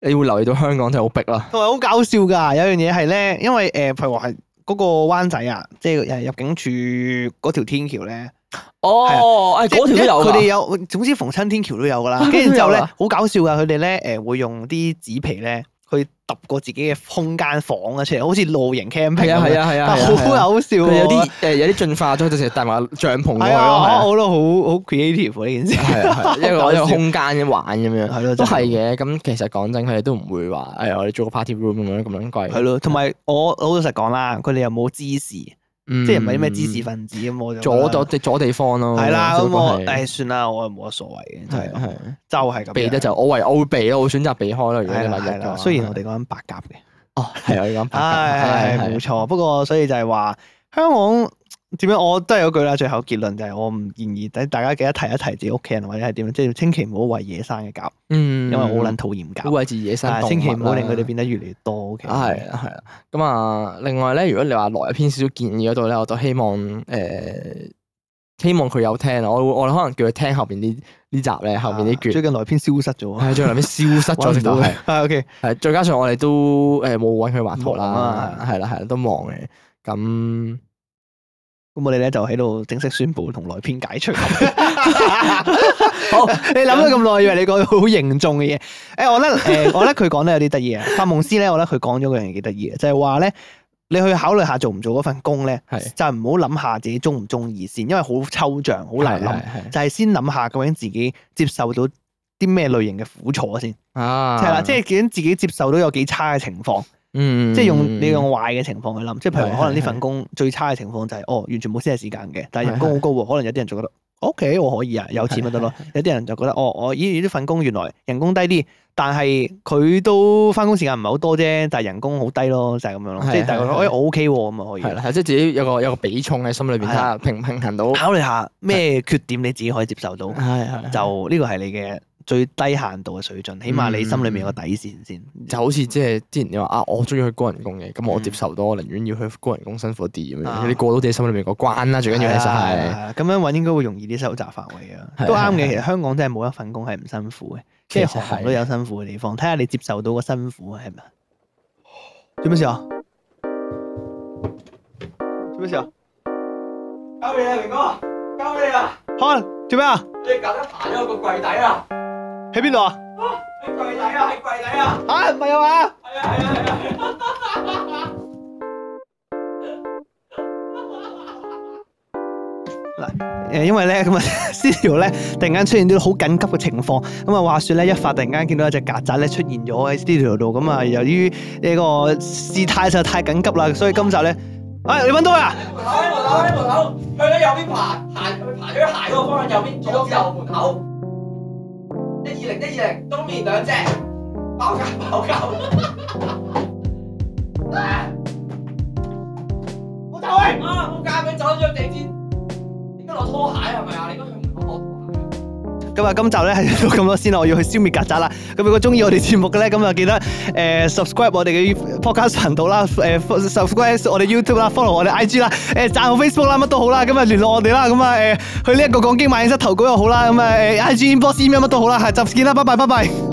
[SPEAKER 2] 你會留意到香港真係好逼啊啦。
[SPEAKER 3] 同埋好搞笑㗎，有樣嘢係咧，因為誒，譬如話係嗰個灣仔啊，即係誒入境處嗰條天橋咧，
[SPEAKER 2] 哦，誒
[SPEAKER 3] 即係
[SPEAKER 2] 嗰條都有
[SPEAKER 3] 佢
[SPEAKER 2] 㗎
[SPEAKER 3] 哋有，總之逢親天橋都有㗎啦
[SPEAKER 2] 啊。
[SPEAKER 3] 跟住之後
[SPEAKER 2] 都有
[SPEAKER 3] 咧，
[SPEAKER 2] 啊
[SPEAKER 3] 好搞笑㗎，佢哋咧誒會用啲紙皮咧去揼過自己嘅空間房啊出嚟，好似露營 camping
[SPEAKER 2] 係啊
[SPEAKER 3] 咁
[SPEAKER 2] 係
[SPEAKER 3] 樣
[SPEAKER 2] 啊係啊，
[SPEAKER 3] 但
[SPEAKER 2] 係啊
[SPEAKER 3] 好
[SPEAKER 2] 係啊
[SPEAKER 3] 搞笑
[SPEAKER 2] 佢
[SPEAKER 3] 喎。
[SPEAKER 2] 有啲誒有啲進化咗，就成日帶埋帳篷過去咯，係
[SPEAKER 3] 係啊，
[SPEAKER 2] 啊
[SPEAKER 3] 我覺得好好 creative 喎呢件事。
[SPEAKER 2] 係啊，係啊一個一個空間咁玩咁樣，
[SPEAKER 3] 係咯，
[SPEAKER 2] 都
[SPEAKER 3] 真
[SPEAKER 2] 係嘅。咁其實講真，佢哋都唔會話誒，我哋租個 party room 咁樣咁樣貴，
[SPEAKER 3] 係咯，同埋我老實講啦，佢哋又冇知識，
[SPEAKER 2] 即
[SPEAKER 3] 即係唔係啲咩知識分子咁，我就
[SPEAKER 2] 嗯阻到地阻地方咯。
[SPEAKER 3] 係啦，
[SPEAKER 2] 只
[SPEAKER 3] 咁
[SPEAKER 2] 不過
[SPEAKER 3] 我
[SPEAKER 2] 係啊
[SPEAKER 3] 誒算啦，我又冇乜所謂嘅，就係
[SPEAKER 2] 係
[SPEAKER 3] 咁
[SPEAKER 2] 係
[SPEAKER 3] 就係咁樣。
[SPEAKER 2] 避得就我為我會避咯，我會選擇避開咯。如果
[SPEAKER 3] 係
[SPEAKER 2] 你
[SPEAKER 3] 啦
[SPEAKER 2] 話
[SPEAKER 3] 係
[SPEAKER 2] 日
[SPEAKER 3] 啦，
[SPEAKER 2] 啦，
[SPEAKER 3] 雖然我哋講緊白鴿嘅，
[SPEAKER 2] 哦係啊，你講白鴿
[SPEAKER 3] 係係冇錯，不過所以就係話香港。點樣我都係嗰句啦，最後結論就係我唔建議，等大家記得提一提自己屋企人或者係點樣，即係千祈唔好餵野生嘅鴿，
[SPEAKER 2] 嗯，
[SPEAKER 3] 因為我好撚討厭
[SPEAKER 2] 好
[SPEAKER 3] 鴿，
[SPEAKER 2] 位置野生
[SPEAKER 3] 啊
[SPEAKER 2] 動物
[SPEAKER 3] 千祈唔好令佢哋
[SPEAKER 2] 啦
[SPEAKER 3] 變得越嚟越多。O K，
[SPEAKER 2] 啊，係啊，係啊。咁啊，另外咧，如果你話來一篇少少建議嗰度咧，我都希望誒、希望佢有聽啊。我會我可能叫佢聽後邊呢呢集咧，後邊呢
[SPEAKER 3] 啊最
[SPEAKER 2] 卷
[SPEAKER 3] 近來啊篇消失咗，
[SPEAKER 2] 係最後尾消失咗，直
[SPEAKER 3] 搵唔
[SPEAKER 2] 到
[SPEAKER 3] 到
[SPEAKER 2] 係
[SPEAKER 3] 啊 O K，
[SPEAKER 2] 係再加上我哋都誒冇揾佢畫圖
[SPEAKER 3] 忙
[SPEAKER 2] 啦
[SPEAKER 3] 啊，
[SPEAKER 2] 係啦係啦，都忙嘅。咁
[SPEAKER 3] 咁我哋咧就喺度正式宣布同萊編解除。
[SPEAKER 2] 好
[SPEAKER 3] 你諗咗咁耐，以為你講好凝重嘅嘢。誒、我覺得誒、 我覺得佢講得有啲得意啊。法夢師咧，我覺得佢講咗嗰樣嘢幾得意嘅，就係話咧，你去考慮下做唔做嗰份工咧，
[SPEAKER 2] 係
[SPEAKER 3] 就唔好諗下自己中唔中意先，因為好抽象，好難諗。
[SPEAKER 2] 諗
[SPEAKER 3] 就係先諗下究竟自己接受到啲咩類型嘅苦楚先，
[SPEAKER 2] 啊，
[SPEAKER 3] 係啦、即係究竟自己接受到有幾差嘅情況。
[SPEAKER 2] 嗯
[SPEAKER 3] 即係用你用壞嘅情況去諗，即係譬如
[SPEAKER 2] 係
[SPEAKER 3] 話可能呢
[SPEAKER 2] 係
[SPEAKER 3] 份工最差嘅情況就係哦，完全冇先係時間嘅，但係人工好高喎，可能有啲 人就覺得 O K 我可以啊，有錢咪得咯。有啲人就覺得哦，我咦呢份工原來人工低啲，但係佢都翻工時間唔係好多啫，但係人工好低咯，就係咁樣咯。
[SPEAKER 2] 係
[SPEAKER 3] 即係大概
[SPEAKER 2] 係
[SPEAKER 3] 誒
[SPEAKER 2] 係
[SPEAKER 3] 我 O K 喎咁啊可
[SPEAKER 2] 係
[SPEAKER 3] 以。
[SPEAKER 2] 啦，係即係自己有個有個比重喺心裏邊，
[SPEAKER 3] 啊
[SPEAKER 2] 睇下平唔平衡到，
[SPEAKER 3] 考慮下咩缺點你自己可以接受到，
[SPEAKER 2] 係係就
[SPEAKER 3] 就呢個係你嘅最低限度嘅水準，起碼你心裏面有個底線先。
[SPEAKER 2] 就好似即係之前你話啊，我中意去高人工嘅，咁我
[SPEAKER 3] 嗯
[SPEAKER 2] 接受到，我寧願要去高人工辛苦啲咁
[SPEAKER 3] 啊
[SPEAKER 2] 樣，你過到自己心裏面個關啦，最緊要其實係，
[SPEAKER 3] 係咁樣揾應該會容易啲收窄範圍啊，
[SPEAKER 2] 係
[SPEAKER 3] 都啱嘅。
[SPEAKER 2] 係
[SPEAKER 3] 其實香港真係冇一份工係唔辛苦嘅，
[SPEAKER 2] 其
[SPEAKER 3] 即係
[SPEAKER 2] 實
[SPEAKER 3] 行行都有辛苦嘅地方，睇下你接受到個辛苦係咪。做咩事啊？做咩事啊？
[SPEAKER 4] 交俾你啊啦，明哥，交俾你啦，
[SPEAKER 3] 看做咩啊？
[SPEAKER 4] 你搞得爬咗個櫃底啦，
[SPEAKER 3] 喺邊度啊？
[SPEAKER 4] 喺櫃底啊，喺櫃底啊，
[SPEAKER 3] 啊唔係啊嘛？
[SPEAKER 4] 係啊係啊係啊。
[SPEAKER 3] 誒，因為咧咁啊 ，Studio 咧突然間出現啲好緊急嘅情況，咁啊話説咧一發突然間見到一隻曱甴咧出現咗喺 Studio 度，咁啊由於呢個事態實在太緊急啦，所以今集咧，啊你揾到啦！
[SPEAKER 4] 門口喺門口喺門口，去咗右邊爬，爬佢爬咗鞋嗰個方向，右邊左右門口，一二零一二零，東面兩隻，包夾包夾。啊我走喂！啊，冇夾佢走咗地氈，點解攞拖鞋係咪啊？你應該去門口攞拖鞋。
[SPEAKER 3] 咁啊，今集咧係到咁多先啦，我要去消滅曱甴啦。咁如果中意我哋節目嘅咧，咁啊記得誒 subscribe 我哋嘅 podcast 頻道啦，誒 subscribe 我哋 YouTube 啦，follow 我哋 IG 啦，誒讚好 Facebook 啦，乜都好啦。咁啊聯絡我哋啦，咁啊誒去呢一個講經萬應室投稿又好啦，咁啊誒 IG inbox email 乜都好啦，下集見啦，拜拜拜拜。